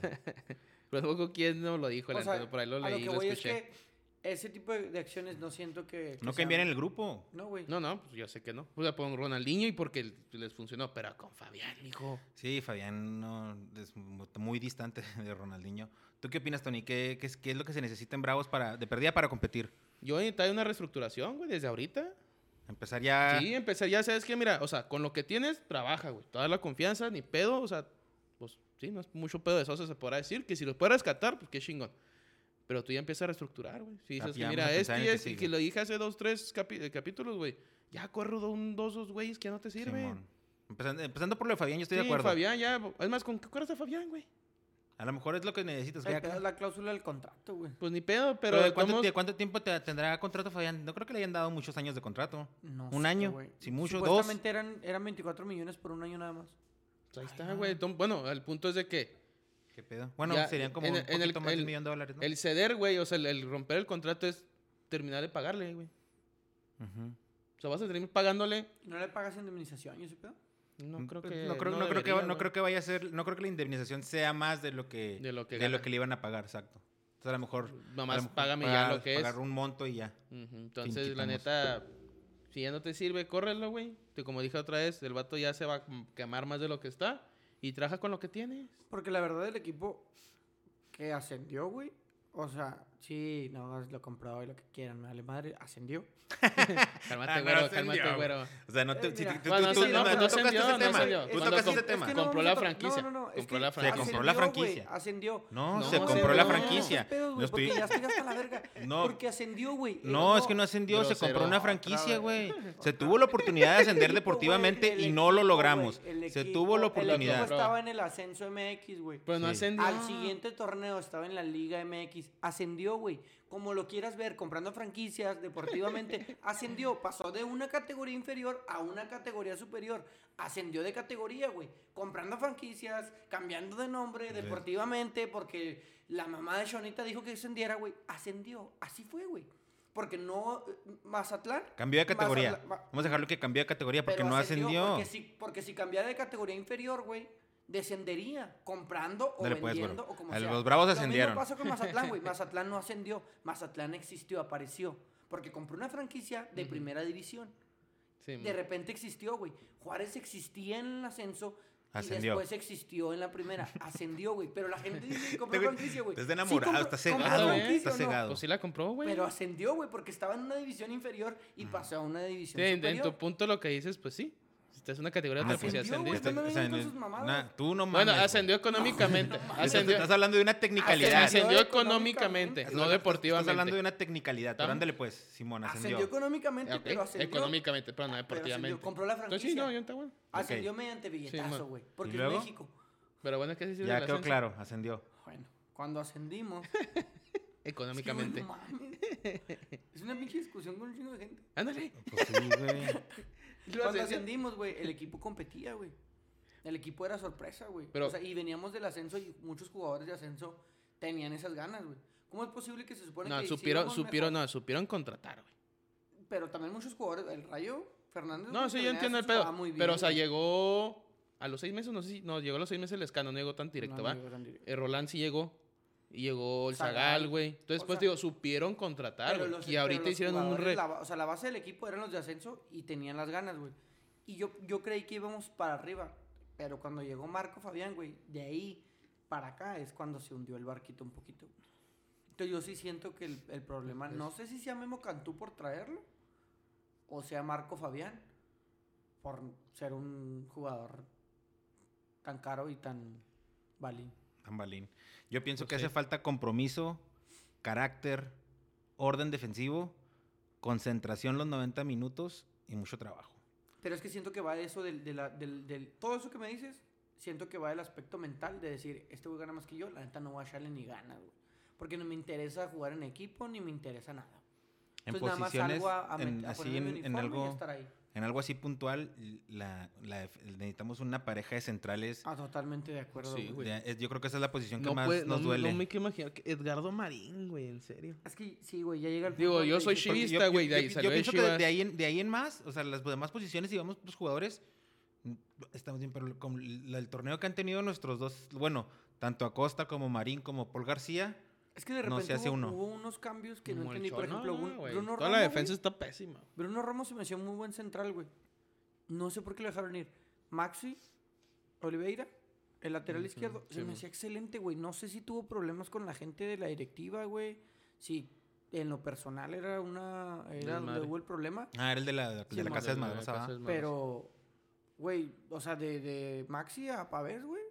S1: Pero tampoco quién no lo dijo, la
S3: O sea,
S1: neta, por ahí lo
S3: a
S1: leí,
S3: que
S1: lo,
S3: voy es
S1: escuché.
S3: que ese tipo de de acciones no siento que. que
S2: No
S3: sean-
S2: cambiar en el grupo.
S3: No, güey.
S1: No, no, pues yo sé que no. O sea, con Ronaldinho y porque les funcionó, pero con Fabián, mijo.
S2: Sí, Fabián no, es mu- muy distante de Ronaldinho. ¿Tú qué opinas, Tony? ¿Qué, qué es, qué es lo que se necesita en Bravos para, de perdida para competir?
S1: Yo necesitaba una reestructuración, güey, desde ahorita.
S2: Empezar ya...
S1: Sí, empezar, ya sabes que, mira, o sea, con lo que tienes, trabaja, güey. Toda la confianza, ni pedo, o sea, pues sí, no es mucho pedo de Sosa, se podrá decir, que si lo puedes rescatar, pues qué chingón. Pero tú ya empiezas a reestructurar, güey. Si dices
S2: Papi,
S1: que,
S2: vamos
S1: mira,
S2: a
S1: este
S2: pensar
S1: y
S2: en el que
S1: este, y que
S2: sigue.
S1: lo dije hace dos, tres capi- eh, capítulos, güey, ya corro de un, dos, dos güeyes que ya no te sirven.
S2: Simón. Empezando, empezando por lo de Fabián, yo estoy
S1: Sí,
S2: de acuerdo.
S1: Fabián ya, es más, ¿con qué corres a Fabián, güey?
S2: A lo mejor es lo que necesitas.
S3: El
S2: güey, acá.
S3: pedo es la cláusula del contrato, güey.
S1: Pues ni pedo, pero.
S2: Pero,
S1: de
S2: ¿cuánto,
S1: todos
S2: tie- cuánto tiempo te- tendrá contrato Fabián? No creo que le hayan dado muchos años de contrato.
S3: No
S2: Un
S3: sé,
S2: año,
S3: güey.
S2: si mucho, dos.
S3: Supuestamente eran, eran 24 millones por un año nada más.
S1: modos- Pues ahí está, güey. Tom- Bueno, el punto es de que
S2: ¿Qué pedo? Bueno,
S1: Ya,
S2: serían como
S1: en-
S2: un
S1: en el-
S2: poquito más de
S1: el-
S2: un millón de dólares, ¿no?
S1: el ceder, güey, o sea, el- el romper el contrato es terminar de pagarle, güey.
S2: Ujú.
S1: O sea, vas a terminar pagándole
S3: ¿No le pagas indemnización y ese pedo?
S1: No creo
S2: Pues,
S1: que.
S2: no creo, no creo que
S1: debería,
S2: va- no
S1: güey.
S2: creo que vaya a ser, no creo que la indemnización sea más de lo que
S1: De lo que gana.
S2: le iban a pagar, exacto. Entonces a lo mejor
S1: Nomás
S2: a lo mejor
S1: págame ya
S2: pagar-
S1: lo que es.
S2: pagar un monto y ya.
S1: Ujú, Entonces, la
S2: quitamos.
S1: neta, si ya no te sirve, córrelo, güey. Te- Como dije otra vez, el vato ya se va a com- quemar más de lo que está y trabaja con lo que tienes.
S3: Porque la verdad el equipo que ascendió, güey. O sea, sí, no, lo compró y lo que quieran, me vale madre, ascendió.
S1: Cálmate,
S2: Ah, no
S1: güero,
S2: ascendió,
S1: cálmate,
S2: güey.
S1: güero.
S2: O sea, no
S3: Eh,
S2: te, si
S3: mira.
S2: te- tú-
S1: Bueno,
S2: tú-
S1: sí,
S2: tú-
S1: no,
S2: no,
S1: pero no
S2: tocaste
S1: ascendió,
S2: ese
S1: no
S2: tema.
S1: ascendió.
S2: Tú
S1: Es que
S2: tocaste
S1: no,
S2: ese tema.
S1: es que no. Compró la
S3: vamos a to-
S1: franquicia,
S3: No, no, no, es
S1: compró
S3: que
S1: la
S2: franquicia. Se compró la
S3: ascendió, güey,
S2: franquicia.
S3: Ascendió.
S2: No,
S1: se
S3: güey,
S1: compró la
S3: no,
S2: franquicia.
S3: esos pedos,
S2: No
S3: güey, porque
S2: estoy-
S3: ya estoy hasta la verga.
S2: No.
S3: Porque ascendió, güey.
S2: No, es que no ascendió, se
S1: Grosero.
S2: compró una
S1: Otra
S2: franquicia,
S3: vez.
S2: güey. Se tuvo la oportunidad de ascender
S3: equipo, güey,
S2: deportivamente
S3: el
S2: y no lo
S3: equipo,
S2: logramos.
S3: güey, el
S2: Se
S3: equipo-
S2: tuvo la
S3: El equipo
S2: oportunidad.
S1: Bro.
S3: estaba en el ascenso MX, güey.
S1: Pero Pues, no
S2: Sí.
S1: ascendió.
S3: Al siguiente torneo estaba en la Liga MX. Ascendió, güey. Como lo quieras ver, comprando franquicias deportivamente. Ascendió. Pasó de una categoría inferior a una categoría superior. Ascendió de categoría, güey. Comprando franquicias, cambiando de nombre
S2: Sí.
S3: deportivamente, porque la mamá de Shonita dijo que ascendiera, güey. Ascendió. Así fue, güey. Porque no. eh, Mazatlán.
S2: Cambió de categoría.
S3: Mazatlán- Ma-
S2: Vamos a dejarlo que cambió de categoría porque
S3: pero
S2: no ascendió.
S3: Porque si, porque si cambiara de categoría inferior, güey, descendería comprando o
S2: Dale, pues,
S3: vendiendo
S2: bro.
S3: o como
S2: A
S3: sea.
S2: los Bravos
S3: Lo mismo
S2: ascendieron.
S3: pasó con Mazatlán, güey. Mazatlán no ascendió. Mazatlán existió, apareció. Porque compró una franquicia de primera división.
S1: Sí,
S3: de
S1: man.
S3: repente existió, güey. Juárez existía en el ascenso. Y
S2: Ascendió.
S3: después existió en la primera. Ascendió, güey. Pero la gente dice que compró
S2: Te-
S3: franquicia, güey.
S2: estás enamorado,
S3: compró-
S2: estás
S3: compró
S1: cegado,
S3: franquicia
S2: estás
S3: o no,
S2: cegado.
S1: Pues sí la compró, güey.
S3: Pero ascendió, güey, porque estaba en una división inferior
S2: Mm.
S3: y pasó a una división
S1: Sí, en, en
S3: superior.
S1: tu punto lo que dices, pues sí. Si estás en una categoría de
S2: Ah,
S1: otra, pues sí
S3: ascendió, güey.
S1: ascendiste.
S3: no me
S2: O sea,
S3: vengan con
S2: en-
S3: sus mamadas.
S2: nah, tú no mames.
S1: Bueno,
S2: güey.
S1: ascendió económicamente.
S2: Estás,
S1: Ascendió,
S2: estás hablando de una tecnicalidad.
S3: Ascendió
S1: ascendió
S3: económicamente.
S1: económicamente,
S2: Estás-
S1: no
S2: estás-
S1: deportivamente.
S2: Estás hablando de una tecnicalidad. Pero
S1: ¿Estamos?
S2: ándale pues, Simón,
S3: Ascendió,
S2: ascendió.
S3: económicamente,
S1: Eh, ok,
S3: pero ascendió.
S1: Económicamente, pero no
S3: pero
S1: deportivamente.
S3: ascendió, compró la
S1: Entonces sí,
S3: franquicia.
S1: no, yo no te aguanto.
S3: Ascendió
S2: Ok.
S3: mediante
S1: Sí,
S3: billetazo,
S1: man.
S3: güey.
S2: ¿Y
S3: porque es
S2: luego?
S3: México.
S1: Pero bueno, es que sí sirve
S2: Ya
S1: el
S2: quedó
S1: ascenso.
S2: claro, ascendió.
S3: Bueno, cuando ascendimos.
S1: Económicamente.
S3: Es, que, güey, no mames. Es una pinche discusión con un chingo de gente.
S1: Ándale.
S2: Pues sí, güey.
S1: Lo
S3: Cuando
S1: ascendió.
S3: ascendimos, güey, el equipo competía, güey. El equipo era sorpresa, güey.
S1: Pero-
S3: O sea, y veníamos del ascenso y muchos jugadores de ascenso tenían esas ganas, güey. ¿Cómo es posible que se supone
S1: No,
S3: que
S1: supieron,
S3: íbamos
S1: supieron,
S3: mejor?
S1: no, supieron contratar, güey.
S3: Pero también muchos jugadores, el Rayo Fernández.
S1: No,
S3: güey,
S1: sí, yo
S3: también
S1: entiendo el
S3: ascenso
S1: pedo.
S3: estaba muy bien,
S1: pero, o sea,
S3: güey.
S1: llegó a los seis meses, no sé si. No, llegó a los seis meses el escano, no llegó tan directo,
S3: No, no
S1: ¿va?
S3: llegó tan directo.
S1: Eh, Roland sí llegó. Y llegó el
S3: Zagal.
S1: Zagal, güey. Entonces,
S3: O
S1: pues,
S3: sea,
S1: digo, supieron contratar,
S3: Pero
S1: güey.
S3: los-
S1: Y
S3: pero
S1: ahorita
S3: los
S1: hicieron un
S3: jugadores,
S1: re.
S3: la ba- o sea, la base del equipo eran los de ascenso y tenían las ganas, güey. Y yo, yo creí que íbamos para arriba. Pero cuando llegó Marco Fabián, güey, de ahí para acá es cuando se hundió el barquito un poquito. güey. Entonces yo sí siento que el, el problema, no sé si sea Memo Cantú por traerlo o sea Marco Fabián por ser un jugador tan caro y tan valín.
S2: Tambalín. Yo pienso
S1: Pues
S2: que
S1: sí.
S2: hace falta compromiso, carácter, orden defensivo, concentración los 90 minutos y mucho trabajo.
S3: Pero es que siento que va de eso, del, de la- del, del- todo eso que me dices, siento que va del aspecto mental de decir, este güey gana más que yo, la neta no voy a echarle ni ganas, güey. Porque no me interesa jugar en equipo, ni me interesa nada.
S2: En
S3: Entonces Pues nada más
S2: posiciones,
S3: salgo a, a met-
S2: en-
S3: a
S2: así
S3: ponerme mi
S2: en, en
S3: uniforme y a
S2: algo,
S3: estar ahí.
S2: en algo así puntual, la, la def- necesitamos una pareja de centrales.
S3: Ah, totalmente de acuerdo.
S1: Sí,
S3: güey.
S1: güey.
S2: De- es- yo creo que esa es la posición que
S1: No,
S2: más
S1: puede- no
S2: nos
S1: me-
S2: duele.
S1: no me quiero imaginar que Edgardo Marín, güey, en serio.
S3: Es que sí, güey, ya llega el
S1: Digo,
S3: punto
S1: yo
S3: donde
S1: soy
S3: dices,
S2: Porque
S1: chivista, güey, de ahí
S2: yo
S1: salió de
S2: pienso que de
S1: Chivas.
S2: ahí, en, de ahí en más, o sea, las demás posiciones, y vamos, los jugadores, mm, estamos bien, pero con la- el torneo que han tenido nuestros dos, bueno, tanto Acosta como Marín como Paul García,
S3: Es que
S2: no,
S3: de repente
S2: se hace
S3: hubo,
S2: uno.
S3: hubo unos cambios que no
S1: Como el
S3: entendí. Por
S1: Cholo,
S3: ejemplo,
S1: no,
S3: un-
S1: güey.
S3: Bruno
S1: Toda la
S3: Ramos,
S1: defensa
S3: güey.
S1: está pésima.
S3: Bruno Ramos se me hacía muy buen central, güey. No sé por qué lo dejaron ir. Maxi, Oliveira, el lateral
S1: Ujú,
S3: izquierdo,
S1: sí,
S3: se me
S1: mo.
S3: hacía excelente, güey. No sé si tuvo problemas con la gente de la directiva, güey. Si en lo personal era una. Era donde
S1: Desmadre.
S3: hubo el problema.
S2: ah, era el de la, de
S3: Sí,
S2: la
S3: mo,
S2: Casa
S1: de- de la
S2: Desmadrosa, ¿va?
S1: Casa Desmadrosa.
S3: Pero, güey, o sea, de, de Maxi a Pavés, güey.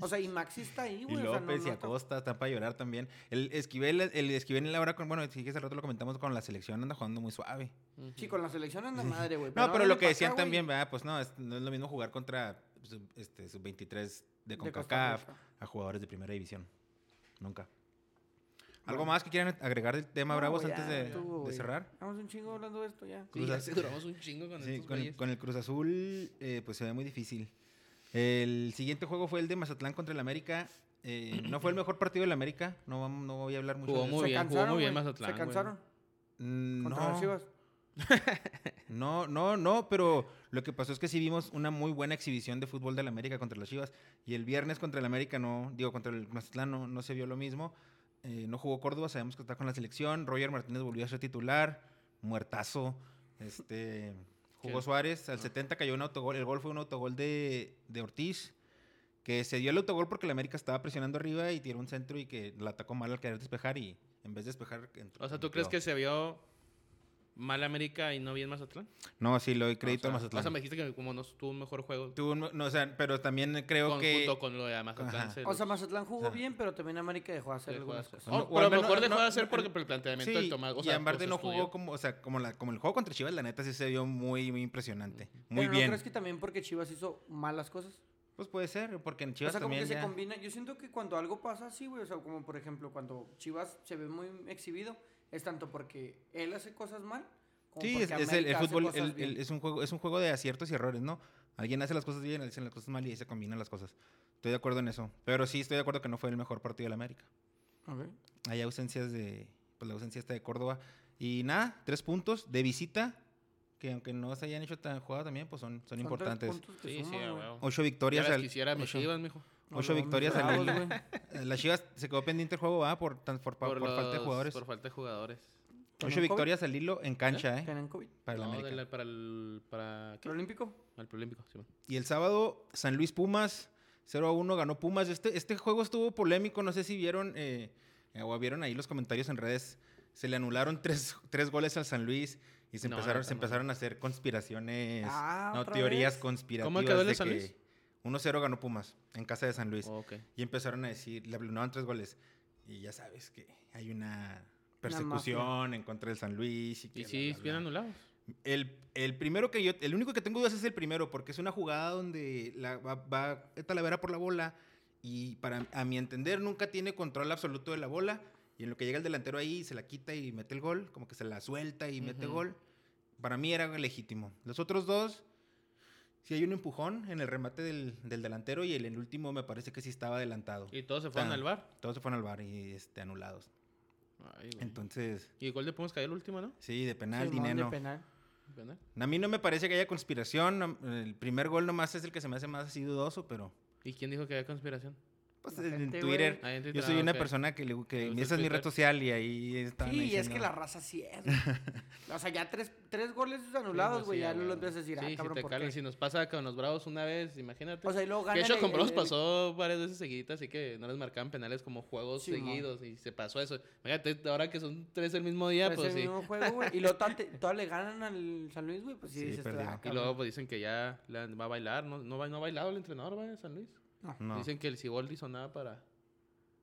S3: O sea, y Maxi está ahí,
S2: Y
S3: güey. o sea, no-
S2: López
S3: no
S2: y
S3: está-
S2: Acosta están para llorar también. El Esquivel, el Esquivel ahora con, bueno, sí que hace rato lo comentamos con la selección, anda jugando muy suave.
S1: Ujú.
S3: Sí, con la selección anda madre, güey.
S2: No, pero
S3: ahora
S2: lo
S3: ven
S2: que
S3: pa'
S2: decían
S3: acá, güey,
S2: también, ¿verdad? Pues no, es, no es lo mismo jugar contra sub, este, sub 23 de
S3: de Costa
S2: CONCACAF
S3: Rica.
S2: a jugadores de primera división. Nunca.
S1: Ah,
S2: ¿Algo más que quieran agregar del tema,
S3: No,
S2: Bravos,
S3: güey,
S2: antes
S3: ya
S2: de,
S3: estuvo,
S2: de
S3: güey.
S2: cerrar?
S3: Estamos un chingo hablando de esto ya.
S1: Sí,
S2: Cruz
S1: ya se
S2: Azul.
S1: duramos un chingo con
S2: Sí,
S1: estos
S2: con, el-
S1: güeyes.
S2: con el Cruz Azul, eh, pues se ve muy difícil. El siguiente juego fue el de Mazatlán contra el América. Eh, no fue el mejor partido del América. No, vam- no voy a hablar mucho
S1: Jugó
S2: de eso.
S1: Muy
S3: Se
S1: bien, jugó
S3: cansaron,
S1: muy bien
S3: güey,
S1: Mazatlán,
S3: Se
S1: güey.
S3: cansaron
S2: Mm,
S3: contra las
S2: No,
S3: Chivas.
S2: no, no, no, pero lo que pasó es que sí vimos una muy buena exhibición de fútbol del América contra las Chivas. Y el viernes contra el América, no, digo, contra el Mazatlán no, no se vio lo mismo. Eh, no jugó Córdoba, sabemos que está con la selección. Roger Martínez volvió a ser titular, muertazo. Este, jugó
S1: ¿Qué?
S2: Suárez,
S1: Ah.
S2: al 70 cayó un autogol. El gol fue un autogol de, de Ortiz, que se dio el autogol porque el América estaba presionando arriba y tiró un centro y que la atacó mal al querer despejar y en vez de despejar... entró-
S1: O sea, ¿tú crees
S2: metió.
S1: que se vio mal América y no bien Mazatlán?
S2: No, sí, le doy
S1: O
S2: crédito
S1: sea,
S2: a Mazatlán.
S1: O sea, me dijiste que como no tuvo un mejor juego
S2: Tuvo un- no, o sea, pero también creo
S1: con-
S2: que.
S1: junto con lo de Mazatlán.
S2: Ajá.
S1: se
S3: O sea,
S1: los-
S3: Mazatlán jugó
S2: Ajá.
S3: bien, pero también América dejó de
S1: se
S3: hacer
S1: los
S3: algunas
S1: juega
S3: cosas.
S1: hacer.
S2: No,
S1: O-
S2: o
S1: pero a
S2: al
S1: lo
S2: menos-
S1: mejor dejó
S2: no,
S1: de hacer
S2: no,
S1: porque
S2: no.
S1: por el planteamiento
S2: Sí,
S1: del Tomás. O sea,
S2: y aparte
S1: pues,
S2: no
S1: estudió.
S2: jugó como, o sea, como, la, como el juego contra Chivas, la neta sí se vio muy, muy impresionante. Muy
S3: pero ¿no
S2: bien.
S3: crees que también porque Chivas hizo malas cosas?
S2: Pues puede ser, porque en
S3: O
S2: Chivas
S3: sea, como
S2: también.
S3: que se
S2: ya-
S3: combina. Yo siento que cuando algo pasa así, güey, o sea, como por ejemplo cuando Chivas se ve muy exhibido, es tanto porque él hace cosas mal, como
S2: Sí,
S3: porque
S2: es, es el, el
S3: América hace
S2: fútbol,
S3: cosas
S2: el- el-
S3: bien.
S2: es, un juego, es un juego de aciertos y errores, ¿no? Alguien hace las cosas bien, alguien hace las cosas mal y ahí se combinan las cosas. Estoy de acuerdo en eso. Pero sí, estoy de acuerdo que no fue el mejor partido del América.
S3: Ok.
S2: Hay ausencias de. Pues la ausencia está de Córdoba. Y nada, tres puntos de visita, que aunque no se hayan hecho tan jugado también, pues son, son,
S3: Son tres
S2: importantes.
S3: puntos que
S1: Sí, sí,
S3: suman,
S1: a
S3: güey.
S1: huevo.
S2: Ocho
S1: Ya
S2: victorias.
S1: las
S2: al-
S1: quisiera mis
S2: ocho-
S1: chivas, mijo.
S3: No,
S2: ocho
S3: lo
S2: victorias
S3: vamos
S2: al
S3: bravos,
S2: hilo.
S3: güey.
S2: Eh, Las Chivas se quedó pendiente el juego, va, por, tan- por, pa- por falta de
S1: los-
S2: jugadores.
S1: Por falta de jugadores.
S3: ¿Tenían
S2: Ocho
S3: COVID?
S2: victorias al hilo en cancha, ¿eh?
S3: Tenían COVID.
S2: Para el
S1: No,
S2: América.
S1: de la- para el. Para, ¿qué?
S3: ¿Olímpico?
S1: Al Prolímpico, sí, man.
S2: Y el sábado, San Luis Pumas, 0 a 1, ganó Pumas. Este, este juego estuvo polémico, no sé si vieron eh, o vieron ahí los comentarios en redes. Se le anularon tres, tres goles al San Luis y se
S1: No,
S2: empezaron,
S1: neta,
S2: se
S1: no.
S2: empezaron a hacer conspiraciones,
S3: Ah,
S2: no,
S3: ¿otra
S2: teorías
S3: vez?
S2: conspirativas.
S1: ¿Cómo quedó el de
S2: de
S1: San
S2: que
S1: Luis?
S2: 1-0 ganó Pumas en casa de San Luis.
S1: Ok.
S2: Y empezaron a decir, le anularon tres goles. Y ya sabes que hay una persecución en contra del San Luis. Y, que
S1: Y
S2: bla,
S1: sí,
S2: bla,
S1: bien
S2: bla.
S1: anulados.
S2: El, el primero que yo, el único que tengo dudas es el primero, porque es una jugada donde la, va, va Talavera por la bola y para, a mi entender nunca tiene control absoluto de la bola y en lo que llega el delantero ahí se la quita y mete el gol, como que se la suelta y mete
S1: Ujú.
S2: gol. Para mí era legítimo. Los otros dos, si hay un empujón en el remate del, del delantero y el, el último me parece que sí estaba adelantado.
S1: Y todos se fueron
S2: Ah.
S1: al bar.
S2: Todos se fueron al bar y este, anulados.
S1: Ay, güey.
S2: Entonces,
S1: Y el gol de Pumas cayó el último, ¿no?
S2: sí, de penal,
S3: Simón de
S2: dinero.
S3: penal.
S1: ¿Verdad?
S2: A mí no me parece que haya conspiración. no- El primer gol nomás es el que se me hace más así dudoso, pero.
S1: ¿Y quién dijo que había conspiración?
S2: Pues
S3: La
S2: en
S3: gente,
S2: Twitter.
S1: güey. Ah, en Twitter,
S2: Yo soy
S1: ah,
S2: una
S1: ok.
S2: persona que, le-
S1: ¿Te
S2: que
S1: gusta
S2: esa es mi
S1: Twitter?
S2: red social y ahí está.
S3: Sí, es que la raza sí es. güey. o sea, ya tres, tres goles
S2: pues
S3: anulados,
S1: Sí,
S3: güey.
S1: sí,
S3: ya
S1: a
S3: no
S1: huevo.
S3: los empiezas a decir, ah,
S1: Sí, si
S3: cabrón,
S1: te
S3: ¿por
S1: calan,
S3: qué?
S1: si nos pasa con los Bravos una vez, imagínate.
S3: O sea, y luego
S1: que
S3: ganan.
S1: de hecho con
S3: el-
S1: Bravos
S3: el-
S1: pasó varias veces seguiditas, así que no les marcaban penales como juegos
S3: Simón.
S1: seguidos y se pasó eso. Fíjate, ahora que son tres el mismo día,
S3: Pero es
S1: pues
S3: el
S1: sí.
S3: mismo juego, güey. Y luego todas te- todas le ganan al San Luis, güey. Pues sí,
S2: Sí,
S3: dices, tú,
S2: perdió.
S3: ah,
S2: Y
S1: Y
S3: cabrón.
S1: luego pues, dicen que ya la- va a bailar, no, no, ba- no ha bailado el entrenador, va de San Luis.
S2: No,
S1: Dicen que el Siboldi sonaba para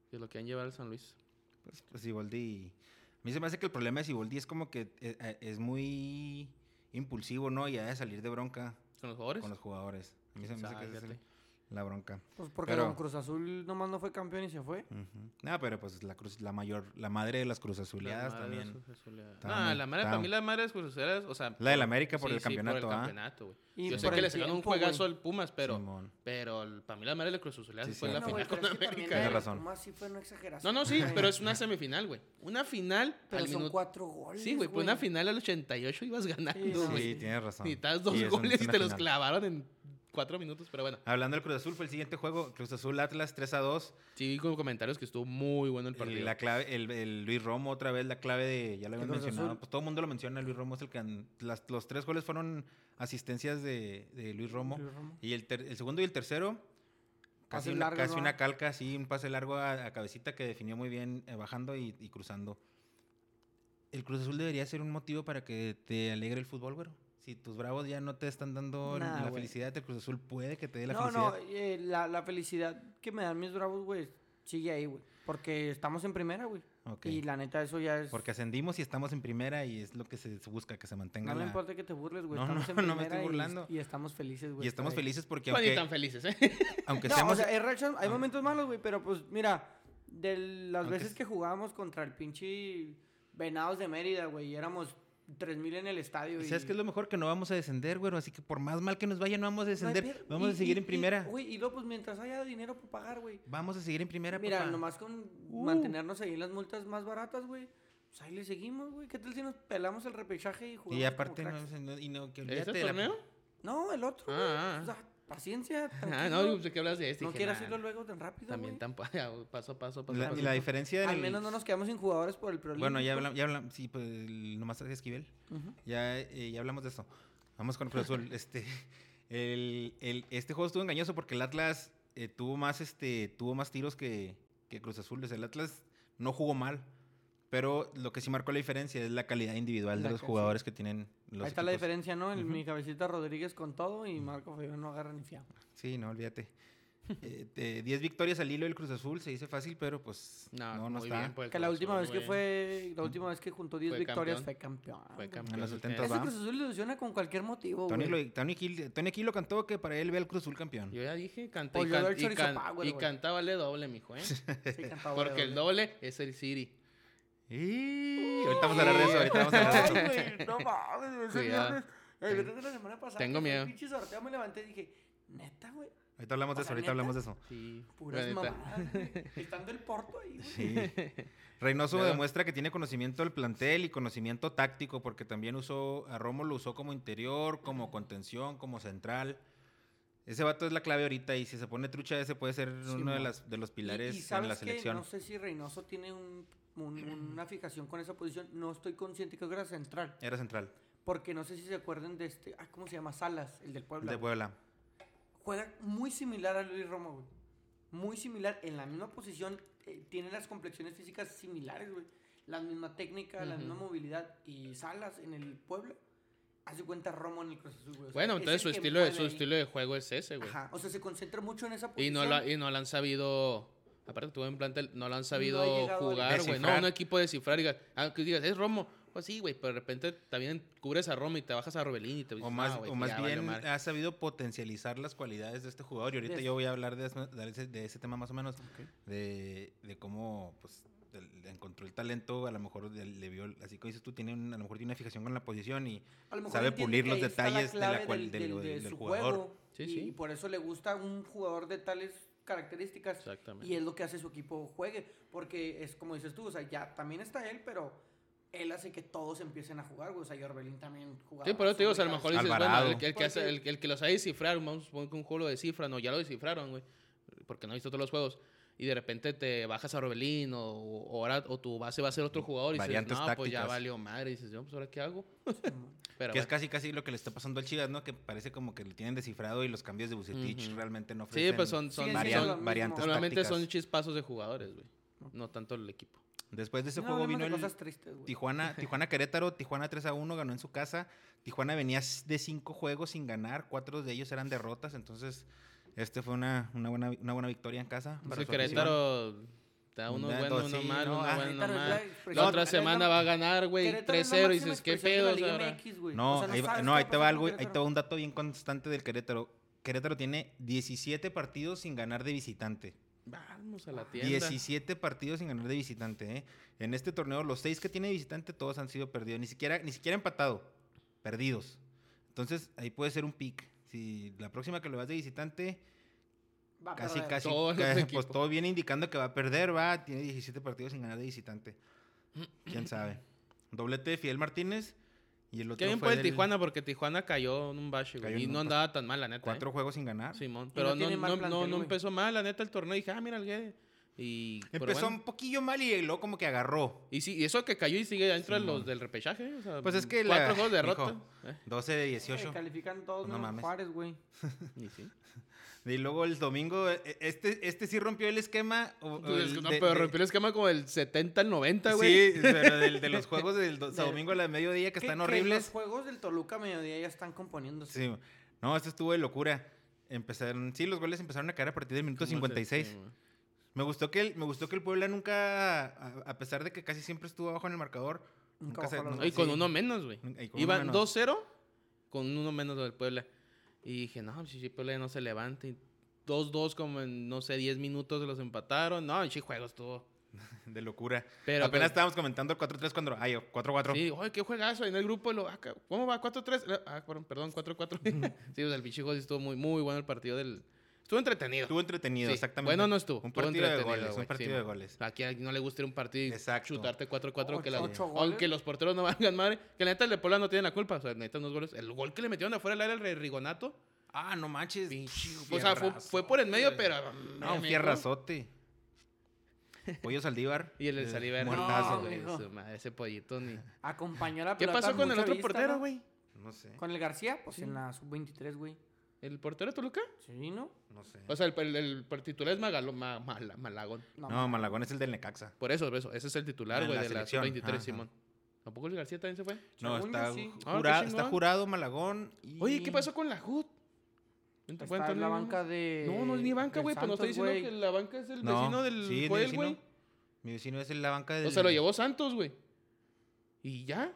S1: que lo quieran llevar al San Luis.
S2: pues, pues Siboldi. A mí se me hace que el problema de Siboldi es como que eh, eh, es muy impulsivo, ¿no? Y ha de salir de bronca
S1: ¿Con los jugadores?
S2: con los jugadores. A mí se me hace que
S1: Sabe,
S2: esa es el-
S1: fíjate.
S2: la bronca.
S3: Pues porque
S2: Pero-
S3: Don Cruz Azul nomás no fue campeón y se fue.
S2: Ujú. No, pero pues la cruz, la mayor, la madre de las cruz azuleadas
S1: La madre de
S2: también.
S1: sus azuleadas.
S2: Estaba
S1: No,
S2: muy-
S1: la madre, para
S2: estaba-
S1: mí la madre de sus azuleadas, o sea...
S2: La del América por
S1: sí,
S2: el
S1: sí,
S2: campeonato,
S1: por el
S2: ¿ah?
S1: campeonato, güey.
S3: Y
S1: Yo sé
S3: por
S1: que
S3: el
S1: le sacaron un
S3: tiempo, güey.
S1: juegazo al Pumas, pero...
S2: Simón.
S1: Pero el- para mí la madre de la Cruz Azul
S2: Sí,
S1: fue
S2: sí.
S1: Pues, la
S2: No,
S3: güey,
S1: final
S3: pero
S1: con
S3: es que también
S1: América.
S2: Tienes
S3: la de
S2: razón.
S3: Pumas sí fue una exageración.
S1: No, no, sí,
S3: güey.
S1: pero es una semifinal, güey. Una final
S3: Pero
S1: al
S3: son
S1: minuto.
S3: cuatro goles.
S1: Sí, güey, pues una final al 88 ibas ganando,
S3: no.
S1: güey.
S2: Sí, tienes razón.
S1: Necesitabas
S2: Sí,
S1: dos
S2: es un-
S1: goles
S2: es
S1: y
S2: una
S1: te los
S2: final.
S1: clavaron en cuatro minutos, pero bueno.
S2: Hablando del Cruz Azul, fue el siguiente juego. Cruz Azul Atlas 3 a 2.
S1: Sí, vi con comentarios que estuvo muy bueno el partido.
S2: El, la clave, el, el Luis Romo otra vez, la clave de, ya lo habían
S3: Cruz
S2: mencionado,
S3: Azul.
S2: pues todo el mundo lo menciona, Luis Romo es el que, an- las- los tres goles fueron asistencias de, de Luis Romo. Y el, ter- el segundo y el tercero, casi,
S3: Pase
S2: una,
S3: largo,
S2: casi
S3: ¿no?
S2: una calca, así un pase largo a, a cabecita que definió muy bien eh, bajando y, y cruzando. El Cruz Azul debería ser un motivo para que te alegre el fútbol, güero. Si tus bravos ya no te están dando
S3: Nah,
S2: la
S3: güey.
S2: felicidad, el Cruz Azul puede que te dé la
S3: no,
S2: felicidad.
S3: no, eh, la, la felicidad que me dan mis bravos, güey, sigue ahí, güey. Porque estamos en primera, güey.
S2: Ok.
S3: Y la neta, eso ya es.
S2: Porque ascendimos y estamos en primera y es lo que se se busca, que se mantenga
S3: no me
S2: la-
S3: importa que te burles, güey.
S2: No,
S3: estamos
S2: no,
S3: en
S2: no me
S3: primera
S2: estoy
S3: y-
S2: burlando.
S3: Y, estamos felices, güey.
S2: Y estamos
S3: por ahí.
S2: felices porque
S1: Bueno, ni
S2: aunque,
S1: tan felices, ¿eh?
S2: aunque eh,
S3: No,
S2: estemos...
S3: o sea, es reacción- hay momentos malos, güey, pero pues mira, de las
S2: Aunque
S3: veces
S2: es-
S3: que jugábamos contra el pinche Venados de Mérida, güey, y éramos 3000 en el estadio.
S2: ¿Sabes
S3: y-
S2: qué es lo mejor? Que no vamos a descender, güero. Así que por más mal que nos vaya, no vamos a
S3: No hay
S2: descender.
S3: pedo.
S2: vamos
S3: Y-
S2: a seguir
S3: y-
S2: en
S3: y,
S2: primera.
S3: Güey, y luego pues mientras haya dinero por pagar, güey.
S2: vamos a seguir en primera,
S3: Mira,
S2: papá.
S3: nomás con
S2: Uh.
S3: mantenernos ahí en las multas más baratas, güey. Pues ahí le seguimos, güey. ¿Qué tal si nos pelamos el repechaje y jugamos?
S2: Y
S3: como
S2: aparte, no,
S3: cracks?
S2: no- y no, que olvídate
S1: ¿Este
S2: de la-
S1: torneo?
S3: No, el otro. güey.
S1: Ah, ah.
S3: O sea, paciencia.
S1: Ah,
S3: tranquilo.
S1: no,
S3: no
S2: pues,
S1: digo, ¿qué hablas de este? Dije,
S3: quieras
S1: nah,
S3: irlo luego tan rápido.
S1: También
S3: güey.
S1: tan pa- paso a paso, paso a
S2: pues, la,
S1: paso.
S2: la diferencia del...
S3: Al menos no nos quedamos sin jugadores por el problema.
S2: Bueno, ya hablamos, ya hablam- sí, pues el- nomás hacia Esquivel. Ya, eh, ya hablamos de eso. Vamos con Cruz Azul. este, el, el- este juego estuvo engañoso porque el Atlas eh, tuvo, más, este, tuvo más tiros que, que Cruz Azul. O sea, el Atlas no jugó mal, pero lo que sí marcó la diferencia es la calidad individual de
S3: La
S2: los
S3: ca-
S2: jugadores que tienen los
S3: Ahí está la
S2: equipos.
S3: diferencia, ¿no? El, Mi cabecita Rodríguez con todo y Marco Feo no agarra ni fiado.
S2: Sí, no, olvídate. 10 victorias al hilo del Cruz Azul se dice fácil, pero pues no,
S1: No,
S2: no,
S1: muy
S2: está.
S1: bien por el
S3: Que la
S1: Cruz
S3: última
S1: Azul,
S3: vez que
S1: güey.
S3: fue, ah, la última vez que juntó 10
S1: Fue
S3: victorias
S1: campeón.
S3: fue campeón.
S1: Fue
S3: güey.
S1: campeón.
S2: En los
S1: del
S2: 70s,
S1: Atlas.
S3: Ese
S2: ¿va?
S3: Cruz Azul ilusiona con cualquier motivo,
S2: Tony,
S3: güey.
S2: lo- Tony Gil- Tony Gil lo cantó que para él ve al Cruz Azul campeón.
S1: Yo ya dije, canté y,
S3: Pues yo
S1: can-
S3: veo el
S1: y
S3: chorizo
S1: can-
S3: power,
S1: y
S3: güey.
S1: cantaba doble, mijo, ¿eh?
S3: Sí, cantaba
S1: Porque el
S3: doble.
S1: doble es el City.
S2: Y ahorita vamos a hablar de eso, ahorita vamos a hablar de eso.
S3: Ay, güey, no mames, ese
S1: Cuidado.
S3: viernes. El viernes de la semana pasada.
S1: Tengo
S3: que fue el
S1: miedo.
S3: Pinche sorteo, me levanté y dije, neta, güey,
S2: Ahorita hablamos de
S3: O
S2: eso,
S3: sea,
S2: ahorita
S3: ¿neta?
S2: hablamos de eso.
S1: Sí.
S3: puras
S1: la neta.
S3: mamadas. güey. Estando el porto ahí, güey.
S2: Sí. Reynoso
S1: Luego.
S2: demuestra que tiene conocimiento del plantel y conocimiento táctico, porque también usó, a Romo lo usó como interior, como contención, como central. Ese vato es la clave ahorita y si se pone trucha ese puede ser umo. uno de,
S3: mo.
S2: las, de los
S3: Y-
S2: pilares
S3: y, sabes
S2: en la
S3: qué?
S2: selección.
S3: no sé si Reynoso tiene un un- una fijación con esa posición. No estoy consciente, creo que era central.
S2: Era central.
S3: Porque no sé si se acuerdan de este. ah, ¿Cómo se llama? Salas, el del Puebla.
S2: De Puebla.
S3: Juega muy similar a Luis Romo, güey. Muy similar, en la misma posición. eh, tiene las complexiones físicas similares, güey. La misma técnica, la
S1: Ujú.
S3: misma movilidad. Y Salas en el Puebla. Hace cuenta Romo en el Cruz Azul, güey. O sea,
S1: Bueno,
S3: es
S1: entonces
S3: el
S1: su
S3: que
S1: estilo, de,
S3: mueve
S1: su
S3: ahí.
S1: estilo de juego es ese, güey.
S3: Ajá. O sea, se concentra mucho en esa
S1: Y
S3: posición.
S1: no, la, y no la han sabido. Aparte, tuvo en plantel, no la han sabido
S3: llegado a
S1: jugar, güey. No,
S2: descifrar.
S1: un equipo descifrar. Diga, aunque digas, es Romo. Pues sí, güey, pero de repente también cubres a Romo y te bajas a Robelín y te dices,
S2: O más,
S1: "No, güey,
S2: o
S1: pues
S2: más
S1: ya valió
S2: bien ah,
S1: madre".
S2: ha sabido potencializar las cualidades de este jugador. Y ahorita
S3: Yes.
S2: yo voy a hablar de, eso- de ese, de ese tema más o menos. De, de cómo pues, del- le encontró el talento. A lo mejor del- le, vio, el- así como dices tú, tiene un- a lo mejor tiene una fijación con la posición. Y
S3: A lo mejor
S2: sabe
S3: entiende
S2: pulir
S3: que
S2: los
S3: ahí está la
S2: detalles de la
S3: clave
S2: cual-
S3: del,
S2: del-
S3: del- de
S2: del
S3: su
S2: jugador.
S3: juego.
S1: Sí,
S3: y,
S1: sí.
S3: por eso le gusta un jugador de tales características.
S1: Exactamente.
S3: Y es lo que hace su equipo juegue. Porque es como dices tú, o sea, ya también está él, pero él hace que todos empiecen a jugar. güey. O sea, y Orbelín también jugaba.
S1: Sí, pero yo te digo, o sea, a lo mejor dices,
S2: Alvarado.
S1: bueno, el, que- el que
S3: Porque-
S1: hace- el- el que lo sabe descifrar, vamos a poner que un juego lo descifran, o ya lo descifraron, güey, porque no he visto todos los juegos, y de repente te bajas a Robelín, o, o ahora, o tu base va a ser otro jugador, y dices, no,
S2: Mm, Variantes
S1: pues ya
S2: tácticas.
S1: valió madre, y dices, no, pues ahora qué hago. Pero
S2: que es
S1: bueno.
S2: casi casi lo que le está pasando al Chivas, ¿no? Que parece como que lo tienen descifrado y los cambios de Bucetich
S1: Ujú.
S2: realmente no
S1: Sí,
S2: ofrecen.
S1: pues son, son,
S3: Siguen
S1: son-
S3: siendo lo
S2: varian-
S3: mismo.
S2: variantes
S1: normalmente son
S2: tácticas.
S1: chispazos de jugadores, güey, no tanto el equipo.
S2: Después de ese
S3: No,
S2: juego
S3: hablemos
S2: vino
S3: de
S2: el
S3: cosas tristes, güey.
S2: Tijuana, Tijuana Querétaro, Tijuana 3 a 1, ganó en su casa. Tijuana venía s- de cinco juegos sin ganar, cuatro de ellos eran derrotas, entonces este fue una, una buena, una buena victoria en casa. para
S1: Entonces
S2: su
S1: Querétaro da uno
S2: Un
S1: bueno,
S2: dato,
S1: uno
S2: sí,
S1: mal,
S2: no,
S1: uno
S2: ah,
S1: bueno, uno
S3: Querétaro es la
S1: mal.
S3: expresión-
S1: La otra
S3: es la-
S1: semana va a ganar, güey,
S3: Querétaro es la
S1: 3-0, y
S3: máxima
S1: dices, qué
S3: expresión de la
S1: pedo, o
S3: Liga
S1: sea, ahora-
S3: MX, güey.
S2: No,
S3: O sea,
S2: ahí, va-
S3: sabes
S2: no,
S3: qué
S2: ahí
S3: va a
S2: te va
S3: pasar
S2: algo,
S3: con
S2: ahí te
S3: Querétaro.
S2: va un dato bien constante del Querétaro. Querétaro tiene 17 partidos sin ganar de visitante.
S1: Vamos a
S2: Ah,
S1: la tienda.
S2: 17 partidos sin ganar de visitante, ¿eh? En este torneo, los seis que tiene de visitante, todos han sido perdidos. Ni siquiera, ni siquiera empatado. Perdidos. Entonces, ahí puede ser un pick. Si la próxima que lo vas de visitante,
S3: Va a
S2: casi,
S3: perder.
S2: casi,
S1: Todo el
S2: ca- pues
S1: equipo.
S2: todo viene indicando que va a perder, va. Tiene 17 partidos sin ganar de visitante. ¿Quién sabe? Doblete de Fidel Martínez y el otro
S1: Qué bien
S2: fue
S1: por el
S2: del
S1: Tijuana, porque Tijuana cayó en un bache, güey.
S2: Cayó
S1: Y
S2: en
S1: no
S2: un-
S1: andaba tan mal, la neta.
S2: Cuatro
S1: ¿eh?
S2: juegos sin ganar.
S1: Simón.
S3: no
S1: Pero no,
S3: tiene mal
S1: no,
S3: plantel,
S1: no, no
S3: güey.
S1: empezó mal, la neta, el torneo. Dije, ah, mira el Guede. Y, pero
S2: Empezó
S1: bueno.
S2: un poquillo mal y luego como que agarró.
S1: Y, sí, y eso que cayó y sigue dentro de
S2: Simón.
S1: los del repechaje. o sea,
S2: Pues es que
S1: Cuatro
S2: la-
S1: juegos de derrota.
S2: hijo.
S1: ¿eh?
S2: 12 de
S3: Eh,
S2: 18.
S3: Califican todos
S2: No
S3: menos
S2: mames.
S3: Juárez, güey.
S1: Y sí.
S2: Y luego el domingo, e- este, este sí rompió el esquema. o- o
S1: Entonces,
S2: el
S1: Pues no,
S2: de-
S1: pero
S2: de-
S1: rompió el esquema como el 70 al 90, güey.
S2: Sí, pero del- de los juegos del do- domingo a la mediodía que
S3: Que-
S2: están
S3: que Los
S2: horribles.
S3: juegos del Toluca a mediodía ya están componiéndose.
S2: Sí, no, esto estuvo de locura. Empezaron, sí, los goles empezaron a caer a partir del minuto 56.
S1: Sí, güey.
S2: me gustó que el, me gustó que el Puebla nunca, a, a pesar de que casi siempre estuvo abajo en el marcador, nunca,
S3: Nunca bajó
S2: se,
S3: la
S2: nunca-
S1: Y con
S2: sí.
S1: uno menos, güey.
S2: Y con uno
S1: Iban
S2: menos.
S1: 2-0 con uno menos del Puebla. Y dije, no, si si Puebla ya no se levanta. Y 2-2 como en, no sé, 10 minutos los empataron. No, sí, juegos estuvo.
S2: de locura.
S1: Pero
S2: Apenas
S1: con-
S2: estábamos comentando el 4-3 cuando, ay, 4-4.
S1: Sí, oye, qué juegazo. En el grupo, lo, ah, ca- ¿cómo va? ¿4-3? Ah, perdón, perdón, 4-4. sí, o sea, el pichijo sí estuvo muy, muy bueno el partido del... Estuvo entretenido.
S2: Estuvo entretenido,
S1: Sí.
S2: exactamente.
S1: Bueno, no estuvo.
S2: Un
S1: estuvo
S2: partido de
S1: entretenido,
S2: goles, un
S1: güey,
S2: partido
S1: sí,
S2: de
S1: man.
S2: goles.
S1: Aquí a alguien no le gusta ir a un partido y
S2: Exacto.
S1: chutarte 4-4 aunque, la-
S3: Ocho- ocho goles.
S1: aunque los porteros no valgan madre. Que la neta el de Puebla no tiene la culpa. O sea, neta unos goles. El gol que le metieron de afuera del área el re- Rigonato.
S2: Ah, no manches.
S1: pinche- o sea, fue,
S2: fierrazo.
S1: fue por en medio, pero. mm,
S2: No, un
S1: mijo.
S2: fierrazote. Pollo Saldívar.
S1: Y el del
S2: Eh,
S1: Saliver.
S2: Muertazo.
S1: No, güey,
S3: mijo.
S1: su madre, ese pollito ni.
S3: Acompañó la
S1: ¿Qué
S3: pelota
S1: pasó con el
S3: mucha
S1: otro
S3: vista,
S1: portero,
S3: ¿no?
S1: güey?
S2: No sé,
S3: ¿Con el García? Pues en la sub-23, güey.
S1: ¿El portero de Toluca?
S3: Sí, ¿no?
S2: no sé.
S1: O sea, el, el, el- el titular es Magalo- Ma- Mala- Malagón.
S2: No,
S3: mames.
S2: Malagón es el del Necaxa.
S1: Por eso, por eso. Ese es el
S2: Ah,
S1: titular,
S2: en
S1: güey,
S2: la
S1: de la
S2: selección.
S1: 23,
S2: Ajá.
S1: Simón. ¿Tampoco el García también se fue?
S2: No,
S3: Según
S2: está,
S3: yo, sí.
S1: Ah, qué
S2: jurado, está
S1: chingón.
S2: jurado Malagón. y-
S1: Oye, ¿qué pasó con la HUD? ¿No te
S3: Está
S1: cuentan,
S3: en la
S1: no?
S3: banca de...
S1: No, no es mi banca,
S3: del
S1: güey. Pues no estoy
S3: Santos,
S1: diciendo
S3: güey.
S1: que la banca es el
S2: No,
S1: vecino del
S2: sí, mi
S1: Joel,
S2: vecino.
S1: güey.
S2: Mi vecino es en la banca del. Ah,
S1: O sea, lo llevó Santos, güey. Y ya.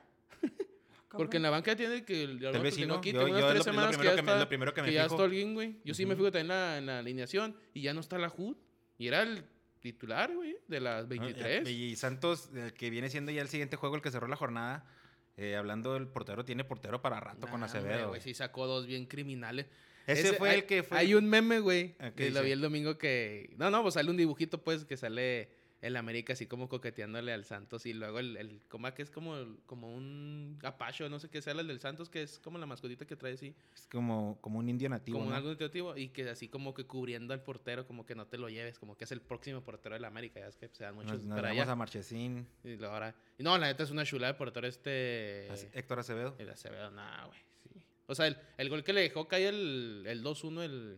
S3: Ah,
S1: Porque en la banca tiene que. El otro
S2: vecino,
S1: Tengo aquí,
S2: yo-
S1: tengo unas
S2: yo es
S1: tres
S2: lo- es
S1: semanas que
S2: lo primero
S1: ya
S2: que me-
S1: está.
S2: lo primero que me
S1: ya
S2: fijo.
S1: está alguien, güey. Yo sí me
S2: Ujú.
S1: fijo también en la, en la alineación y ya no está la HUD. Y era el titular, güey, de las 23.
S2: Ah, Y Santos, el que viene siendo ya el siguiente juego, el que cerró la jornada. eh, hablando del portero, tiene portero para rato con
S1: Nah, hombre,
S2: Acevedo.
S1: güey, sí sacó dos bien criminales.
S2: Ese fue
S1: hay-
S2: el que fue-
S1: Hay un meme, güey,
S2: Ah, ¿qué
S1: que lo
S2: dice?
S1: vi el domingo que... No, no, pues sale un dibujito, pues, que sale el América así como coqueteándole al Santos y luego el, el coma que es como, como un apacho, no sé qué sea, el del Santos, que es como la mascotita que trae así,
S2: Es como, como un indio nativo.
S1: como
S2: ¿no?
S1: algo intuitivo y que así como que cubriendo al portero, como que no te lo lleves, como que es el próximo portero del América, ya es que se dan muchos
S2: Nos, nos
S1: para
S2: vamos
S1: allá.
S2: a Marchesín.
S1: Y luego ahora- y no, la neta es una chulada de portero este...
S2: así- Héctor Acevedo.
S1: El Acevedo, nah, güey. sí. O sea, el, el gol que le dejó caer el, el 2-1, el.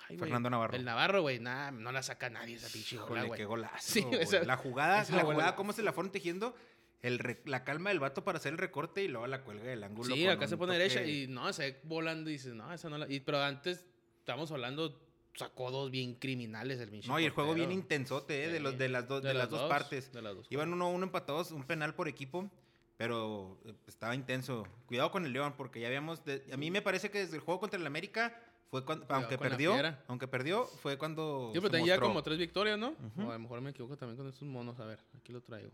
S1: ay, güey,
S2: Fernando Navarro.
S1: El Navarro, güey. Nah, no la saca nadie esa pinche
S2: Híjole,
S1: bola,
S2: qué
S1: güey.
S2: golazo.
S1: Sí,
S2: güey.
S1: esa-
S2: la jugada,
S1: esa
S2: la
S1: bola-
S2: jugada, cómo se la fueron tejiendo. El re- la calma del vato para hacer el recorte y luego la cuelga del ángulo.
S1: Sí,
S2: con
S1: acá se
S2: un
S1: pone
S2: toque-
S1: derecha y no, se ve volando y dices, no, esa no la. y- pero antes, estamos hablando, sacó dos bien criminales el pinche.
S2: No, y el juego
S1: portero.
S2: bien intensote, eh, de,
S1: Sí.
S2: los, de las, dos de las dos, partes.
S1: De las dos.
S2: Iban uno a uno empatados, un penal por equipo, pero eh, estaba intenso. Cuidado con el León, porque ya habíamos... de- a mí me parece que desde el juego contra el América, fue cuando,
S1: Cuidado
S2: aunque
S1: con la
S2: perdió,
S1: fiera.
S2: aunque perdió, fue cuando...
S1: Yo
S2: se
S1: pero tenía ya
S2: mostró.
S1: como tres victorias, ¿no?
S2: Ujú.
S1: O a lo mejor me equivoco también con estos monos. A ver, aquí lo traigo.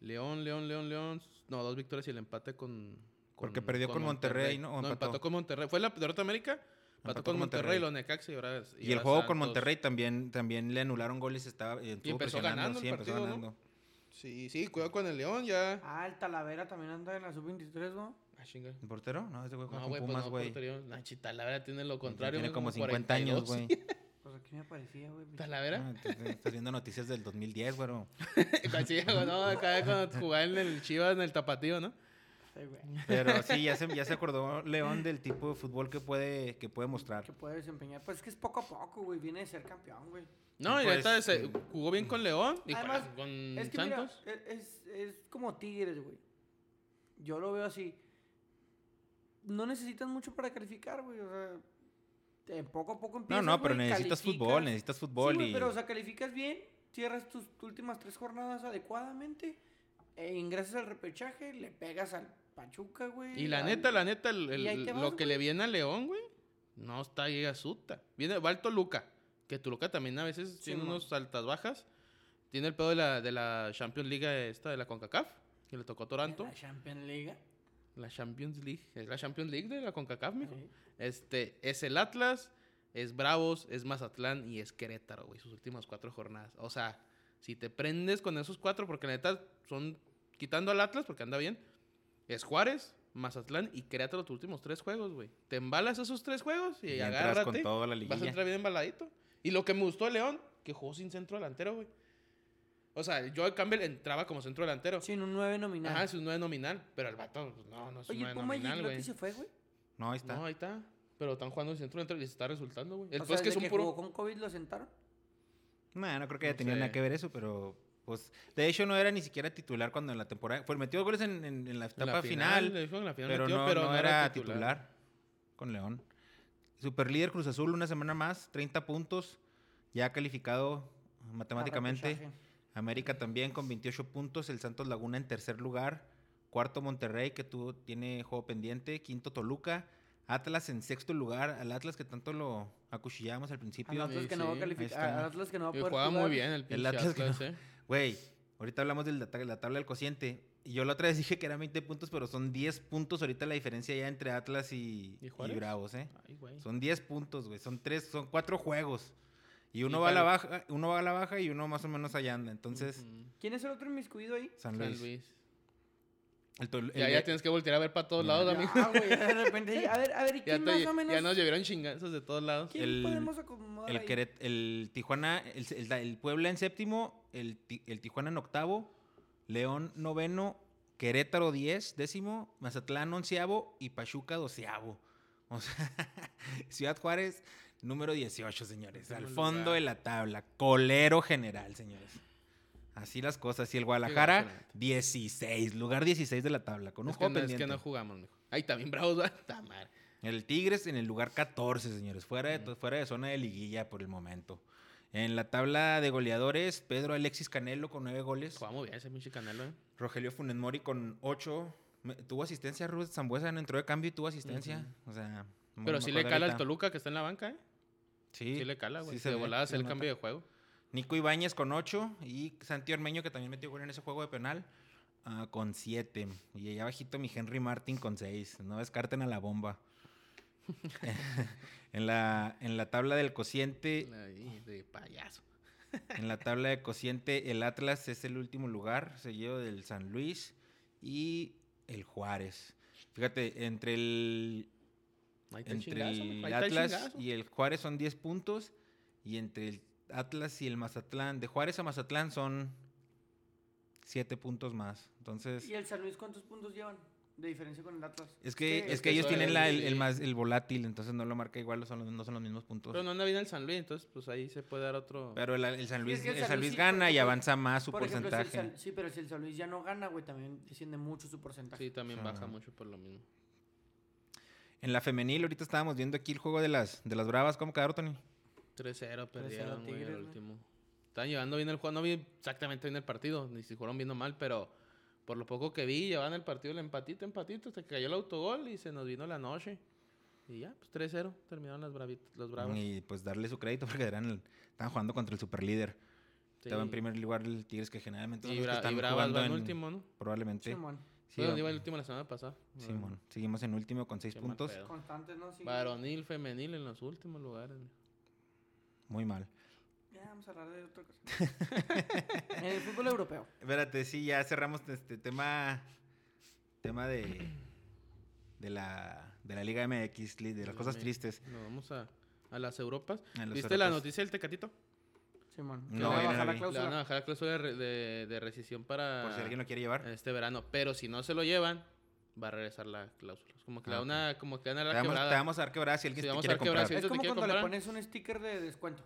S1: León, León, León, León. No, dos victorias y el empate con. con-
S2: Porque perdió con Monterrey, ¿no? ¿O
S1: No,
S2: empató?
S1: empató con Monterrey. Fue la derrota de América. Empató,
S2: Empató
S1: con
S2: con
S1: Monterrey,
S2: Monterrey.
S1: los Necaxa y ahora.
S2: Y el
S1: ahora
S2: juego con
S1: Santos.
S2: Monterrey también, también le anularon goles, estaba... eh, estuvo
S1: empezó
S2: presionando,
S1: ganando el
S2: sí, empezó
S1: partido, ¿no?
S2: ganando.
S1: Sí, sí, cuidado con el León ya.
S3: Ah, el Talavera también anda en la sub-23, ¿no?
S1: Ah, chinga.
S2: ¿El portero? No, ese güey juega
S1: No,
S2: con
S1: güey, pues
S2: Pumas,
S1: no,
S2: güey.
S1: portero. No, chi, Talavera tiene lo contrario.
S2: Tiene
S1: güey,
S2: como 50 años,
S1: 42.
S2: güey.
S3: Pues aquí me aparecía, güey.
S2: Ah,
S1: ¿Talavera?
S2: entonces, Estás viendo noticias del 2010, güey. Ah,
S1: Sí, güey, no, acá cuando jugaba en el Chivas, en el Tapatío, ¿no?
S3: Sí, güey.
S2: Pero sí, ya se, ya se acordó León del tipo de fútbol que puede, que puede mostrar.
S3: Que puede desempeñar. Pues es que es poco a poco, güey. Viene de ser campeón, güey.
S1: No, y ahorita
S2: Pues,
S1: se- jugó bien con León y con-
S3: Además,
S1: con
S3: Es que
S1: Santos.
S3: mira, e- es, es como Tigres, güey. Yo lo veo así. No necesitan mucho para calificar, güey. O sea, te- poco a poco
S2: No,
S3: empiezas,
S2: no, pero
S3: güey,
S2: necesitas
S3: calificas.
S2: fútbol, necesitas fútbol
S3: Sí, güey,
S2: y...
S3: pero o sea, calificas bien, cierras tus últimas tres jornadas adecuadamente, e ingresas al repechaje, le pegas al Pachuca, güey.
S1: Y la
S3: al-
S1: neta, la neta, el-
S3: Y ahí
S1: el-
S3: te
S1: lo
S3: vas,
S1: que le viene a León, güey, no está ahí asusta. Viene, va el Toluca, que Toluca también a veces tiene
S3: Simón.
S1: unos altas bajas. Tiene el pedo de la, de la Champions League eh, esta, de la CONCACAF, que le tocó a Toronto.
S3: La Champions League.
S1: La Champions League, es la Champions League de la CONCACAF, mijo. Este, es el Atlas, es Bravos, es Mazatlán y es Querétaro, güey, sus últimas cuatro jornadas. O sea, si te prendes con esos cuatro, porque la neta son quitando al Atlas porque anda bien, es Juárez, Mazatlán y Querétaro tus últimos tres juegos, güey. Te embalas esos tres juegos y,
S2: y entras con
S1: agárrate.
S2: toda la
S1: Vas a
S2: liguilla.
S1: entrar bien embaladito. Y lo que me gustó de León, que jugó sin centro delantero, güey. O sea, Joel Campbell entraba como centro delantero.
S3: Sin un 9 nominal.
S1: Ajá, es un 9 nominal, pero el vato, pues, no, no es un
S3: Oye,
S1: 9
S3: el Puma
S1: nominal,
S3: Gigliotti
S1: güey.
S3: se fue, güey.
S2: No, ahí está.
S1: No, ahí está. Pero están jugando en centro dentro y les está resultando, güey. El peor
S3: O sea,
S1: es que es
S3: desde
S1: un
S3: que
S1: puro.
S3: jugó con COVID lo sentaron.
S2: No, no creo que haya
S1: No
S2: tenido
S1: sé.
S2: nada que ver eso, pero... Pues, de hecho, no era ni siquiera titular cuando en la temporada... Pues metió goles en, en- en la
S1: en
S2: etapa
S1: la
S2: final,
S1: le dijo en la final
S2: pero,
S1: metió,
S2: no, no era titular. con León. Superlíder Cruz Azul, una semana más, 30 puntos, ya calificado matemáticamente.
S3: Repechaje.
S2: América también con 28 puntos. El Santos Laguna en tercer lugar. Cuarto Monterrey, que tuvo- tiene juego pendiente. Quinto Toluca. Atlas en sexto lugar. Al Atlas que tanto lo acuchillábamos al
S3: Al
S2: principio.
S3: Atlas
S1: Sí,
S3: que Ah, no va
S1: sí,
S3: a
S2: ahí
S3: calificar.
S2: está.
S3: Al Atlas que no va a
S1: Y
S3: poder
S1: jugaba muy
S3: jugar.
S1: bien el pinche
S2: Atlas que
S1: Atlas,
S2: no.
S1: eh.
S2: Güey, ahorita hablamos de la, ta- la tabla del cociente. Y yo la otra vez dije que eran 20 puntos, pero son 10 puntos ahorita la diferencia ya entre Atlas y,
S1: ¿Y
S2: y
S1: Juárez? Ah.
S2: Bravos, ¿eh?
S1: Ay, güey.
S2: Son 10 puntos, güey. Son tres, son cuatro juegos. Y uno
S1: Y
S2: va a la
S1: para-
S2: baja, uno va a la baja y uno más o menos allá anda. Entonces,
S1: Ujú.
S3: ¿Quién es el otro inmiscuido ahí?
S1: San
S2: San Luis.
S1: Luis.
S2: El Tol-
S1: Ya,
S2: el-
S1: ya tienes que voltear a ver para todos
S2: Ya.
S1: lados, amigo.
S3: Ya, Ah, güey, de repente. A ver, a ver, ¿y
S1: Ya,
S3: quién
S1: te-
S3: más o
S1: ya nos
S3: menos?
S1: llevaron chingazos de todos lados.
S3: ¿Quién
S2: El-
S3: podemos acomodar
S2: El,
S3: ahí?
S2: Queret- el Tijuana, el, el- el Puebla en séptimo, el, Ti- el Tijuana en octavo, León noveno, Querétaro diez, décimo, Mazatlán onceavo y Pachuca doceavo. O sea, Ciudad Juárez número 18, señores. Al
S1: Último
S2: fondo
S1: lugar.
S2: de la tabla, colero general, señores. Así las cosas. Y el Guadalajara,
S1: gacho, la neta.
S2: 16, lugar 16 de la tabla, con un
S1: Es que,
S2: juego
S1: no, es que
S2: pendiente.
S1: no jugamos, mijo. Ay, también Bravos va. Ta madre.
S2: El Tigres en el lugar 14, señores, fuera de, to- fuera de zona de liguilla por el momento. En la tabla de goleadores, Pedro Alexis Canelo con 9 goles,
S1: Jugamos bien ese pinche canelo, eh.
S2: Rogelio Funes Mori con 8. Tuvo asistencia Ruth Zambuesa, no entró de cambio y tuvo asistencia. O sea, muy
S1: Pero
S2: me
S1: sí le
S2: acuerdo
S1: cala al
S2: ahorita.
S1: Toluca que está en la banca, eh.
S2: Sí,
S1: Sí, le cala, güey.
S2: sí
S1: se
S2: se
S1: de
S2: ve,
S1: volada
S2: se
S1: hacer el
S2: nota.
S1: cambio de juego.
S2: Nico Ibáñez con 8 y Santi Ormeño, que también metió gol en ese juego de penal, ah, con 7. Y allá abajito mi Henry Martin con 6. No descarten a la bomba. en, la, en la tabla del cociente,
S1: Ay, De payaso.
S2: En la tabla de cociente, el Atlas es el último lugar, seguido del San Luis y el Juárez. Fíjate, entre el,
S1: Ahí está el
S2: entre
S1: chingazo,
S2: el
S1: mijo, ahí está el
S2: Atlas
S1: chingazo.
S2: y el Juárez son 10 puntos. Y entre el Atlas y el Mazatlán, de Juárez a Mazatlán son 7 puntos más. Entonces,
S3: ¿Y el San Luis cuántos puntos llevan de diferencia con el Atlas?
S2: es que,
S3: este
S2: es
S1: es
S2: que
S1: que
S2: ellos
S1: eso
S2: tienen
S1: es,
S2: la- el,
S1: sí.
S2: el más, el volátil, entonces no lo marca igual, son los- no son los mismos puntos.
S1: Pero no anda bien el San Luis, entonces pues ahí se puede dar otro.
S2: Pues Pero el, el San
S3: Sí,
S2: Luis,
S3: es que el
S2: el
S3: San
S2: San
S3: Luis
S2: Luis
S3: sí,
S2: gana
S3: por
S2: y
S3: ejemplo-
S2: avanza más su
S3: Por ejemplo, si el
S2: porcentaje.
S3: San- sí, pero si el San Luis ya no gana, güey, también desciende mucho su porcentaje.
S1: sí, también
S2: Ajá.
S1: baja mucho por lo mismo.
S2: En la femenil, ahorita estábamos viendo aquí el juego de las, de las bravas. ¿Cómo quedaron, Tony?
S1: 3-0 perdieron, güey,
S3: Tigres,
S1: al
S3: güey.
S1: último. Están llevando bien el juego. No vi exactamente bien el partido, ni si jugaron viendo mal, pero por lo poco que vi, llevaban el partido el empatito, empatito, se cayó el autogol y se nos vino la noche. Y ya, pues 3-0, terminaron las bravitas, los bravos.
S2: Y pues darle su crédito porque eran el- estaban jugando contra el superlíder. Estaba en
S1: Sí.
S2: primer lugar el Tigres que generalmente son
S1: Y,
S2: los que
S1: Bra- y
S2: están
S1: Bravas
S2: jugando
S1: va en
S2: en
S1: último, ¿no?
S2: Probablemente.
S3: Simón.
S2: Sí,
S1: Fue donde iba
S2: va-
S1: el último la semana pasada.
S2: sí, mon. Seguimos en último con seis
S1: Qué mal
S2: puntos.
S1: pedo.
S3: Constantes, ¿no? Sí.
S1: Varonil, femenil en los últimos lugares. güey.
S2: Muy mal.
S3: Ya vamos a hablar de otra cosa. en el fútbol europeo.
S2: Espérate, sí, ya cerramos este tema. Tema de. De la, de la Liga MX, li- de las
S1: La
S2: cosas
S1: me-
S2: tristes.
S1: Nos vamos a, a las Europas.
S2: A los
S1: ¿Viste la
S2: europeos.
S1: noticia del Tecatito?
S3: Simón.
S2: No,
S3: Que
S2: yo
S3: le
S2: no
S3: baja
S2: la
S3: la
S2: vi.
S1: Le van a
S3: cláusula.
S1: bajar la cláusula de, re- de- de rescisión para...
S2: Por si alguien lo quiere llevar.
S1: este verano. Pero si no se lo llevan, va a regresar la cláusula. Es Como que le
S2: Ah,
S1: da una, como que le dan a
S2: Te
S1: la
S2: vamos,
S1: quebrada.
S2: te vamos a dar quebrada si alguien
S1: Sí,
S2: te
S1: vamos a
S2: quiere
S1: dar quebrada.
S2: comprar.
S1: Sí.
S3: Es
S1: ¿Te
S3: como
S1: quiere
S3: cuando le
S1: comprar?
S3: pones un sticker de descuento.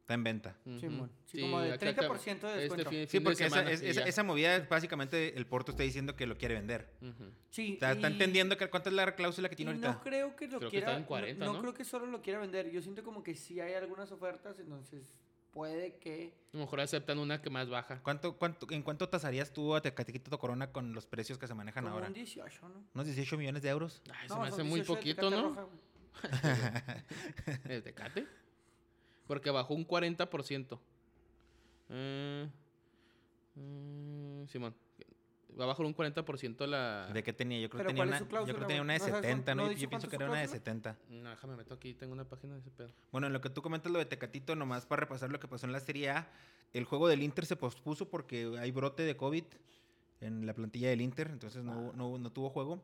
S2: Está en venta.
S1: Ujú.
S3: Simón. Sí, como de
S1: acá acá-
S3: 30% de
S1: este
S3: descuento.
S1: fin-
S2: Sí,
S1: fin de
S2: porque esa,
S1: semana,
S2: es-
S1: y
S2: esa-
S1: ya.
S2: esa movida, básicamente, el Porto está diciendo que lo quiere vender.
S1: Ujú.
S3: Sí.
S2: O sea, está
S3: y-
S2: entendiendo que, cuánto es la cláusula que
S3: Y
S2: tiene
S3: no
S2: ahorita.
S3: creo que lo
S1: Creo que
S3: quiera.
S1: estaba en
S3: no-
S1: 40,
S3: no,
S1: ¿no?
S3: creo que solo lo quiera vender. Yo siento como que sí hay algunas ofertas, entonces puede que.
S1: A lo mejor aceptan una que más baja.
S2: ¿Cuánto, cuánto, ¿En cuánto tasarías tú a Tecatito Corona con los precios que se manejan
S3: Como
S2: ahora?
S3: un 18, ¿no?
S2: Unos 18 millones de euros.
S1: Ay,
S3: No,
S1: se me
S3: son
S1: hace muy
S3: 18 de
S1: poquito,
S3: Tecate
S1: ¿no?
S3: Roja, güey.
S1: El Tecate. Porque bajó un 40%. Eh, mm, Simón. Va a bajar un 40% la...
S2: ¿De qué tenía? Yo creo que
S3: Ah. Pero
S2: tenía
S3: ¿cuál
S2: una,
S3: es su
S2: yo creo que
S3: cláusula,
S2: tenía una de
S3: güey? ¿No sabes cuánto-
S2: 70,
S3: no
S2: ¿no? Yo-
S3: dice
S2: Yo pienso
S3: cuánto
S2: que
S3: es su
S2: era una de
S3: cláusula?
S2: 70.
S1: No, déjame meto aquí, tengo una página de ese pedo.
S2: Bueno, en lo que tú comentas lo de Tecatito, nomás para repasar lo que pasó en la Serie A, el juego del Inter se pospuso porque hay brote de COVID en la plantilla del Inter, entonces no,
S1: Ah.
S2: hubo- no, hubo- no tuvo juego.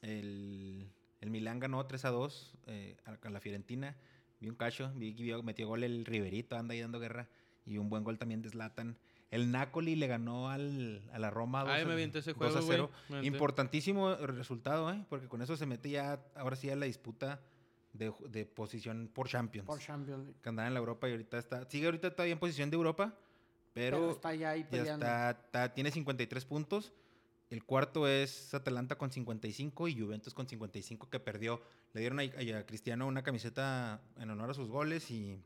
S2: El, el Milán ganó 3 a 2 eh, a, a la Fiorentina. Vi un cacho, vi que vio- metió gol el Riverito, anda ahí dando guerra. Y un buen gol también de Zlatan. El Napoli le ganó al, a la Roma 2
S1: Ay, me
S2: a-
S1: avienté ese
S2: 2 a
S1: juego, güey.
S2: 0.
S1: Me aventé.
S2: Importantísimo el resultado, ¿eh? Porque con eso se mete ya, ahora sí, a la disputa de, ju- de posición por Champions.
S3: Por Champions League.
S2: que andaban en la Europa y ahorita está... Sigue ahorita todavía en posición de Europa, pero,
S3: Pero, está allá ahí
S2: ya
S3: peleando.
S2: está, está- Tiene 53 puntos. El cuarto es Atalanta con 55 y Juventus con 55 que perdió. Le dieron a, a Cristiano una camiseta en honor a sus goles y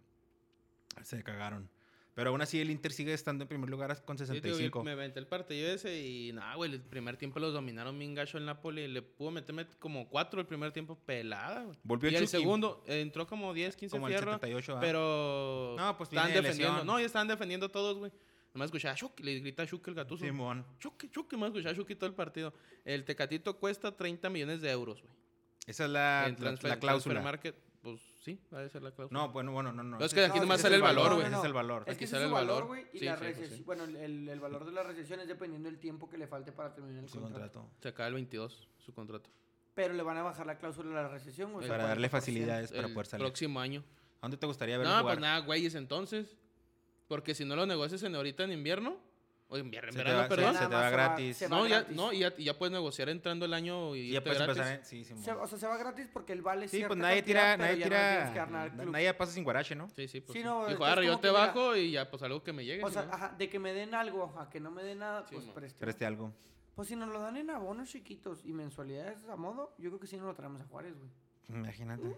S2: se cagaron. Pero aún así el Inter sigue estando en primer lugar con
S1: Sí, te digo,
S2: 65.
S1: yo me aventé el partido ese y nada, güey, el primer tiempo los dominaron bien gacho el Napoli. Le pudo meterme como cuatro el primer tiempo pelada, güey.
S2: Volvió
S1: y
S2: el
S1: el
S2: Chucky.
S1: segundo eh, entró como 10, 15
S2: como el
S1: fierros,
S2: 78. ¿va?
S1: pero
S2: ah. No, pues
S1: están
S2: viene de
S1: defendiendo.
S2: lesión.
S1: No, ya están defendiendo todos, güey. Nomás escuchaba Shuki, le grita Shuki el gatuso.
S2: Simón.
S1: Shuki, Shuki, más escuchaba Shuki todo el partido. El Tecatito cuesta 30 millones de euros, güey.
S2: Esa es Ah, la, la-
S1: transfer-
S2: la cláusula.
S1: Transfermarket, pues sí, va a ser la cláusula.
S2: No, bueno, bueno, no, no.
S1: Pero es
S2: ese
S1: que aquí
S2: ese
S1: nomás
S2: es
S1: sale el valor, güey.
S2: Ese es el valor.
S3: Es que
S1: Aquí
S3: ese es
S1: sale
S3: el
S1: el
S3: valor,
S1: valor.
S3: güey. Y
S1: Sí,
S3: la
S1: sí, pues,
S3: recesión-
S1: sí.
S3: Bueno, el, el- el valor de la recesión es dependiendo del tiempo que le falte para terminar el
S2: Su
S3: contrato.
S2: contrato.
S1: Se acaba el 22, su contrato.
S3: Pero le van a bajar la cláusula de la recesión, güey.
S2: Para darle facilidades para
S1: el
S2: poder salir.
S1: próximo año.
S2: ¿A dónde te gustaría verlo
S1: No,
S2: jugar?
S1: pues nada, güeyes, entonces. Porque si no lo negocias en ahorita en invierno, o invierno, en
S2: Se te
S1: verano,
S2: va-
S1: perdón.
S2: se te va gratis.
S3: se va
S1: no, ya,
S3: gratis.
S1: no, y ya, y ya puedes negociar entrando el año y
S2: Y ya
S1: irte
S2: puedes
S1: gratis.
S2: empezar. en- Sí, Simón.
S3: Se- o sea, se va gratis porque el vale
S2: Sí,
S3: cierta
S2: pues nadie
S3: cantidad,
S2: tira,
S3: pero
S2: nadie
S3: ya no le tienes que
S2: tira,
S3: dar nada al
S2: na-
S3: club.
S2: nadie pasa sin guarache, ¿no?
S1: Sí, sí, pues.
S3: Sí,
S1: sí.
S3: no,
S1: Dijo,
S3: es
S1: "Arre, yo
S3: como
S1: te
S3: que mira-
S1: bajo y ya, pues algo que me llegue.
S3: O
S1: si
S3: sea, ah,
S1: no".
S3: ajá, de que me den algo, a que no me den nada,
S1: Sí,
S3: pues
S1: mo.
S3: preste.
S2: Pero este algo.
S3: Pues si nos lo dan en abonos chiquitos y mensualidades a modo, yo creo que sí nos lo traemos a Juárez, güey.
S2: Imagínate.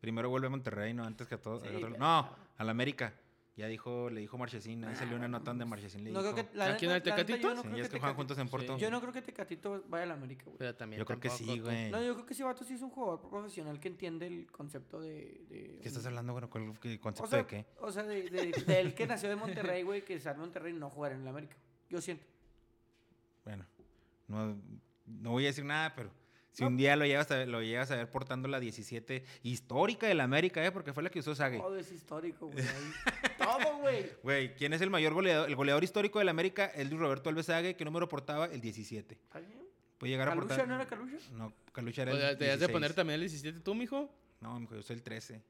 S2: Primero vuelve a Monterrey, ¿no? Antes que a todos.
S3: Sí,
S2: a otro-
S3: pero-
S2: No, a la América. Ya dijo, le dijo Marchesín. Ahí salió una
S3: no
S2: nota donde
S3: mames.
S2: Marchesín le
S3: No
S2: dijo.
S3: creo que, la
S1: ¿A quién,
S3: neta-
S1: al
S3: la neta,
S1: Tecatito?
S3: yo
S2: Sí,
S3: no creo
S2: ya
S3: que
S2: es que juegan
S3: Tecati-
S2: juntos en Porto.
S3: Yo no creo que Tecatito vaya a la América, güey.
S1: Pero también
S2: Yo creo que
S1: tampoco
S2: sí,
S1: tú-
S2: güey.
S3: No, yo creo que ese vato sí es un jugador profesional que entiende el concepto de... de-
S2: ¿Qué estás hablando, güey? ¿Cuál- qué
S3: o
S2: concepto
S3: sea,
S2: de qué?
S3: O sea, de, de, de él que nació de Monterrey, güey, que salió de Monterrey no jugar en el América. Yo siento.
S2: Bueno, no, no voy a decir nada, pero si un día lo llegas, a, ver- lo llegas a ver portando la 17 histórica del América, ¿eh? Porque fue la que usó Sage.
S3: Todo es histórico, güey. ahí. todo, güey.
S2: Güey, ¿quién es el mayor goleador? El goleador histórico del América, el Luis Roberto Alves Sague. ¿Qué número portaba? El 17.
S3: ¿Está bien?
S2: Puede llegar a
S3: ¿Calucha
S2: portar.
S3: no era Calucha?
S2: No, Calucha era
S1: O
S2: el
S1: sea, te has de
S2: 16.
S1: poner también el 17 tú, mijo.
S2: No, mijo, yo soy el 13.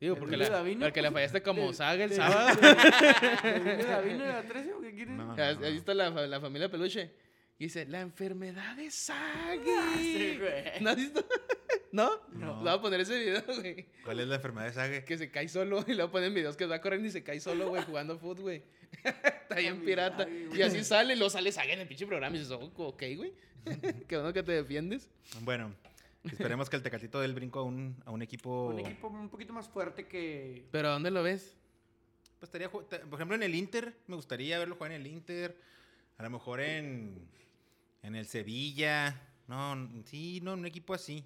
S1: Digo,
S3: El
S1: porque
S3: Luis
S1: la,
S3: Davino,
S1: porque la
S3: pues,
S1: fallaste como
S3: de-
S1: saga el
S3: de-
S1: sábado.
S3: ¿El Davino era 13 o qué quieres?
S2: No.
S1: Ah, Ahí está la, fa- la familia Peluche. Y dice, la enfermedad de
S3: Ah, Sí,
S1: Sagi.
S3: güey.
S1: ¿No has visto? ¿No?
S2: No.
S1: Le voy a poner ese video, güey.
S2: ¿Cuál es la enfermedad de Sague?
S1: Que se cae solo. Y le voy a poner videos que va corriendo y se cae solo, güey, jugando fútbol, güey. Está bien
S3: mi
S1: pirata.
S3: Sagi, güey.
S1: Y así sale, lo sale Saga en el pinche programa. Y dices, "Oh, ok, güey. Qué bueno que te defiendes.
S2: Bueno, esperemos que el Tecatito dé el brinco a un, a un equipo...
S3: Un equipo un poquito más fuerte que...
S1: Pero ¿a ¿dónde lo ves?
S2: Pues estaría, ju- te- por ejemplo, en el Inter, me gustaría verlo jugar en el Inter. A lo mejor en, en el Sevilla. No, n- sí, no, un equipo así.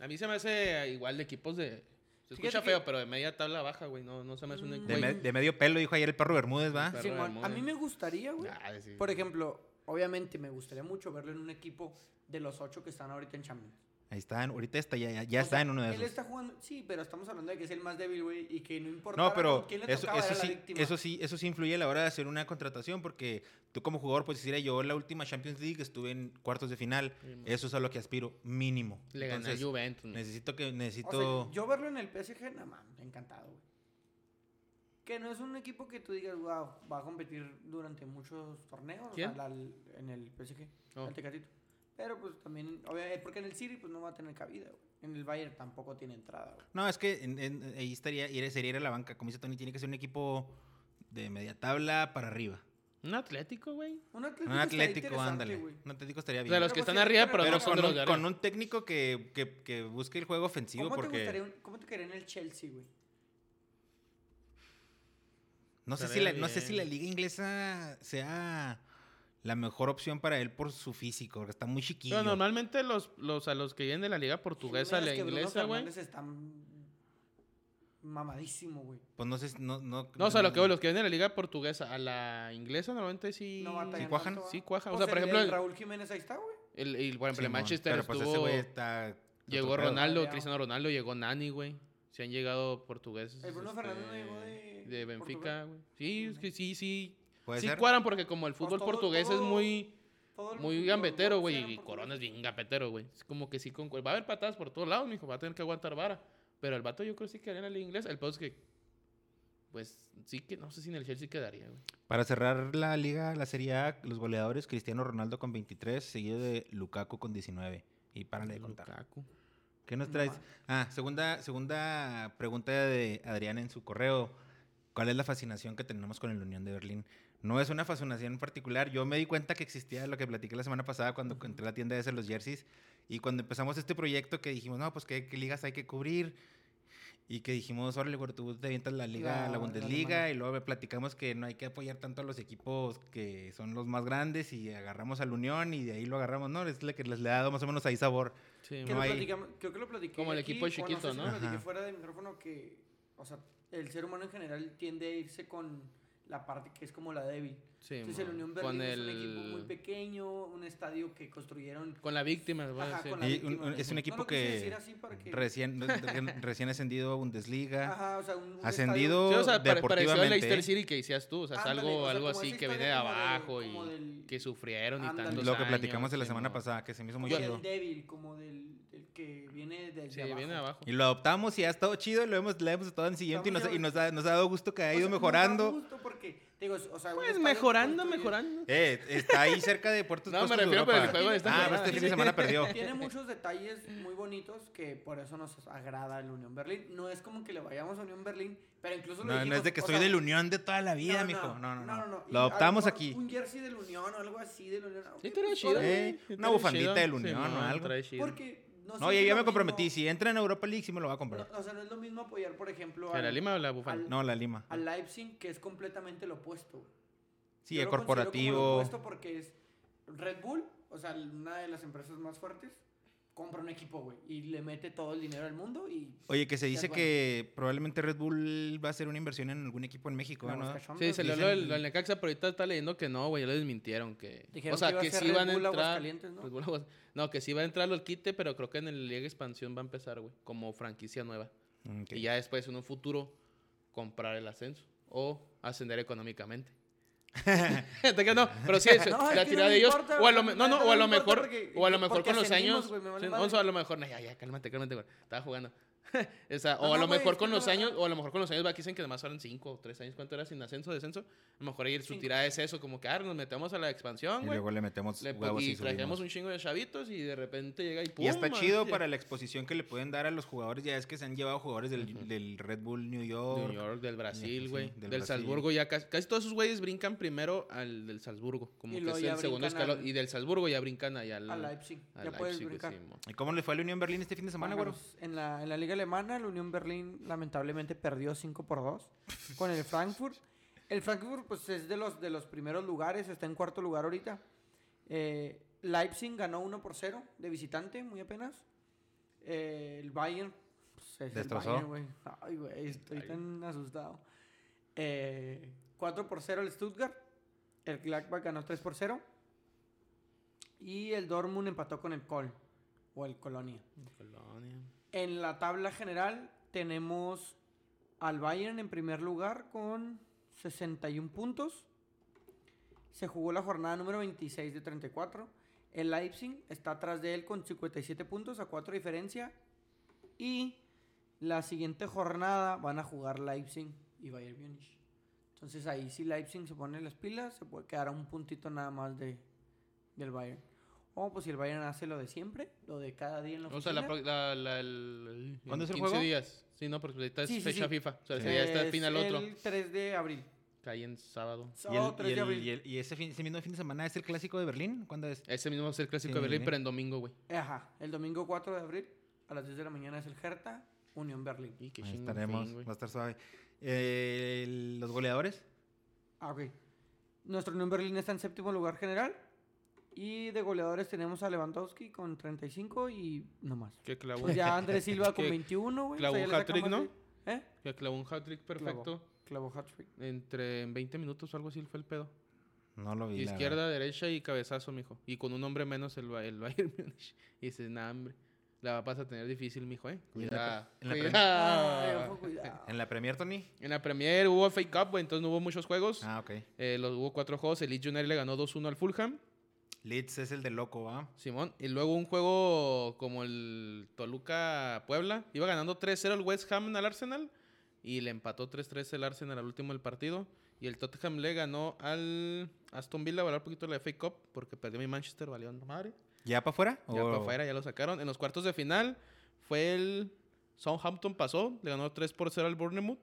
S1: A mí se me hace igual de equipos de... Se
S3: Fíjate
S1: escucha
S3: que-
S1: feo, pero de media tabla baja, güey. No, no se me hace un
S3: Mm.
S2: De,
S1: güey.
S2: me- de medio pelo, dijo ayer el perro Bermúdez, ¿va?
S1: Perro
S3: Simón,
S1: del
S3: a mí
S1: mundo.
S3: me gustaría, güey.
S1: Ah, sí.
S3: Por ejemplo, obviamente me gustaría mucho verlo en un equipo de los ocho que están ahorita en Champions.
S2: Ahí están, ahorita está, ya, ya- ya
S3: O
S2: está
S3: sea,
S2: en uno de
S3: Él
S2: esos.
S3: está jugando, sí, pero estamos hablando de que es el más débil, güey, y que no importa
S2: No, pero
S3: con quién le
S2: eso,
S3: tocaba,
S2: eso
S3: era la
S2: sí,
S3: víctima.
S2: eso sí, eso sí influye a la hora de hacer una contratación, porque tú como jugador puedes decir, "Ay, yo en la última Champions League estuve en cuartos de final,
S1: Sí,
S3: Mm.
S1: man.
S2: eso es a lo que aspiro, mínimo.
S1: Le ganó a
S2: Entonces,
S1: Juventus. ¿no?
S2: necesito que,
S3: O sea,
S2: necesito...
S3: yo verlo en el PSG, nada más, encantado, güey. Que no es un equipo que tú digas, wow, va a competir durante muchos torneos o sea,
S1: ¿Quién?
S3: la- en el PSG,
S1: Oh.
S3: el Tecatito. Pero pues también, obviamente, porque en el City pues no va a tener cabida, güey. En el Bayern tampoco tiene entrada, güey.
S2: No, es que en- en- ahí estaría, ir- sería ir a la banca. Como dice Tony, tiene que ser un equipo de media tabla para arriba.
S1: Un Atlético, güey.
S3: Un Atlético,
S2: Un
S3: está
S2: Atlético,
S3: Pues interesante,
S2: ándale.
S3: güey.
S2: Un Atlético estaría
S1: O
S2: bien.
S1: sea, los
S3: Pero
S1: que están
S3: pues sí,
S1: arriba,
S3: pero
S1: pero no
S2: pero
S1: son
S2: con
S1: los
S2: un,
S1: de
S2: con
S1: arriba.
S2: un técnico que, que- que busque el juego ofensivo
S3: ¿Cómo te
S2: porque...
S3: gustaría, un- cómo te quería en el Chelsea, güey?
S2: No sé, si
S1: Estaría
S2: la, no sé si la
S1: bien.
S2: liga inglesa sea la mejor opción para él por su físico, porque está muy chiquillo.
S1: Pero normalmente los, los a los que vienen de la liga portuguesa, la
S3: Jiménez, Pues, que Bruno
S1: inglesa, güey.
S3: Fernández está mamadísimo, güey.
S2: Pues no sé, si- no... No,
S1: No, o sea, lo que, los que vienen de la liga portuguesa a la inglesa normalmente sí.
S3: No
S2: ¿Sí
S3: batallan
S2: cuajan?
S3: tanto, ¿va?
S1: Sí cuajan. O
S3: Pues
S1: sea, por
S3: el-
S1: ejemplo,
S3: el
S1: el-
S3: Raúl Jiménez ahí está, güey.
S1: El, y, por ejemplo, en
S2: Simón,
S1: Manchester
S2: pero pues ese
S1: estuvo.
S2: güey está otro
S1: llegó
S2: pedo.
S1: Ronaldo,
S3: Madreado.
S1: Cristiano Ronaldo, llegó Nani, güey. Se han llegado portugueses. este,
S3: El Bruno Fernández no llegó de
S1: de Benfica,
S3: Portugal.
S1: güey. Sí, es que sí, sí.
S2: ¿Puede
S1: Sí
S2: ser?
S1: cuadran porque como el fútbol
S3: Pues todo-
S1: portugués es
S3: todo-
S1: muy,
S3: Todo el-
S1: muy
S3: los
S1: gambetero,
S3: goles
S1: güey.
S3: eran
S1: Y
S3: por
S1: Corona es
S3: Portugal.
S1: bien gambetero, güey. Es como que sí con... Va a haber patadas por todos lados, mijo. Va a tener que aguantar vara. Pero el vato yo creo que sí quedaría en la liga inglesa. El pedo es que... Pues sí que... No sé si en el Chelsea quedaría, güey.
S2: Para cerrar la liga, la Serie A, los goleadores Cristiano Ronaldo con 23, seguido de Lukaku con 19. Y párale de contar.
S1: Lukaku.
S2: ¿Qué nos
S3: No
S2: traes?
S3: mames.
S2: Ah, segunda, segunda pregunta de Adrián en su correo. ¿Cuál es la fascinación que tenemos con el Unión de Berlín? No es una fascinación particular. Yo me di cuenta que existía lo que platiqué la semana pasada cuando entré a la tienda de hacer los jerseys. Y cuando empezamos este proyecto que dijimos, no, pues qué, qué ligas hay que cubrir. Y que dijimos, órale, güey, tú te avientas la liga,
S3: La-
S2: la
S3: la
S2: Bundesliga.
S3: alemana.
S2: Y luego platicamos que no hay que apoyar tanto a los equipos que son los más grandes. Y agarramos al Unión y de ahí lo agarramos. No, es lo que les le ha dado más o menos ahí sabor.
S1: Sí,
S3: Que
S2: no
S3: lo
S2: hay-
S3: platicamos- Creo que lo platiqué.
S1: Como el
S3: aquí,
S1: equipo
S3: o no sé
S1: chiquito,
S3: si
S1: ¿no?
S3: lo platiqué
S2: Ajá.
S3: fuera de micrófono que, o sea, el ser humano en general tiende a irse con la parte que es como la débil.
S1: sí,
S3: Entonces, el
S1: mo.
S3: Unión
S1: con
S3: Berlín es un equipo muy
S1: el...
S3: pequeño, un estadio que construyeron
S1: Con la víctima, voy a
S3: Ajá,
S1: decir.
S3: con
S2: Y
S3: la
S2: un-
S3: víctima.
S2: un- es un
S3: No
S2: equipo
S3: lo quise
S2: que
S3: decir así para que-
S2: Recién, re- recién ascendido a Bundesliga.
S3: Ajá, o sea, un- un estadio-
S2: Ascendido
S1: Sí, o sea, pare- pareció el
S2: deportivamente.
S1: Leicester City que decías tú, o sea, es
S3: Ándale,
S1: algo,
S3: o sea,
S1: algo
S3: como
S1: así
S3: esa
S1: que viene de
S3: historia como de-
S1: abajo
S3: como
S1: y
S3: del-
S1: que sufrieron y
S3: Ándale.
S1: tantos
S2: Lo que platicamos
S1: años,
S2: de la
S1: sí,
S2: semana
S1: mo.
S2: pasada, que se me hizo muy
S3: Como
S2: chido.
S3: del débil, como del, del que viene desde
S1: Sí,
S3: abajo.
S1: viene de abajo.
S2: Y lo adoptamos y ha estado chido, lo hemos, la hemos estado en siguiente y,
S3: Está
S2: nos,
S3: muy
S2: y nos ha, nos ha dado gusto que
S3: O
S2: ha
S3: sea,
S2: ido
S3: nos da
S2: mejorando.
S3: gusto porque, te digo, o sea, un
S1: Pues
S3: estadio
S1: mejorando,
S3: construye-
S1: mejorando.
S2: Eh, está ahí cerca de Puerto
S1: No, me refiero por el juego de esta
S2: Ah, pero
S1: jornada.
S2: este fin de semana perdió.
S3: Tiene muchos detalles muy bonitos que por eso nos agrada el Unión Berlín. No es como que le vayamos a Unión Berlín, pero incluso lo
S2: No, no
S3: dijimos,
S2: es de que
S3: o
S2: soy
S3: sea,
S2: del Unión de toda la vida, mijo. No, no, no. Lo
S3: Y a
S2: adoptamos
S3: mejor
S2: aquí.
S3: Un jersey del Unión o algo así del Unión. Ah, ok,
S1: Sí, estaría
S3: pues,
S1: chido,
S3: órale,
S2: Eh,
S1: güey, sí,
S2: una
S1: estaría
S2: bufandita
S1: chido.
S2: del Unión,
S1: mo,
S2: ¿no? Algo.
S1: estaría chido.
S3: Porque no
S2: Eh. No,
S3: siempre
S2: ya,
S3: es
S2: ya
S3: lo
S2: me
S3: mismo-
S2: comprometí. Si entra en Europa League, sí me lo va a comprar.
S3: no, o sea, no es lo mismo apoyar, por ejemplo,
S1: ¿A la
S3: al-
S1: Lima o la Bufanda?
S3: al-
S2: No, la Lima.
S3: al Leipzig, que es completamente lo opuesto.
S2: Sí,
S3: Yo
S2: el
S3: lo considero como lo
S2: corporativo.
S3: opuesto porque es Red Bull, o sea, una de las empresas más fuertes, compra un equipo, güey, y le mete todo el dinero al mundo y...
S2: Oye, que se
S3: Ya
S2: dice
S3: es bueno.
S2: que probablemente Red Bull va a hacer una inversión en algún equipo en México,
S3: No,
S2: ¿no?
S3: es cachón,
S1: Sí,
S3: güey.
S1: se le
S2: Dicen-
S1: habló el, el Necaxa, pero ahorita está leyendo que no, güey, ya lo desmintieron. Que,
S3: Dijeron
S1: o sea,
S3: que iba a
S1: que,
S3: ser
S1: sí
S3: Red
S1: van a
S3: Bull
S1: entrar.
S3: Aguascalientes, ¿no?
S1: Red Bull Aguas- no, que sí va a entrar al quite, pero creo que en el Liga de Expansión va a empezar, güey, como franquicia nueva.
S2: Mm, ok.
S1: Y ya después, en un futuro, comprar el ascenso. o ascender económicamente. Te que no, pero sí, es-
S3: No, es
S1: la
S3: que
S1: tirada
S3: no me
S1: de ellos.
S3: importa,
S1: o a lo,
S3: güey,
S1: me- no,
S3: no,
S1: no,
S3: no
S1: o a
S3: me
S1: lo
S3: importa
S1: mejor,
S3: porque-
S1: o a lo mejor
S3: porque
S1: con los
S3: ascendimos,
S1: años.
S3: güey, me vale
S1: sí,
S3: madre.
S1: Onzo, a lo mejor, no, ya, ya, cálmate, cálmate, güey. Estaba jugando. o sea,
S3: No,
S1: o a
S3: Pues no,
S1: lo
S3: güey,
S1: mejor
S3: es
S1: con
S3: que
S1: los
S3: no-
S1: años, o a lo mejor con los años, va, aquí dicen que además eran 5 o 3 años, ¿cuánto era sin ascenso, descenso? A lo mejor ahí su
S3: Cinco.
S1: tirada es eso, como que ah, nos metemos a la expansión,
S2: Y
S1: güey.
S2: luego le metemos
S1: Le-
S2: huevos y,
S1: y trajimos
S2: subimos.
S1: un chingo de chavitos y de repente llega y pum.
S2: Y está
S1: madre,
S2: chido
S1: ya.
S2: para la exposición que le pueden dar a los jugadores. Ya es que se han llevado jugadores del, del Red Bull New York.
S1: New York, del Brasil,
S2: sí,
S1: güey.
S2: del
S1: del
S2: Brasil.
S1: Salzburgo ya casi, casi todos esos güeyes brincan primero al del Salzburgo, como
S3: Y
S1: que
S3: luego
S1: es
S3: ya
S1: el segundo
S3: brincan
S1: escalón.
S3: al-
S1: Y del Salzburgo ya brincan allá al,
S3: A Leipzig.
S1: a
S3: ya puedes
S1: Leipzig, güey,
S3: brincar.
S1: Simón.
S2: ¿Y cómo le fue a la Unión Berlín este fin de semana, güey?
S3: Vámonos. En la, en la Liga Alemana, la Unión Berlín lamentablemente perdió 5 por 2 con el Frankfurt. El Frankfurt, pues, es de los, de los primeros lugares, está en cuarto lugar ahorita. Eh, Leipzig ganó 1 por 0 de visitante, muy apenas. Eh, el Bayern, pues, es el
S2: Destrozó.
S3: Bayern, güey. Ay, güey, estoy
S1: Ay.
S3: tan asustado. Eh, 4 por 0 el Stuttgart. El Gladbach ganó 3 por 0. Y el Dortmund empató con el Köln o el Colonia.
S1: Colonia.
S3: En la tabla general tenemos al Bayern en primer lugar con 61 puntos. Se jugó la jornada número 26 de 34. El Leipzig está atrás de él con 57 puntos a 4 diferencia. Y la siguiente jornada van a jugar Leipzig y Bayern Múnich. Entonces ahí si Leipzig se pone las pilas, se puede quedar a un puntito nada más de, del Bayern. O pues si el Bayern hace lo de siempre, lo de cada día en la
S1: O sea, la,
S3: oficina.
S1: pro- la, la- el, en
S2: ¿Cuándo es el
S1: 15
S2: juego?
S1: días. Sí, no, porque ahorita es
S3: Sí, sí,
S1: fecha
S3: sí.
S1: FIFA. O sea,
S2: Sí.
S1: Pues ya está
S3: Es
S1: el final otro.
S3: El 3 de abril.
S1: Cae en sábado.
S2: ¿Y,
S3: Sábado
S2: el-
S3: 3
S2: y
S3: de
S2: el-
S3: abril.
S2: y el- y ese, fin- ese mismo fin de semana es el clásico de Berlín? ¿Cuándo es?
S1: Ese mismo va a ser el clásico
S2: Sí,
S1: de Berlín,
S2: ¿eh?
S1: pero en domingo, güey.
S3: Ajá, el domingo 4 de abril a las 10 de la mañana es el Hertha, Unión Berlín.
S1: Y qué
S2: Ahí
S1: chingón
S2: estaremos.
S1: fin, güey.
S2: va a estar suave. Eh, el- ¿Los goleadores?
S3: Ah, ok. Nuestro Unión Berlín está en séptimo lugar general. Y de goleadores tenemos a Lewandowski con 35 y no más.
S1: Que clavó,
S3: Pues ya Andrés Silva con
S1: Que
S3: 21, güey.
S1: clavó
S3: o sea, ya le saca
S1: hat-trick,
S3: más
S1: ¿no?
S3: de- ¿Eh?
S1: que clavó un hat-trick perfecto.
S3: Clavó hat-trick.
S1: Entre en 20 minutos o algo así fue el pedo.
S2: No lo vi. la
S1: Izquierda, derecha y cabezazo, mijo. Y con un hombre menos el, Ba- el Bayern Múnich. Y dices, nah, hombre, la vas a tener difícil, mijo, eh.
S2: Y en la
S1: Cuidado.
S2: pre- en la pre-
S3: Ah,
S1: cuidado.
S3: ojo, cuidado.
S2: verdad. ¿En la Premier, Tony?
S1: En la Premier hubo Fake Cup, güey, entonces no hubo muchos juegos.
S2: Ah, ok.
S1: Eh, los, hubo cuatro juegos. El Leeds United le ganó 2-1 al Fulham,
S2: Leeds es el de loco, ¿va?
S1: Simón. Y luego un juego como el Toluca-Puebla. Iba ganando 3-0 el West Ham al Arsenal. Y le empató 3-3 el Arsenal al último del partido. Y el Tottenham le ganó al Aston Villa, valió un poquito la FA Cup, porque perdió mi Manchester, valió madre.
S2: ¿Ya para afuera?
S1: Ya
S2: ¿O-
S1: para afuera, ya lo sacaron. En los cuartos de final fue el Southampton pasó, le ganó 3 por 0 al Bournemouth.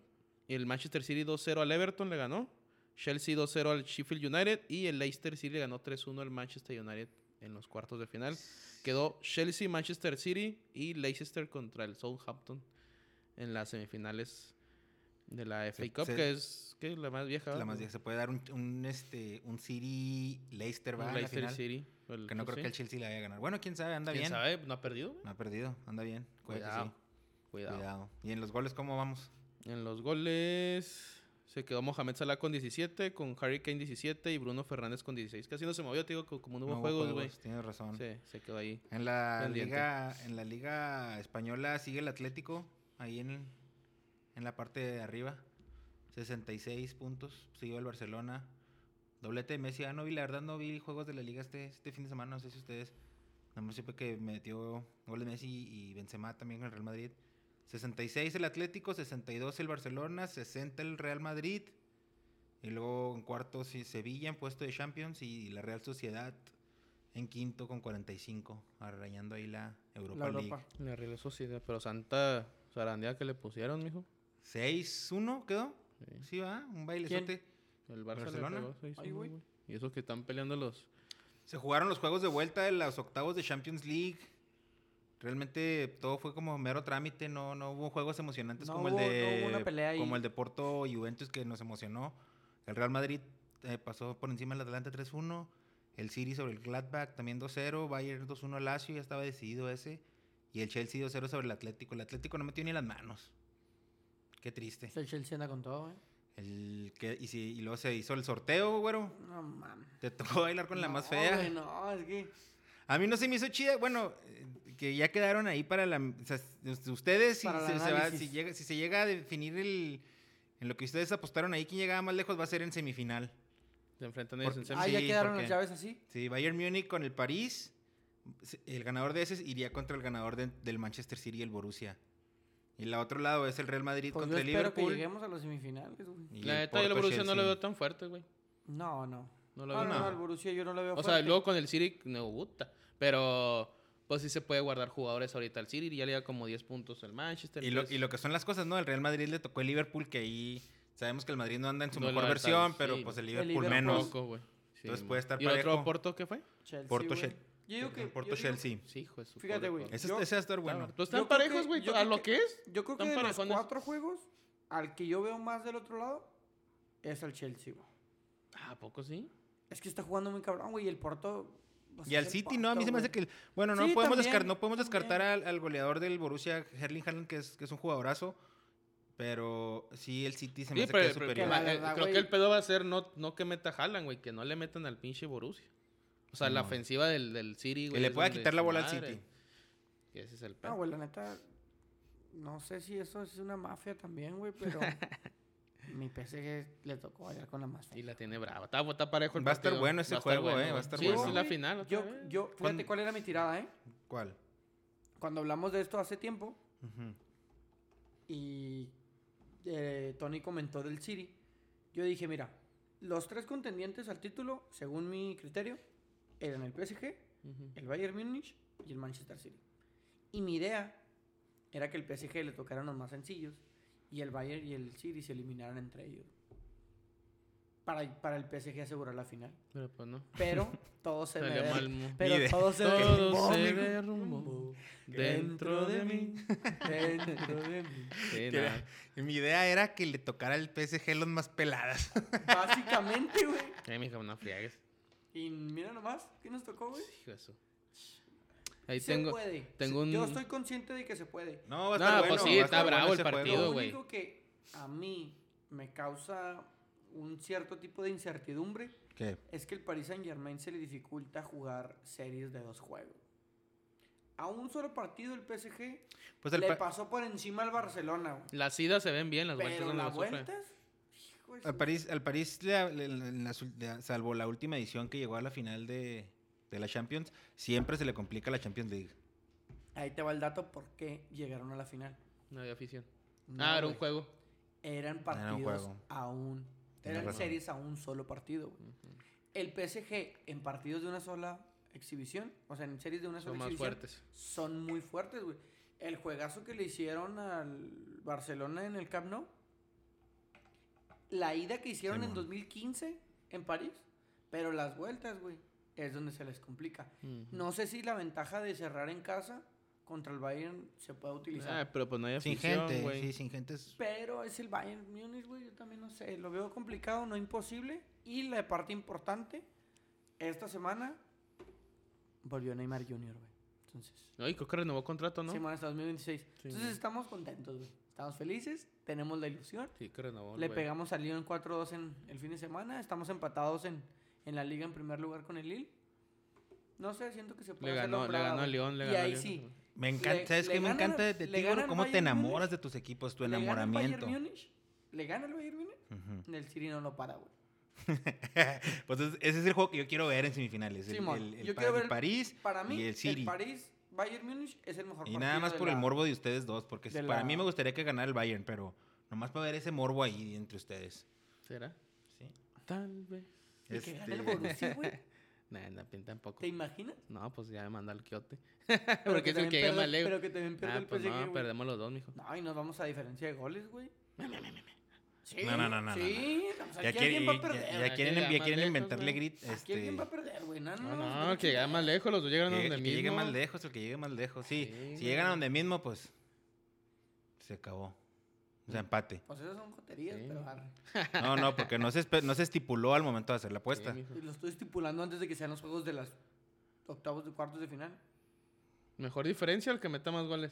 S1: Y el Manchester City 2-0 al Everton le ganó. Chelsea 2-0 al Sheffield United. Y el Leicester City le ganó 3-1 al Manchester United en los cuartos de final. Quedó Chelsea, Manchester City y Leicester contra el Southampton en las semifinales de la FA
S2: Se-
S1: Cup,
S2: se-
S1: que es que es la más vieja.
S2: La
S1: ¿verdad?
S2: más vieja, se puede dar un, un, este, un City Leicester,
S1: Un
S2: ¿va? En la
S1: Leicester
S2: final.
S1: City. el-
S2: Que no
S1: Pues,
S2: creo
S1: sí.
S2: que el Chelsea la vaya a ganar. Bueno, quién sabe, anda
S1: ¿Quién
S2: bien.
S1: sabe? No ha perdido. güey.
S2: No ha perdido, anda bien. Puede que sí.
S1: Cuidado, cuidado.
S2: Cuidado. ¿Y en los goles cómo vamos?
S1: En los goles se quedó Mohamed Salah con 17, con Harry Kane 17 y Bruno Fernández con 16. Casi no se movió, te digo, co- como no hubo
S2: No hubo
S1: juegos, güey.
S2: Tienes razón.
S1: Sí, se quedó ahí.
S2: En la
S1: Pendiente.
S2: liga, en la liga española sigue el Atlético ahí en, en la parte de arriba. 66 puntos, sigue el Barcelona. Doblete de Messi. Ah, no vi, la verdad no vi juegos de la liga este, este fin de semana, no sé si ustedes. Nada más supe que metió goles Messi y Benzema también con el Real Madrid. 66 el Atlético, 62 el Barcelona, 60 el Real Madrid. Y luego en cuarto sí, Sevilla en puesto de Champions y la Real Sociedad en quinto con 45, arañando ahí la Europa,
S3: La Europa.
S2: League.
S1: La Real Sociedad, pero Santa zarandea que le pusieron, mijo.
S2: 6-1 quedó.
S1: Sí.
S2: Sí, va, un bailezote.
S1: El Barça
S2: Barcelona.
S1: le pegó seis
S3: Ay,
S1: uno,
S3: güey.
S1: güey. Y esos que están peleando los...
S2: Se jugaron los juegos de vuelta de los octavos de Champions League. Realmente todo fue como mero trámite, no, no hubo juegos emocionantes
S3: No
S2: como
S3: hubo-
S2: el
S3: no
S2: de
S3: hubo una pelea ahí.
S2: como el de Porto y Juventus que nos emocionó. El Real Madrid eh, pasó por encima del Atlante 3-1, el City sobre el Gladbach también 2-0, Bayern 2-1 al Lazio, ya estaba decidido ese, y el Chelsea 2-0 sobre el Atlético. El Atlético no metió ni las manos. Qué triste.
S3: O sea, El Chelsea anda con todo, güey.
S2: El que y, si, y luego se hizo el sorteo, güero.
S3: No mames.
S2: Te tocó bailar con la
S3: No,
S2: más fea.
S3: güey, no, es que.
S2: A mí no se me hizo chida. Bueno, eh, que ya quedaron ahí para la. o sea, s- ustedes, si,
S3: Para el
S2: se, se va-
S3: análisis.
S2: si llega, si se llega a definir el, En lo que ustedes apostaron ahí, quien llegaba más lejos va a ser en semifinal.
S1: Se enfrentan ellos en
S2: Porque-
S1: semis.
S3: Ah, ya
S2: Sí,
S3: quedaron
S2: porque-
S3: las llaves así.
S2: Sí, Bayern Múnich con el París. se- El ganador de ese iría contra el ganador de- del Manchester City y el Borussia. Y el otro lado es el Real Madrid
S3: Pues yo
S2: contra el
S3: espero que
S2: Liverpool.
S3: lleguemos a los semifinales, güey.
S2: y
S1: La
S2: el
S1: neta, yo el
S2: Porto
S1: Borussia no lo
S2: Chelsea.
S1: veo tan fuerte, güey.
S3: No, no.
S1: No lo
S3: No,
S1: veo
S3: no,
S2: veo.
S3: no,
S2: No.
S3: al Borussia yo no lo veo
S1: O sea,
S3: fuerte.
S1: luego con el City me gusta. Pero pues sí se puede guardar jugadores ahorita al City. y Ya le da como 10 puntos al Manchester.
S2: Y lo,
S1: entonces-
S2: y lo que son las cosas, ¿no? El Real Madrid le tocó el Liverpool, que ahí sabemos que el Madrid no anda en su
S1: No lo
S2: mejor
S1: anda,
S2: versión,
S1: sí.
S2: pero pues el
S3: El
S2: Liverpool,
S3: Liverpool.
S2: menos.
S1: Poco, güey. Sí,
S2: Entonces
S1: mo-
S2: puede estar
S1: ¿Y el otro
S2: parejo.
S1: Porto qué fue?
S3: Chelsea,
S2: Porto
S3: güey.
S2: Shel-
S3: Yo digo que-
S2: el Porto
S3: yo digo-
S2: Chelsea.
S1: Sí, hijo de su
S3: Fíjate,
S1: pobre
S3: güey.
S1: madre.
S2: Ese,
S3: Yo-
S2: ese va a estar
S1: Está-
S2: bueno.
S1: Pues
S3: Yo
S1: están
S3: creo
S1: parejos,
S3: que-
S1: güey.
S3: yo
S1: A
S3: creo
S1: lo
S3: que-
S1: que es.
S3: Yo creo que
S1: Están
S3: de los
S1: parejones.
S3: cuatro juegos, al que yo veo más del otro lado, es al Chelsea, güey.
S1: Ah, ¿A poco sí?
S3: Es que está jugando muy cabrón, güey. Y el Porto. pues,
S2: Y
S3: es
S2: al
S3: el
S2: City, no, a mí
S3: Porto,
S2: se me hace
S3: güey.
S2: que... el- Bueno, no,
S3: Sí,
S2: podemos
S3: también,
S2: descar- no podemos
S3: también.
S2: descartar al, al goleador del Borussia, Herling Haaland, que es, que es un jugadorazo, pero sí, el City se me
S1: Sí,
S2: hace
S1: pero,
S2: que es
S1: pero-
S2: superior.
S1: pero-
S3: La
S1: eh,
S3: verdad,
S1: creo
S3: güey.
S1: que el pedo va a ser no, no que meta Haaland, güey, que no le metan al pinche Borussia. O sea, la
S2: No.
S1: ofensiva del, del City, güey.
S2: que le
S1: es
S2: pueda
S1: donde
S2: quitar la
S1: su
S2: bola al
S1: madre.
S2: City.
S1: Que ese es el
S3: No,
S1: pedo.
S3: güey, la neta. No sé si eso es una mafia también, güey, pero. mi PSG le tocó bailar con la más
S1: y
S3: fea.
S1: la tiene brava. Está, está parejo el
S2: Va a estar
S1: partido.
S2: bueno ese juego, eh, va a
S1: güey.
S2: estar
S1: sí,
S2: bueno.
S1: Sí, la final. otra
S3: Yo,
S1: vez.
S3: yo, fíjate
S2: ¿Cuándo?
S3: cuál era mi tirada, ¿eh?
S2: ¿Cuál?
S3: Cuando hablamos de esto hace tiempo
S2: Ujú.
S3: y eh, Tony comentó del City, yo dije, mira, los tres contendientes al título, según mi criterio, eran el PSG,
S1: Ujú.
S3: el Bayern Múnich y el Manchester City. Y mi idea era que el PSG le tocaran los más sencillos y el Bayern y el City se eliminaran entre ellos. Para, para el PSG asegurar la final.
S1: Pero pues no.
S3: Pero todo se me
S1: Salió
S3: der-
S1: mal, mo.
S3: Pero
S2: Mide.
S3: todo se
S1: Todo
S3: derrumbó,
S1: se
S3: mi-
S1: derrumbó dentro de mí.
S3: Dentro de mí.
S1: Sí,
S2: Que-
S1: nada.
S2: Mi idea era que le tocara al PSG los más peladas.
S3: Básicamente, güey.
S1: Ay, mija, no friegues.
S3: Y mira nomás, ¿qué nos tocó, güey?
S1: Hijo de su- Ahí
S3: se
S1: tengo.
S3: puede.
S1: tengo
S3: Se- Yo
S1: un-
S3: estoy consciente de que se puede.
S2: No, va a
S1: No,
S2: estar
S1: pues
S2: bueno.
S1: sí,
S2: va a
S1: está
S2: estar
S1: bravo
S2: bueno
S1: el
S2: ese juego.
S1: partido,
S3: Lo
S1: güey.
S3: único que a mí me causa un cierto tipo de incertidumbre
S2: ¿Qué?
S3: es que el Paris Saint Germain se le dificulta jugar series de dos juegos. A un solo partido el PSG
S2: Pues el
S3: le
S2: pa-
S3: pasó por encima al Barcelona, güey.
S1: Las idas se ven bien, las vueltas
S3: Pero
S1: no
S3: las
S1: las sufren.
S3: vueltas, hijo de
S2: al
S3: su-
S2: París, al París le- le- le- en las ul- de- salvo la última edición que llegó a la final de, de la Champions, siempre se le complica la Champions League.
S3: ahí te va el dato por qué llegaron a la final.
S1: No había afición.
S3: No,
S1: ah, era un
S3: güey.
S1: juego.
S3: Eran
S2: Era un
S3: partidos
S2: juego.
S3: a un.
S2: Tienes
S3: Eran
S2: razón.
S3: series a un solo partido. güey. El PSG en partidos de una sola exhibición, o sea, en series de una sola
S1: Son más
S3: exhibición,
S1: fuertes.
S3: son muy fuertes, güey. El juegazo que le hicieron al Barcelona en el Camp Nou, la ida que hicieron en
S2: Simón.
S3: 2015 en París, pero las vueltas, güey, es donde se les complica.
S1: Ujú.
S3: Mm. No sé si la ventaja de cerrar en casa contra el Bayern se pueda utilizar.
S1: Ah, pero pues no hay
S2: Sin
S1: afición,
S2: gente,
S1: güey.
S2: sí, sin gente. es-
S3: Pero es el Bayern Múnich, güey. Yo también no sé. Lo veo complicado, no imposible. Y la parte importante, esta semana volvió Neymar Jr., güey. Entonces,
S1: No, y creo que renovó contrato, ¿no?
S3: semana hasta 2026. Entonces
S1: man.
S3: estamos contentos, güey. Estamos felices, tenemos la ilusión.
S1: Sí, que renovó.
S3: Le
S1: güey.
S3: pegamos al Lyon 4-2 en el fin de semana. Estamos empatados en, en la liga en primer lugar con el Lille. No sé, siento que se puede
S1: Le
S3: hacer
S1: ganó, le
S3: lograda,
S1: ganó a
S3: güey.
S1: León, le
S3: Y
S1: ganó a
S3: ahí
S1: León.
S3: sí.
S2: Me encanta,
S3: Le-
S2: ¿sabes
S3: le
S2: qué? Me
S3: ganan-
S2: encanta de ti,
S3: le
S2: Tibor,
S3: gana el
S2: cómo te
S3: Bayern
S2: enamoras de tus equipos, tu
S3: Le gana el Bayern
S2: enamoramiento.
S3: Múnich, Le gana el Bayern Múnich.
S2: Ujú.
S3: El City no lo para, güey.
S2: pues es- ese es el juego que yo quiero ver en semifinales. El,
S3: Simón,
S2: el- el
S3: yo
S2: Pa-
S3: quiero
S2: el
S3: ver-
S2: París
S3: Para mí,
S2: y el
S3: el,
S2: City.
S3: París, Bayern Múnich es el mejor
S2: y nada
S3: partido
S2: más
S3: de
S2: por
S3: la-
S2: el morbo de ustedes dos, porque
S3: de
S2: para
S3: la-
S2: mí me gustaría que ganara el Bayern, pero nomás para ver ese morbo ahí entre ustedes.
S1: ¿Será?
S2: Sí.
S1: Tal vez.
S3: Y que gane el
S2: Este-
S3: Borussia, güey.
S1: Nah, nah, pin- tampoco.
S3: ¿Te imaginas?
S1: No, pues ya me manda el quiote. Porque es el
S3: también
S1: que llega
S3: pierda-
S1: más lejos.
S3: Pero que también pierde
S1: Ah,
S3: el
S1: pues
S3: PSG,
S1: no,
S3: güey.
S1: perdemos los dos, mijo.
S3: No, y nos vamos a diferencia de goles, güey. Sí,
S2: No, no, no, no,
S3: Sí, vamos
S2: Ya,
S3: a ver quién
S2: quiere-
S3: va a
S2: ya-
S3: perder.
S2: ya
S1: ¿a
S2: quieren,
S1: quién le
S2: ya
S1: va
S2: quieren
S1: más
S2: inventarle
S1: lejos,
S2: grit.
S3: Aquí
S2: este,
S3: alguien va a perder, güey. No, no,
S1: Ah, No,
S3: vamos a
S1: no,
S3: tener
S1: que llega más lejos, los dos llegaron a
S2: que-
S1: donde
S2: el
S1: mismo.
S2: que llegue más lejos, el que llegue más lejos. Sí,
S1: Sí,
S2: si
S1: güey.
S2: llegan a donde mismo, pues se acabó. O sea, empate.
S3: Pues esas son joterías,
S1: Sí.
S3: pero arre.
S2: No, no, porque no se, espe- no se estipuló al momento de hacer la
S1: Sí,
S2: apuesta.
S1: mijo.
S3: Y Lo estoy estipulando antes de que sean los juegos de las octavos de cuartos de final.
S1: Mejor diferencia el que meta más goles.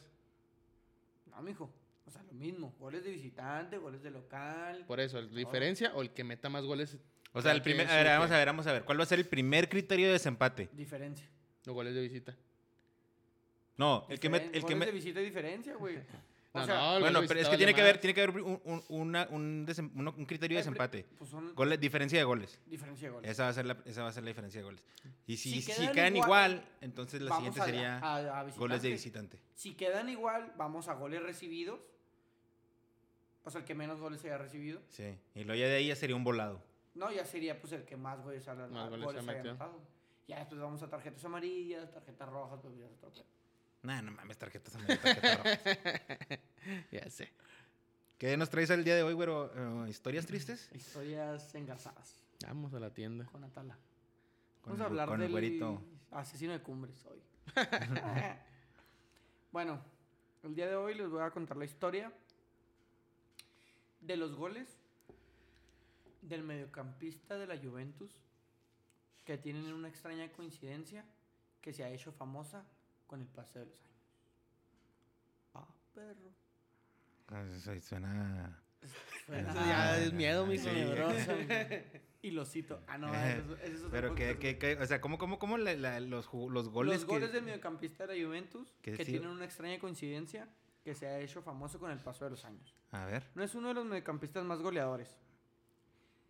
S3: No, mijo. O sea, lo mismo. Goles de visitante, goles de local.
S1: Por eso, el diferencia o el que meta más goles
S2: o sea, el
S1: Cada
S2: primer,
S1: quien
S2: a ver,
S1: su-
S2: vamos a ver, vamos a ver. ¿Cuál va a ser el primer criterio de desempate?
S3: Diferencia.
S1: o goles de visita.
S2: No, el que, met-
S3: Diferen-
S2: el que
S3: goles
S2: met-
S3: de visita es diferencia, güey. O
S1: No,
S3: sea,
S1: no, el
S2: Bueno,
S1: Galway
S2: pero
S1: sí
S2: es
S1: estaba
S2: que tiene que
S1: llamada.
S2: ver, tiene que haber un, un- una- un desem- uno- un criterio de
S3: Eh, pero-
S2: desempate.
S3: Pues son
S2: Goles- diferencia de goles.
S3: diferencia de goles.
S2: Esa va, a ser la, esa va a ser la diferencia de goles. Y si,
S3: Si
S2: si
S3: quedan
S2: quedan
S3: igual,
S2: igual, entonces la
S3: Vamos
S2: siguiente
S3: a
S2: sería
S3: a- a
S2: goles de
S3: visitante.
S2: visitante.
S3: Si quedan igual, vamos a goles recibidos. O sea, el que menos goles haya recibido.
S2: Sí. Y luego ya de ahí ya sería un volado.
S3: No, ya sería pues el que más goles, haya-
S1: Más goles
S3: goles
S1: haya
S3: haya
S1: metido.
S3: anotado. Ya después vamos a tarjetas amarillas, tarjetas rojas, pues ya es otro pedo.
S2: Nah, no mames, tarjetas amarillas, tarjetas rojas.
S1: Ya sé.
S2: ¿Qué nos traes el día de hoy, güero? Eh, ¿Historias tristes?
S3: Historias engarzadas
S1: Vamos a la tienda.
S3: con Atala.
S2: Con
S3: Vamos
S2: el-
S3: a hablar
S2: con el
S3: del
S2: güerito.
S3: asesino de cumbres hoy. bueno, el día de hoy les voy a contar la historia de los goles del mediocampista de la Juventus que tienen una extraña coincidencia que se ha hecho famosa con el paso de los años. Ah, perro.
S2: Ah, sí, sí, Suena.
S3: Suena
S1: Eso ya es miedo, mijo.
S2: Sí.
S3: tenebroso, güey. Ah, Y lo cito. Ah, no, eso, es- eso es otro
S2: Pero que,
S3: podcast,
S2: que, que- o sea, ¿cómo, cómo, cómo la- la- los, ju- los goles?
S3: los
S2: que-
S3: goles del mediocampista de la Juventus
S2: que
S3: que,
S2: sí-
S3: tienen una extraña coincidencia que se ha hecho famoso con el paso de los años.
S2: A ver.
S3: No es uno de los mediocampistas más goleadores.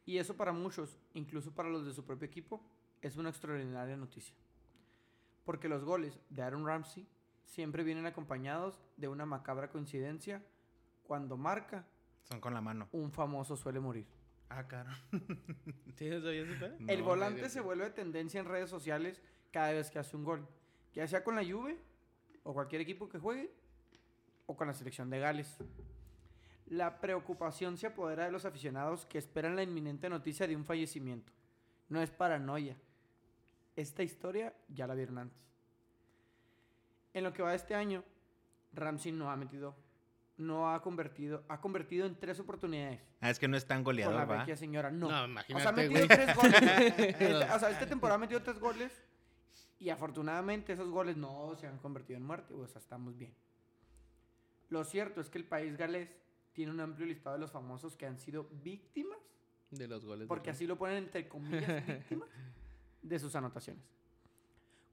S3: Y eso para muchos, incluso para los de su propio equipo, es una extraordinaria noticia. Porque los goles de Aaron Ramsey siempre vienen acompañados de una macabra coincidencia cuando marca,
S2: Son con la mano.
S3: un famoso suele morir.
S2: Ah, caro.
S1: ¿Tienes ahí ese pedo?
S3: El
S2: No,
S3: volante
S1: Dios.
S3: se vuelve tendencia en redes sociales cada vez que hace un gol. Ya sea con la Juve o cualquier equipo que juegue o con la selección de Gales. La preocupación se apodera de los aficionados que esperan la inminente noticia de un fallecimiento. No es paranoia. Esta historia ya la vieron antes. En lo que va de este año, Ramsey no ha metido, no ha convertido, ha convertido en tres oportunidades
S2: Ah, es que no es tan
S3: con la
S2: goleador, ¿va?
S3: vecchia señora.
S1: No,
S3: O
S1: imagínate,
S3: sea, ha metido
S1: güey.
S3: tres goles. Esta- o sea, esta temporada ha metido tres goles. Y afortunadamente esos goles no se han convertido en muerte. güey, O sea, estamos bien. Lo cierto es que el país galés tiene un amplio listado de los famosos que han sido víctimas,
S1: De los goles. de
S3: porque
S1: Trump.
S3: así lo ponen entre comillas, víctimas de sus anotaciones.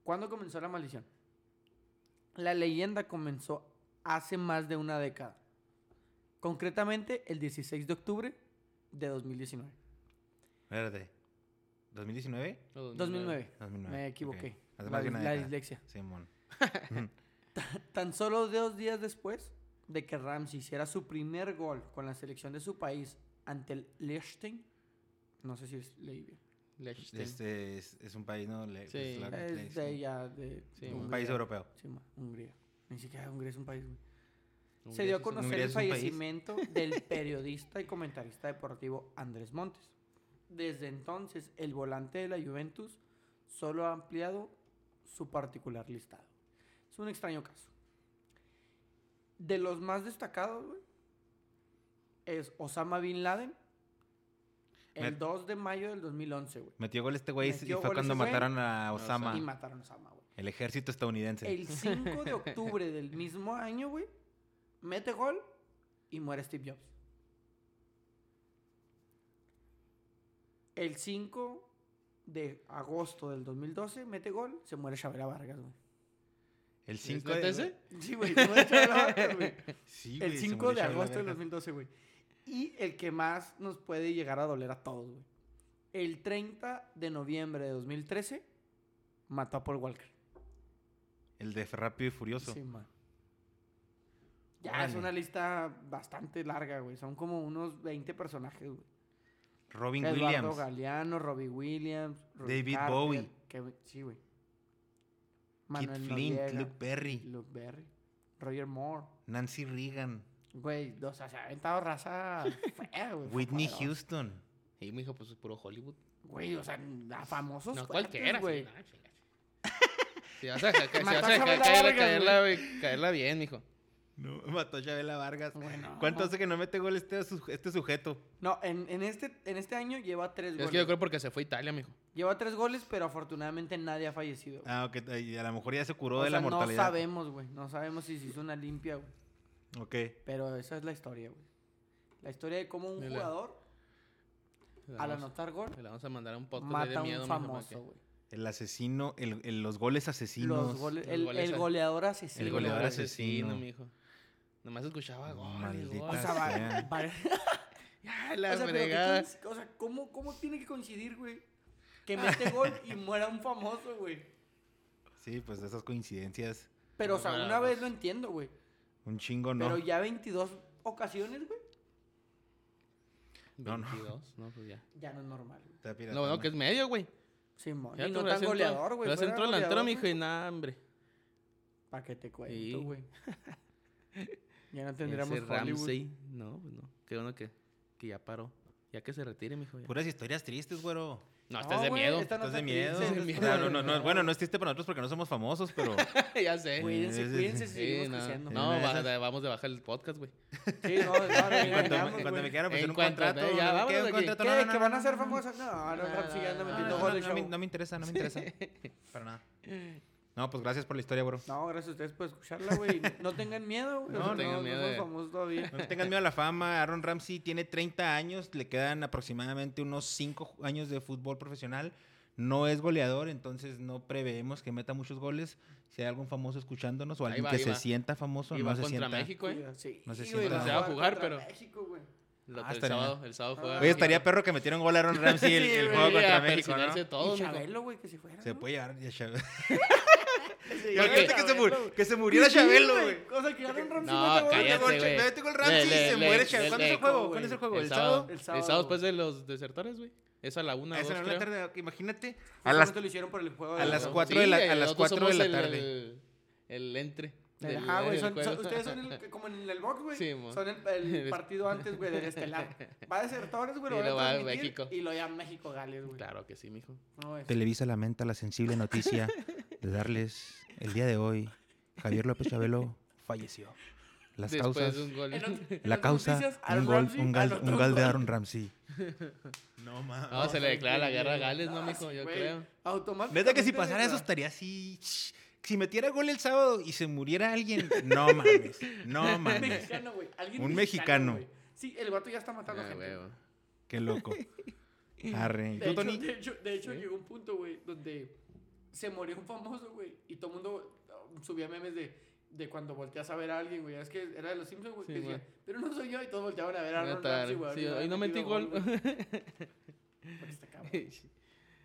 S3: ¿Cuándo comenzó la maldición? La leyenda comenzó hace más de una década. Concretamente, el 16 de octubre de 2019.
S2: Verde. ¿2019?
S3: 2009.
S2: 2009.
S3: Me equivoqué.
S2: Ok. Hace
S3: La,
S2: más de
S3: dis-
S2: una
S3: la
S2: década.
S3: dislexia.
S2: Simón.
S3: Tan solo dos días después de que Ramsey hiciera su primer gol con la selección de su país ante el Liechtenstein, no sé si es- leí bien,
S1: Liechtenstein.
S2: Este es, es un país, ¿no? Le-
S1: Sí.
S2: es la-
S3: es
S2: le-
S3: de allá, de
S1: Sí,
S2: un
S1: Hungría.
S2: país europeo.
S3: Sí, ma, Hungría. Ni siquiera Hungría es un país. güey.
S1: Hungría
S3: Se dio
S1: sí
S3: a
S1: son-
S3: conocer
S2: Hungría
S3: el
S2: es un país.
S3: fallecimiento del periodista y comentarista deportivo Andrés Montes. Desde entonces, el volante de la Juventus solo ha ampliado su particular listado. Es un extraño caso. De los más destacados, güey, es Osama Bin Laden. El
S2: Me-
S3: 2 de mayo del 2011, güey.
S2: Metió gol este güey y
S3: Metió
S2: fue
S3: gol
S2: cuando
S3: ese güey.
S2: mataron a
S1: No, o sea,
S2: Osama,
S3: Y mataron a Osama, güey.
S2: el ejército estadounidense.
S3: El 5 de octubre del mismo año, güey, mete gol y muere Steve Jobs. El 5 de agosto del 2012 mete gol, se muere Chabela Vargas, güey.
S2: El
S1: ¿Es
S2: 5
S1: neta
S2: de...
S1: ese?
S3: Sí, güey, se muere Chabela Vargas, güey.
S2: Sí, güey,
S3: El
S2: se
S3: 5
S2: murió
S3: de
S2: Chabela
S3: agosto del
S2: Vargas.
S3: 2012, güey. Y el que más nos puede llegar a doler a todos, güey. El 30 de noviembre de 2013 mató a Paul Walker.
S2: El de Rápido y Furioso.
S3: Sí, man. Ya es
S2: Órale.
S3: una lista bastante larga, güey. Son como unos 20 personajes, güey.
S2: Robin
S3: Eduardo
S2: Williams.
S3: Galeano, Robbie Williams, Robbie
S2: David Bowie.
S3: Kevin- sí, güey.
S2: Kid
S3: Manuel
S2: Flint,
S3: Noriega,
S2: Luke Perry,
S3: Luke Berry, Roger Moore.
S2: Nancy Reagan,
S3: Güey, o sea, se ha aventado raza fea, güey.
S2: Whitney
S3: famosa.
S2: Houston.
S1: Y mi hijo, pues puro Hollywood.
S3: Güey, o sea, a famosos
S1: No
S3: fuertes,
S1: cualquiera.
S3: güey.
S1: Si vas a ca- si vas
S3: Mató
S1: a
S3: a
S1: dejar
S3: Chabela
S1: caerla,
S3: Vargas,
S1: caerla, güey, caerla bien, mijo.
S2: No, mató a Chabela Vargas.
S3: Bueno.
S2: ¿Cuánto hace que no mete gol este, su- este sujeto?
S3: No, en, en este, en este año lleva tres
S1: Es
S3: goles.
S1: que yo creo porque se fue a Italia, mijo.
S3: Lleva tres goles, pero afortunadamente nadie ha fallecido. güey.
S2: Ah, ok. y A lo mejor ya se curó
S3: O
S2: de
S3: sea,
S2: la mortalidad.
S3: No sabemos, güey. No sabemos si se hizo una limpia, güey.
S2: Ok.
S3: Pero esa es la historia, güey. La historia de cómo un
S1: Mira.
S3: jugador,
S1: Le
S3: al
S1: vamos-
S3: anotar gol,
S1: le vamos a mandar a un podcast ahí
S3: mata
S1: de
S3: a
S1: miedo,
S3: un
S1: mijo, para
S3: famoso,
S1: que-
S3: güey.
S2: El asesino, el- el- los goles asesinos.
S3: Los goles-
S1: Los
S3: el,
S1: goles
S3: el
S1: a-
S3: goleador asesino.
S2: El goleador
S3: güey.
S2: asesino.
S1: mijo. Nomás escuchaba gol,
S2: Maldita
S1: gol.
S3: O sea, va-
S2: sea.
S3: va-
S1: Ya, la
S3: o sea, pero ¿qué
S1: fregada.
S3: tienes- o sea, ¿cómo, ¿cómo tiene que coincidir, güey? Que mete gol y muera un famoso, güey.
S2: Sí, pues esas coincidencias,
S3: Pero, o sea,
S1: Nada
S3: una vez
S1: más.
S3: lo entiendo, güey.
S2: un chingo no.
S3: Pero ya 22 ocasiones, güey,
S2: No, no.
S1: 22, no, pues ya.
S3: ya no es normal. güey.
S2: Está
S1: Lo bueno que es medio, güey.
S3: Simón,
S1: Ya
S3: y
S1: tú
S3: no
S1: eras
S3: tan
S1: centro-
S3: goleador, güey.
S1: eras centro delantero, mijo, y nada, hombre.
S3: Para que te
S1: Sí.
S3: cuento, güey. ya no tendríamos
S1: Ese
S3: Hollywood.
S1: Ramsey. No, pues no. Qué bueno que, que ya paró. Ya que se retire, mijo. ya.
S2: Puras historias tristes, güero.
S1: No, estás de miedo.
S3: güey, esta no
S2: Estás de
S3: está
S2: miedo.
S3: triste,
S1: de
S2: O
S3: es-
S2: sea, no, no, no, bueno, no es triste para nosotros porque no somos famosos, pero
S1: ya sé.
S3: Cuídense,
S2: Sí, sí,
S3: cuídense si
S1: Sí,
S3: seguimos
S1: no,
S3: creciendo.
S1: no
S2: En una de
S1: va-
S2: esas-
S1: vamos de bajar el podcast, güey.
S3: Sí, no, no, no,
S2: en cuanto,
S3: no,
S2: en cuanto me
S3: güey.
S2: quieran ofrecer
S1: En
S2: un
S1: cuanto,
S2: contrato,
S1: ya,
S2: me
S1: vámonos
S2: quieran
S1: de
S2: un
S1: aquí.
S2: contrato,
S3: ¿Qué?
S2: no, no,
S3: ¿Que
S2: no,
S3: van
S2: no,
S3: a ser
S2: no, no, no.
S3: famosos? No, no,
S1: No,
S3: Ramsey ya
S1: no,
S3: anda
S2: No,
S3: metiendo
S2: Ah, no,
S3: gol de
S2: no, no me-
S3: show.
S2: no me interesa, no me interesa. Para nada. No, pues gracias por la historia, bro.
S3: No, gracias a ustedes por escucharla, güey. No tengan miedo, güey.
S1: No,
S3: No,
S1: no tengan
S3: no,
S1: miedo,
S3: no somos
S1: eh.
S3: famosos todavía.
S2: No le tengan miedo a la fama. Aaron Ramsey tiene 30 años, le quedan aproximadamente unos 5 años de fútbol profesional. No es goleador, entonces no preveemos que meta muchos goles. Si hay algún famoso escuchándonos o
S1: Ahí
S2: alguien
S1: va,
S2: que
S1: ahí
S2: se
S1: va.
S2: sienta famoso,
S1: Y
S2: no
S1: va
S2: se
S1: contra
S2: sienta.
S1: México, ¿eh?
S3: Sí,
S2: No sé si
S3: güey,
S2: se
S1: va a jugar,
S3: contra
S1: pero-
S3: México, güey.
S1: Lo-
S2: Ah,
S1: el,
S2: estaría-
S1: sábado, el sábado juega.
S2: Oye, estaría perro que metieron gol a Aaron Ramsey el,
S3: Sí,
S2: el
S3: güey.
S2: juego
S1: Sí,
S2: contra
S1: a
S2: México, ¿no?
S1: persinarse
S3: Y
S1: todos, mijo.
S3: Chabelo, güey, que se fuera.
S2: Se
S3: ¿no?
S2: puede llevar a Chabelo.
S3: Sí,
S2: Imagínate que, se
S3: Chabelo,
S2: mur-
S3: güey.
S2: que se muriera
S3: Sí,
S2: Chabelo, güey.
S3: O sea, que Aaron Ramsey
S1: No,
S3: mete
S1: cállate,
S3: gol, güey.
S2: Mete gol,
S1: güey.
S2: mete gol
S1: Le-
S2: Ramsey, se
S1: le-
S2: muere
S1: le-
S2: Chabelo. ¿Cuándo es
S1: le-
S2: el juego?
S3: güey.
S2: ¿Cuándo es el juego?
S1: El
S2: ¿El sábado?
S1: sábado. El
S3: sábado.
S1: sábado después de los desertores, güey. Es a la una,
S2: A esa
S1: dos,
S2: hora de
S1: creo.
S2: la tarde, imagínate. A
S3: Justamente
S2: las
S3: lo hicieron por el juego.
S2: a
S3: de-
S2: las
S1: Sí,
S2: cuatro de la-
S1: güey,
S2: a las
S1: nosotros
S2: cuatro de la
S1: somos el-
S2: tarde.
S1: El, el entre. del-
S3: Ajá, güey,
S1: del
S3: son- son-
S1: juego.
S3: ustedes son el, como en el box, güey.
S1: Sí, mo.
S3: son el, el partido antes, güey, del estelar. Va a desertores, güey,
S1: Y
S3: lo
S1: lo
S3: va
S1: va
S3: a
S1: a
S3: transmitir
S1: México.
S3: Y lo ya México Gales, güey.
S1: Claro que sí, mijo.
S3: No, es-
S2: Televisa lamenta la sensible noticia de darles el día de hoy Javier López Chabelo falleció. Las
S1: Después
S2: causas,
S1: de un gol.
S3: En not- en
S2: la
S3: otras
S2: causa,
S3: noticias,
S2: un
S3: Aaron
S2: gol,
S3: Ramsey
S2: un
S3: al
S2: gal-
S3: otro
S2: un gol de
S3: gol.
S2: Aaron Ramsey. No mames.
S1: No, se le declara la guerra a Gales, ¿no,
S3: Ah,
S1: mijo?
S3: sí,
S1: Yo
S3: güey.
S1: creo.
S3: Automáticamente.
S2: Neta que si pasara eso estaría así. ch- Si metiera gol el sábado y se muriera alguien, no mames, no
S3: Un
S2: mames.
S3: mexicano, güey. Alguien
S2: Un mexicano.
S3: güey. Sí, el vato ya está matando
S1: Ah,
S3: gente.
S1: huevo.
S2: Qué loco. Arre. ¿Y
S3: De
S2: tú,
S3: hecho,
S2: Tony?
S3: de hecho, de hecho
S1: Sí.
S3: llegó un punto, güey, donde se murió un famoso, güey, y todo el mundo uh, subía memes de, de cuando volteas a ver a alguien, güey. Es que era de los Simpsons, güey,
S1: Sí,
S3: que decía,
S1: güey.
S3: pero no soy yo, y todos volteaban a ver a
S1: Ya
S3: Aaron
S1: está,
S3: Ramsey, güey.
S1: sí,
S3: ahorita
S1: hoy no metí
S3: metido
S1: gol.
S3: güey. Porque está cabrón.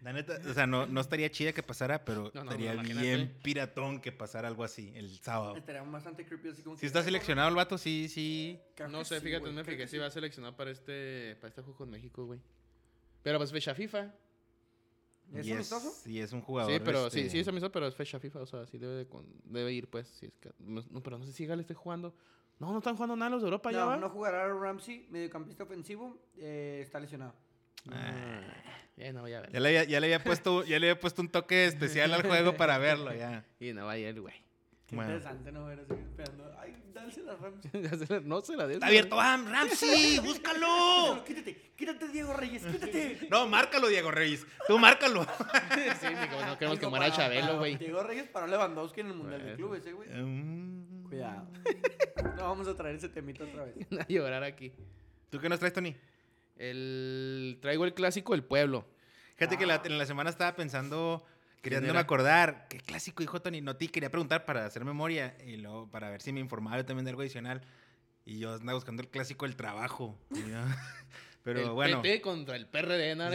S2: La neta, o sea, no, no estaría chida que pasara, pero
S1: No, no,
S2: estaría
S1: no, imagínate.
S2: bien piratón que pasara algo así el sábado.
S3: Estaría bastante creepy así como
S2: Si está seleccionado el vato, sí, sí.
S3: Creo
S1: No
S3: que
S1: sé,
S3: sí,
S1: fíjate,
S3: güey,
S1: no me
S3: creo
S1: fijé
S3: que
S1: si va seleccionado para este, para este juego con México, güey. Pero pues fecha FIFA.
S3: ¿Es
S2: Y
S3: amistoso?
S2: Sí, es un jugador.
S1: sí, pero sí,
S2: este,
S1: sí es amistoso, pero es fecha FIFA, o sea, sí debe, de con- debe ir, pues. si es que- no, no, pero no sé si Gales esté jugando. No, no están jugando nada los de Europa, ya
S3: No,
S1: va.
S3: no jugará Aaron Ramsey, mediocampista ofensivo, eh, está lesionado.
S2: Ah,
S1: Ya no vaya a
S2: ya,
S1: ver.
S2: le había, ya le había puesto, ya le había puesto un toque especial al juego para verlo, ya.
S1: Y no vaya el güey.
S3: Qué
S2: Bueno.
S3: interesante no ver así esperando. Ay, dársela a Ramsey.
S1: Ya se la- no se la des.
S2: ¡Está
S1: güey.
S2: abierto, Am, Ramsey! ¡Búscalo!
S3: Pero quítate, quítate, Diego Reyes, quítate.
S2: No, márcalo, Diego Reyes. Tú márcalo.
S1: Sí, mijo, Pues no queremos que
S3: Digo,
S1: muera el
S3: para- Ah, para
S1: Chabelo, güey.
S3: Diego Reyes para Lewandowski en el Mundial de
S1: Bueno.
S3: Clubes, eh, güey.
S2: Mm.
S3: Cuidado. No vamos a traer ese temito otra vez.
S1: A llorar aquí.
S2: ¿Tú qué nos traes, Tony?
S1: El, traigo el clásico El Pueblo.
S2: Fíjate que la- en la semana estaba pensando,
S1: Ah.
S2: queriéndome
S1: era?
S2: acordar, qué clásico dijo Tony, no te quería preguntar para hacer memoria y luego para ver si me informaba yo también de algo adicional. Y yo andaba buscando el clásico del trabajo. y yo- Pero
S1: el
S2: bueno,
S1: PT contra el PRD, ¿no?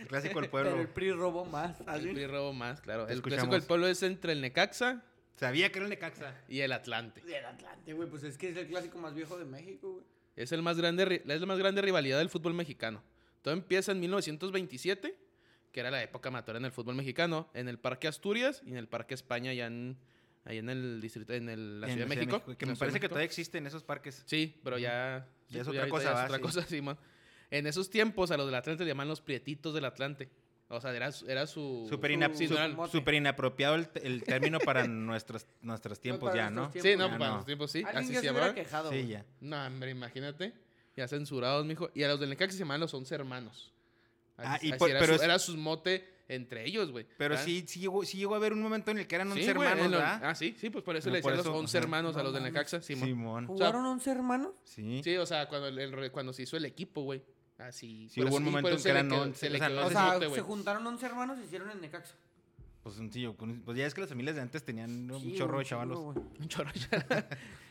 S2: el clásico del
S3: Pero
S2: pueblo.
S3: el PRI robó más. así.
S1: El robo más, claro.
S2: Te
S1: El clásico
S2: escuchamos.
S1: del pueblo es entre el Necaxa
S2: Sabía que era el Necaxa.
S1: y el Atlante.
S3: Del Atlante, güey. Pues es que es el clásico más viejo de México, güey.
S1: Es, el más grande, ri- es la más grande rivalidad del fútbol mexicano. Todo empieza en 1927, que era la época amateur en el fútbol mexicano, en el Parque Asturias y en el Parque España, allá en, ahí en el distrito, en el- la
S2: En
S1: Ciudad de México.
S2: Que
S1: la Ciudad
S2: me
S1: de
S2: parece que
S1: México.
S2: todavía existen esos parques.
S1: Sí, pero ya.
S2: Ya es
S1: sí, pues,
S2: otra
S1: ahorita
S2: cosa,
S1: ya
S2: ¿va?
S1: es otra
S2: Sí.
S1: cosa, Simón. En esos tiempos a los del Atlante le llamaban los prietitos del Atlante. O sea, era, su- era su.
S2: Súper
S1: su-
S2: inap-
S1: sí, no
S2: su-
S1: eran-
S3: mote.
S2: súper inapropiado el, el término para nuestros, nuestros tiempos
S3: para
S2: ya, ¿no?
S3: nuestros
S1: Sí, no,
S2: Ya
S1: para
S2: no.
S1: los tiempos sí.
S3: Alguien
S1: Así
S3: ya
S1: se
S3: se hubiera
S1: llamaban.
S3: quejado.
S2: Sí,
S3: güey.
S2: ya.
S1: No, hombre, imagínate. Ya censurados, mijo. Y a los del Necaxa se llamaban los once hermanos.
S2: Ah, y
S1: así
S2: por-
S1: era,
S2: pero
S1: su,
S2: es-
S1: era su mote entre ellos, güey.
S2: Pero
S1: Ah,
S2: sí, sí, llegó, sí llegó a haber un momento en el que eran
S1: sí,
S2: 11
S1: güey,
S2: hermanos,
S1: en lo-
S2: ¿verdad?
S1: Ah, sí, sí, pues por eso
S2: No,
S1: le
S2: por
S1: decían los
S2: eso,
S1: once
S2: ajá.
S1: hermanos a
S3: No
S1: los del
S3: mames.
S1: Necaxa, Simón.
S2: Simón.
S3: ¿Jugaron 11 hermanos?
S2: Sí.
S1: Sí, o sea, cuando, el- el- cuando se hizo el equipo, güey. Así.
S2: Sí,
S1: por
S2: hubo
S1: eso-
S2: un
S1: y por
S2: momento
S1: eso
S2: en
S1: se
S2: que
S1: le
S2: eran
S1: quedó-
S2: once,
S1: Se le
S2: o sea,
S1: quedó
S2: no
S3: O
S1: ese
S2: sé si-
S3: sea,
S1: mote, güey.
S3: se juntaron 11 hermanos y hicieron el Necaxa.
S2: Pues un tío, con- pues ya es que las familias de antes tenían un
S3: Sí,
S2: chorro
S3: güey,
S2: de chavalos.
S3: seguro, güey.
S1: Un chorro.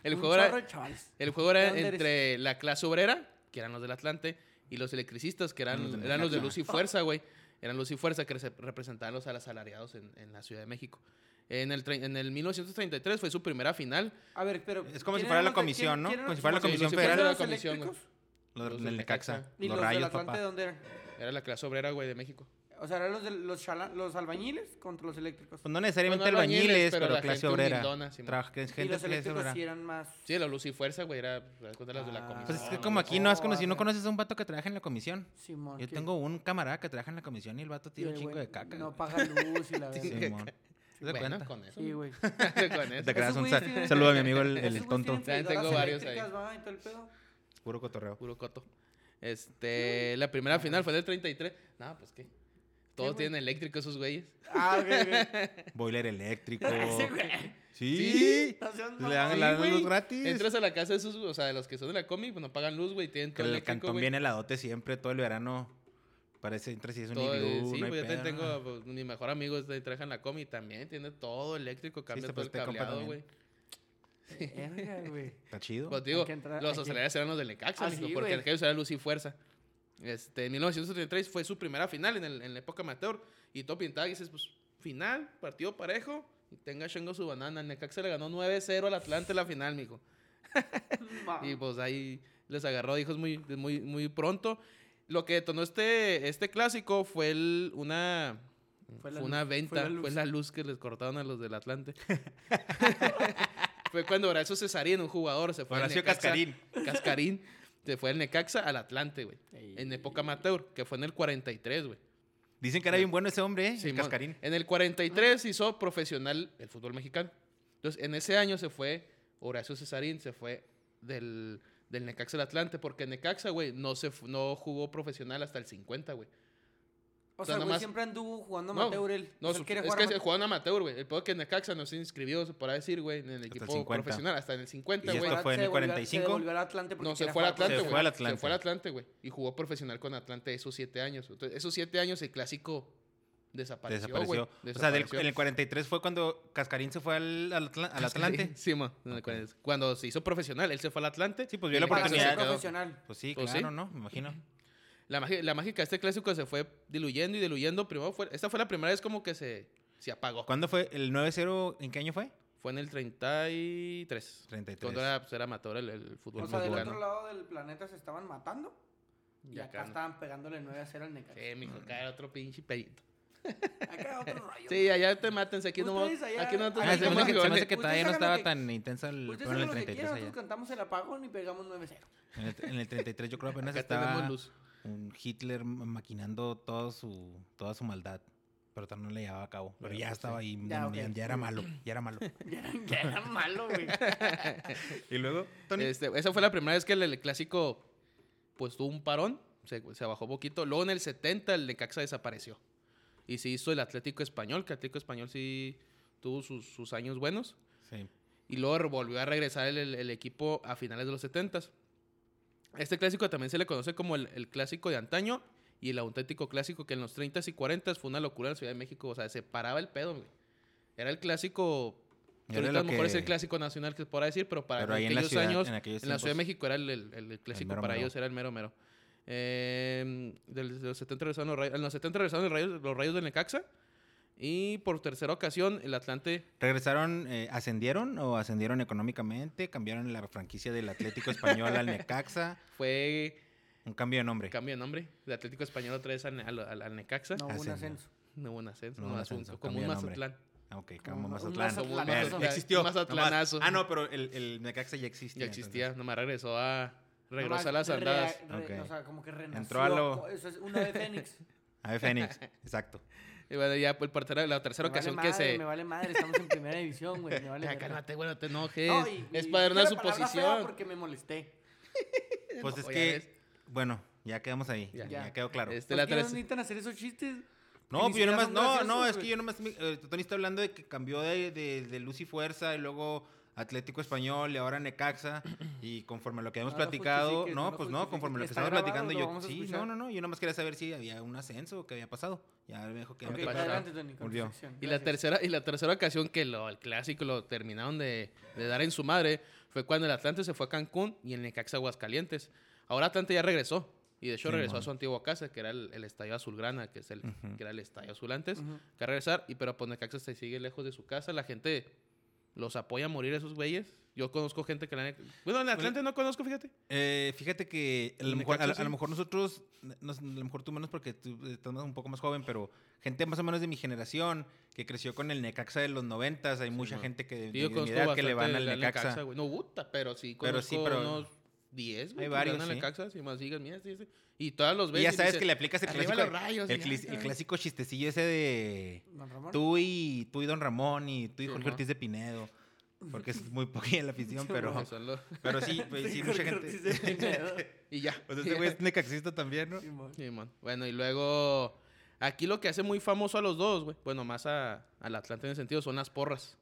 S1: El
S3: Un
S1: juego era,
S3: chorro de chavales.
S1: el juego era
S3: ¿Dónde eres?
S1: entre la clase obrera, que eran los del Atlante, y los electricistas, que
S2: Los
S1: eran,
S2: del
S1: eran los de Luz
S2: Atlante.
S1: y Fuerza, güey. Eran Luz y Fuerza, que se- representaban los asalariados en, en la Ciudad de México. En el, tre- en el 1933 fue su primera final.
S3: A ver, pero.
S2: Es como si
S3: ¿quién
S2: fuera
S3: eran
S2: la
S3: los de-
S2: comisión,
S3: quién-
S2: ¿no?
S3: quién eran
S2: Como si
S3: los
S2: fuera la
S3: de-
S2: comisión
S3: ¿quién
S2: federal.
S3: eran
S1: La comisión, güey.
S3: eléctricos?
S2: Los,
S1: Los
S2: del
S1: del
S2: Necaxa.
S1: Necaxa.
S3: ¿Y
S2: Los,
S3: los, del
S2: rayos,
S3: Atlante
S2: papá.
S3: de dónde eran?
S1: Era la clase obrera, güey, de México.
S3: O sea, eran los, de, los, chala- los albañiles contra los eléctricos.
S2: Pues no necesariamente
S1: Bueno, albañiles,
S2: albañiles,
S1: pero
S2: pero,
S1: la
S2: clase
S1: gente
S2: obrera.
S1: humildona, Simón.
S2: Trabaja- gente
S3: y los
S2: de clase
S3: eléctricos
S2: obrera.
S3: sí eran más.
S1: Sí, la Luz y Fuerza, güey, era las cuentas las de la
S3: Ah.
S1: comisión.
S2: Pues es que
S3: No,
S2: como
S3: no,
S2: aquí
S3: no.
S2: no has conocido,
S3: Ah,
S2: no
S3: no.
S2: conoces a un vato que trabaja en la comisión.
S3: Simón.
S2: Yo
S3: que-
S2: tengo un camarada que trabaja en la comisión y el vato
S3: Sí,
S2: tira un
S3: güey,
S2: chingo de caca.
S3: No
S2: güey.
S3: paga luz y la
S1: Sí,
S3: verdad.
S1: que-
S2: Simón. ¿Te das
S1: Bueno,
S2: cuenta?
S1: con eso.
S3: Sí, güey.
S1: con eso.
S2: Te creas, un
S3: güeyes
S2: sa-
S3: tienen-
S2: saludo a mi amigo el,
S3: Esos
S2: el
S3: güeyes
S2: tonto.
S3: tienen
S1: También tengo
S3: freidoras
S1: varios ahí.
S3: eléctricas, va, y todo el pedo.
S2: Puro cotorreo.
S1: Puro coto. Este, la primera final fue del 33. No, pues qué. Todos
S3: güey.
S1: tienen eléctrico esos güeyes.
S3: Ah, ok, ok.
S2: Boiler eléctrico.
S1: Oh.
S3: Ese güey.
S2: Sí.
S3: No seas
S2: Le dan
S3: mamón.
S2: la
S1: Sí, güey.
S2: luz gratis.
S1: Entras a la casa de esos, o sea, de los que son de la comi, pues no pagan luz, güey. Tienen
S2: Que
S1: todo
S2: el
S1: eléctrico,
S2: cantón
S1: güey.
S2: viene heladote siempre, todo el verano. Parece, entra si es un
S1: Todo,
S2: iglú,
S1: sí,
S2: no hay
S1: pues yo
S2: pedo,
S1: también tengo,
S2: ¿no?
S1: pues, mi mejor amigo este, trabaja en la comi también, tiene todo eléctrico, cambia
S2: está,
S1: todo
S2: pues,
S1: el
S2: este compa
S1: cableado, güey.
S2: también.
S3: Verga, güey.
S2: Está chido.
S1: Pues digo,
S3: que entrar- hay
S1: los
S3: que-
S1: aceleradores eran los del Necaxa,
S3: Ah,
S1: mijo,
S3: sí,
S1: porque
S3: güey.
S1: aquellos era luz y fuerza. Este, en 1973 fue su primera final en, el- en la época amateur. Y todo pintado, y dices, pues, final, partido parejo. Y tenga chingo su banana. El Necaxa le ganó 9-0 al Atlante en la final, mijo. Y pues ahí les agarró hijos muy, de muy, muy pronto. Lo que detonó este, este clásico fue el, una, fue
S3: Fue la
S1: una
S3: luz, fue
S1: venta,
S3: la
S1: fue la,
S3: luz.
S1: luz que les cortaron a los del Atlante. fue cuando Horacio Cesarín, un jugador, se fue al
S2: Horacio
S1: Necaxa-
S2: Cascarín.
S1: Cascarín, se fue del Necaxa al Atlante, güey.
S3: Ey.
S1: En época amateur, que fue en el 43, güey.
S2: Dicen que era bien bueno ese hombre, ¿eh? el
S1: Simón.
S2: cascarín.
S1: En el 43 hizo profesional el fútbol mexicano. Entonces, en ese año se fue Horacio Cesarín, se fue del, del Necaxa al Atlante, porque Necaxa, güey, no, se fu- no jugó profesional hasta el 50, güey.
S3: O sea,
S1: sea,
S3: güey,
S1: nomás-
S3: siempre anduvo jugando
S1: No,
S3: amateur Pues él.
S1: No,
S3: O sea,
S1: su-
S3: quiere
S1: es
S3: jugar
S1: que
S3: ama-
S1: se jugó en amateur, güey. El peor que Necaxa no se inscribió, se podrá decir, güey, en el equipo
S2: 50.
S1: profesional, hasta en el 50,
S2: Y
S1: güey.
S2: esto fue en el
S3: devolvió-
S2: 45.
S3: Se volvió al Atlante porque
S1: No, se
S3: quería
S1: fue al
S3: jugar con-
S1: Atlante,
S2: Se
S1: güey.
S2: fue al
S1: Se
S2: Atlante.
S1: fue al Atlante, güey. Y jugó profesional con Atlante esos siete años. Entonces, esos siete años el clásico desapareció, güey.
S2: Desapareció. O sea, del-
S1: Desapareció.
S2: en el 43 fue cuando Cascarín se fue al, al Atla- al Atlante.
S1: Sí, ma, en el
S2: Ok.
S1: 40. Cuando se hizo profesional, él se fue al Atlante.
S2: Sí,
S1: y
S2: pues vio la
S1: el Necaxa se
S2: oportunidad.
S1: quedó.
S3: profesional.
S2: Pues sí,
S1: Pues
S2: claro,
S1: sí.
S2: ¿no? Me imagino.
S1: La, magi- la mágica de este clásico se fue diluyendo y diluyendo. Primero fue, esta fue la primera vez como que se, se apagó.
S2: ¿Cuándo fue? ¿El 9-0? ¿En qué año fue?
S1: Fue en el 33.
S2: 33.
S1: Cuando era, pues, era amateur el, el fútbol
S3: O sea, del
S1: mexicano.
S3: otro lado del planeta se estaban matando. Y,
S1: Y
S3: acá,
S1: acá no.
S3: estaban pegándole 9 a 0 al Necaxa.
S1: Sí, mijo, acá era otro pinche pedito.
S3: Acá otro rayo.
S1: Sí, allá te mátense. Aquí no,
S3: Ustedes allá-
S1: aquí no te
S3: Ah,
S2: Ah,
S3: sí,
S2: se me
S1: matemos,
S2: hace que, se me hace
S1: güey.
S2: que
S3: Ustedes
S2: todavía no
S3: hagan lo
S2: estaba
S3: que-
S2: tan intensa el,
S3: Ustedes
S2: pero en
S3: hacen
S2: el
S3: Pues lo que
S2: 33
S3: quieran,
S2: allá.
S3: nosotros cantamos el apagón y pegamos 9 a 0.
S2: En el, en el 33 yo creo apenas
S1: Acá
S2: estaba
S1: tenemos luz.
S2: un Hitler ma- maquinando toda su, toda su maldad. Pero todavía no le llevaba a cabo. Pero
S1: Pero,
S2: ya
S1: pues,
S2: estaba ahí,
S3: Ya,
S2: ya,
S3: ok.
S2: ya- ya era malo, ya era malo.
S3: Ya era- ya era malo, güey.
S2: y luego,
S1: Este, esa fue la primera vez que el, el clásico pues tuvo un parón, se, se bajó poquito. Luego en el 70 el Necaxa desapareció. Y se hizo el Atlético Español, que Atlético Español sí tuvo sus, sus años buenos.
S2: Sí.
S1: Y luego volvió a regresar el, el- el equipo a finales de los 70. Este clásico también se le conoce como el, el clásico de antaño y el auténtico clásico que en los 30s y 40s fue una locura en la Ciudad de México. O sea, se paraba el pedo, güey. Era el clásico... que
S2: Era
S1: ahorita
S2: lo
S1: a lo mejor
S2: que-
S1: es el clásico nacional que se podrá decir, pero para
S2: Pero ahí en la
S1: aquellos
S2: ciudad,
S1: años
S2: en aquellos
S1: en la Ciudad de
S2: tiempos.
S1: México era el, el- el clásico
S2: mero,
S1: para
S2: mero.
S1: ellos, era el mero mero. Eh, del- de los 70 regresaron los rayos, en los 70 regresaron los rayos, los rayos del Necaxa. Y por tercera ocasión, el Atlante.
S2: ¿Regresaron, eh, ascendieron o ascendieron económicamente? ¿Cambiaron la franquicia del Atlético Español al Necaxa?
S1: Fue
S2: Un cambio de nombre.
S1: cambio de nombre. De Atlético Español otra vez al, al- al- al Necaxa.
S3: No
S1: No.
S3: hubo un
S2: Ascenso.
S3: ascenso.
S1: hubo un ascenso,
S2: No
S1: no
S2: hubo
S1: ascenso,
S2: ascenso,
S1: Como
S2: cambio
S1: un
S2: de nombre.
S1: Mazatlán.
S2: Ah, ok, como
S3: Un- un
S2: Mazatlán.
S3: Mazatlán.
S2: Ver,
S1: Mazatlán.
S2: ya existió.
S1: Un Mazatlanazo.
S2: nomás. Ah, no, pero el, el Necaxa ya existía.
S1: Ya existía, nomás regresó a. Regresó
S3: Nomás
S1: a las
S3: re-
S1: andadas.
S3: re-
S2: Ok.
S3: O sea, como que renació.
S2: Entró a lo-
S3: co- Eso es una de Fénix.
S2: A ver, Fénix, exacto.
S1: Y bueno, ya por tercera- la tercera
S3: Me vale
S1: ocasión que
S3: madre,
S1: se.
S3: Me vale madre, estamos en primera división, güey. Me vale
S1: Ya,
S3: verga.
S1: cálmate, güey, no te enojes.
S3: No, y-
S1: es
S3: y
S1: para dar
S3: dije
S1: una
S3: la palabra fea
S1: suposición.
S3: porque me molesté.
S2: Pues es
S1: ya ves.
S2: que, bueno, ya quedamos ahí.
S1: Ya.
S2: Ya,
S3: Ya.
S2: quedó claro.
S1: Este,
S3: ¿Por
S1: la
S3: qué no
S1: tres-
S3: necesitan hacer esos chistes?
S2: No, pues
S3: ni
S2: yo
S3: siquiera
S2: nomás,
S3: son
S2: no, no,
S3: graciosos,
S2: es que
S3: güey.
S2: yo nomás, me- eh, Tony está hablando de que cambió de, de, de luz y fuerza y luego Atlético Español y ahora Necaxa. y conforme a lo que hemos
S3: Ah, No lo
S2: platicado,
S3: justifiques,
S2: no,
S3: no lo
S2: pues no, conforme a lo que
S3: justifiques. Está
S2: estamos
S3: grabado,
S2: platicando,
S3: lo
S2: yo,
S3: vamos a
S2: sí,
S3: escuchar.
S2: no, no, no, yo nomás quería saber si había un ascenso, que había pasado. Ya me dijo que
S1: Ok,
S2: había
S1: pasa.
S2: pasado.
S3: adelante, Tony, con tu
S2: Volvió.
S3: sección.
S1: Y la,
S3: Gracias.
S1: tercera, y la tercera ocasión que lo, el clásico lo terminaron de, de dar en su madre fue cuando el Atlante se fue a Cancún y el Necaxa a Aguascalientes. Ahora Atlante ya regresó. Y de hecho
S2: Sí,
S1: regresó
S2: mon.
S1: a su antigua casa, que era el, el Estadio Azulgrana, que, es el,
S2: Ujú.
S1: que era el Estadio Azul antes,
S3: Ujú.
S1: que va a regresar. Y pero pues Necaxa se sigue lejos de su casa. La gente los apoya a morir a esos güeyes. Yo conozco gente que la... neta- Bueno, en Atlante no conozco, fíjate.
S2: Eh, fíjate que a lo,
S1: ¿El
S2: mejor, a, lo-
S1: Necaxa,
S2: a lo
S1: sí?
S2: mejor nosotros, nos- a lo mejor tú menos porque tú eh, estás más- un poco más joven, pero gente más o menos de mi generación que creció con el Necaxa de los noventas, hay mucha
S1: man.
S2: gente que de,
S1: Sí,
S2: de
S1: yo
S2: mi
S1: conozco
S2: edad que
S1: bastante
S2: le van al
S1: del
S2: Necaxa.
S1: güey. no, puta, pero sí conozco
S2: Pero sí, pero-
S1: unos 10, güey.
S2: Hay
S1: Hay
S2: varios,
S1: varios, al
S2: sí.
S1: Necaxa, si más digas, mira, sí, sí. Y todas los ves
S2: y ya
S1: le
S2: sabes
S1: dicen,
S2: que le aplicas el
S1: "Arriba
S2: clásico,
S1: los rayos",
S2: el,
S1: y
S2: clis-
S1: ya,
S2: el
S1: ya.
S2: clásico chistecillo ese de
S3: Don Ramón.
S2: tú y, tú y Don Ramón y tú y
S1: Sí,
S2: Jorge
S1: mon.
S2: Ortiz de Pinedo. Porque es muy poquilla la afición, pero,
S1: Que son los-
S2: pero sí, pues, sí,
S3: Sí,
S2: mucha
S3: Jorge
S2: gente.
S3: Ortiz de Pinedo.
S1: Y ya.
S2: O sea, este güey es necaxista también, ¿no?
S3: Simón.
S1: Sí, mon. Bueno, y luego. Aquí lo que hace muy famoso a los dos, güey. Bueno, más a- al Atlante en el sentido, son las porras.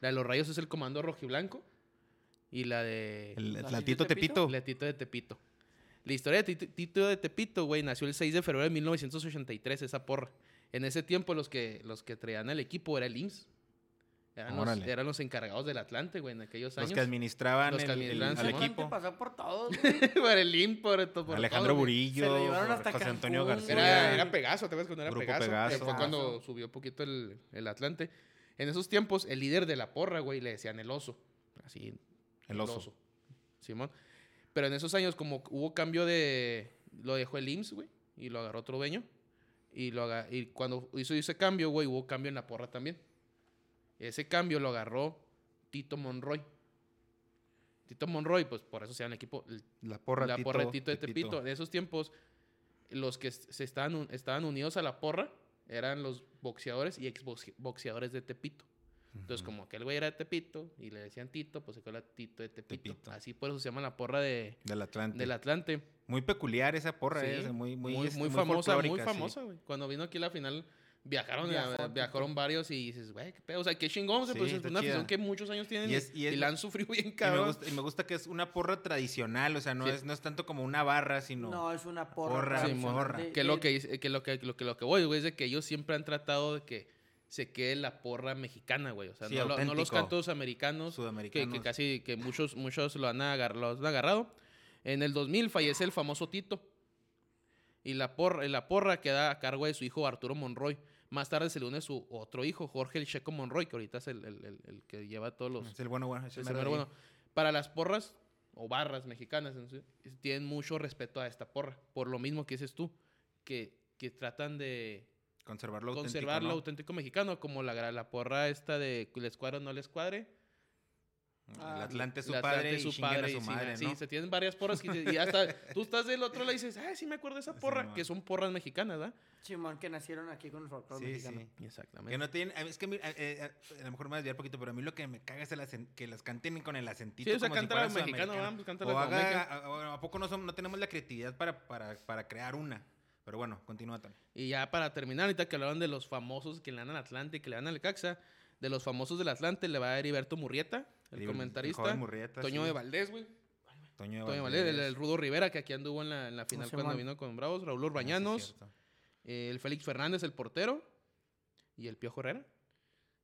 S1: La de los rayos es el comando rojiblanco. Y la de.
S2: El
S3: ¿La
S2: Atlantito
S3: gente
S2: Tepito.
S1: La de Tito de Tepito. La historia de Tito, Tito de Tepito, güey, nació el 6 de febrero de 1983, esa porra. En ese tiempo los que, los que traían al equipo era el IMSS. Eran, los,
S2: Órale.
S1: eran los encargados del Atlante, güey, en aquellos
S2: Los
S1: años.
S2: que administraban
S1: Los que
S2: el- el-
S1: administraban,
S2: al
S1: sí, mon.
S2: equipo.
S3: pasó por todos.
S1: por el IMSS, por, por
S2: Alejandro
S1: todo, güey.
S2: Burillo,
S3: Se lo llevaron
S2: por
S3: hasta
S2: José Antonio
S3: Cancún.
S2: García.
S1: Era, era Pegaso, ¿te acuerdas cuando era
S2: Grupo
S1: Pegaso? Que
S2: Pegaso.
S1: fue cuando
S3: Pegaso.
S1: subió poquito el, el Atlante. En esos tiempos, el líder de la porra, güey, le decían el oso. Así,
S2: el oso.
S1: Simón. Pero en esos años, como hubo cambio de. Lo dejó el IMSS, güey, y lo agarró otro dueño. Y, lo aga- y cuando hizo ese cambio, güey, hubo cambio en la porra también. Ese cambio lo agarró Tito Monroy. Tito Monroy, pues por eso se llama el equipo el
S2: La porra
S1: la
S2: Tito,
S1: porra de Tito de Tepito. En esos tiempos, los que s- se estaban, un- estaban unidos a la porra eran los boxeadores y exboxeadores de Tepito. Entonces, como aquel güey era de Tepito y le decían Tito, pues se quedó la Tito de Tepito.
S2: Tepito.
S1: Así por eso se llama la porra de,
S2: Del Atlante.
S1: del Atlante.
S2: Muy peculiar esa porra,
S1: Sí,
S2: eh, o sea, muy, muy,
S1: muy,
S2: este,
S1: muy famosa, muy
S2: folclórica, sí.
S1: famosa, güey. Cuando vino aquí la final, viajaron,
S3: Viajó,
S1: eh,
S3: Tito.
S1: viajaron varios y dices, güey, qué pedo. O sea, qué chingón,
S2: Sí,
S1: pues, es
S2: está
S1: una
S2: chida.
S1: afición que muchos años tienen
S2: Y
S1: y,
S2: es- y es-
S1: y la han sufrido bien
S2: Y me,
S1: cabrón.
S2: gusta, y me gusta que es una porra tradicional, o sea, no,
S1: Sí.
S2: es, no es tanto como una barra, sino...
S3: No. es una porra.
S2: Porra,
S3: tradicional
S2: porra.
S3: de-
S1: que lo
S3: de-
S1: que dice- que lo que lo que lo que voy güey es de que ellos siempre han tratado de que se quede la porra mexicana güey o sea
S2: Sí,
S1: no, lo- no los
S2: auténtico.
S1: cantos americanos que- que,
S2: sudamericanos.
S1: casi que muchos muchos lo han, agar- lo han agarrado en el 2000 fallece el famoso Tito y la porra la porra queda a cargo de su hijo Arturo Monroy más tarde se le une su otro hijo Jorge el Checo Monroy que ahorita es el, el- el- el que lleva todos los
S2: Es el bueno, bueno. Es el
S1: el
S2: mero
S1: mero
S2: ahí.
S1: bueno. Para las porras o barras mexicanas, en sí, es- tienen mucho respeto a esta porra. Por lo mismo que dices tú, que, que tratan de
S2: Conservar lo auténtico,
S1: conservar lo
S2: ¿no?
S1: auténtico mexicano, como la, gra- la porra esta de les cuadra o no les cuadre.
S2: El
S3: Ah,
S2: Atlante es su
S1: la
S2: padre
S1: Atlante,
S2: y chinguen a
S1: y
S2: su
S1: chingan.
S2: madre,
S1: Sí,
S2: ¿no?
S1: se tienen varias porras que dices- y hasta tú estás del otro lado y dices, ah, sí me acuerdo de esa
S2: Sí,
S1: porra,
S2: mamá.
S1: que son porras mexicanas, ¿verdad?
S3: Simón, que nacieron aquí con el folclore
S2: Sí,
S3: mexicano.
S2: sí.
S1: Exactamente.
S2: Que no tienen, a mí es que a mí, eh, eh, a lo mejor me voy a desviar poquito, pero a mí lo que me caga es el acen- que las canten con el acentito.
S1: Sí, o sea,
S2: como si
S1: cántala
S2: fuera
S1: mexicano,
S2: sudamericana.
S1: ah, pues, cántala
S2: O
S1: como
S2: haga,
S1: mexa.
S2: a, a- ¿a poco no, son- no tenemos la creatividad para, para, para crear una. Pero bueno, continúa Tony.
S1: Y ya para terminar, ahorita que hablaban de los famosos que le dan al Atlante y que le dan al Caxa, de los famosos del Atlante le va a Heriberto Murrieta, el,
S2: Heriberto- el
S1: comentarista.
S2: joven Murrieta,
S1: Toño
S2: sí.
S1: de Valdés, güey.
S2: Toño de
S1: Toño de
S2: Valdés.
S1: Valdés, el, el Rudo Rivera, que aquí anduvo en la, en la final
S3: Simón.
S1: cuando vino con Bravos. Raúl
S2: Ah, sí,
S1: Urbañanos,
S2: cierto.
S1: eh, el Félix Fernández, el portero. Y el Piojo Herrera.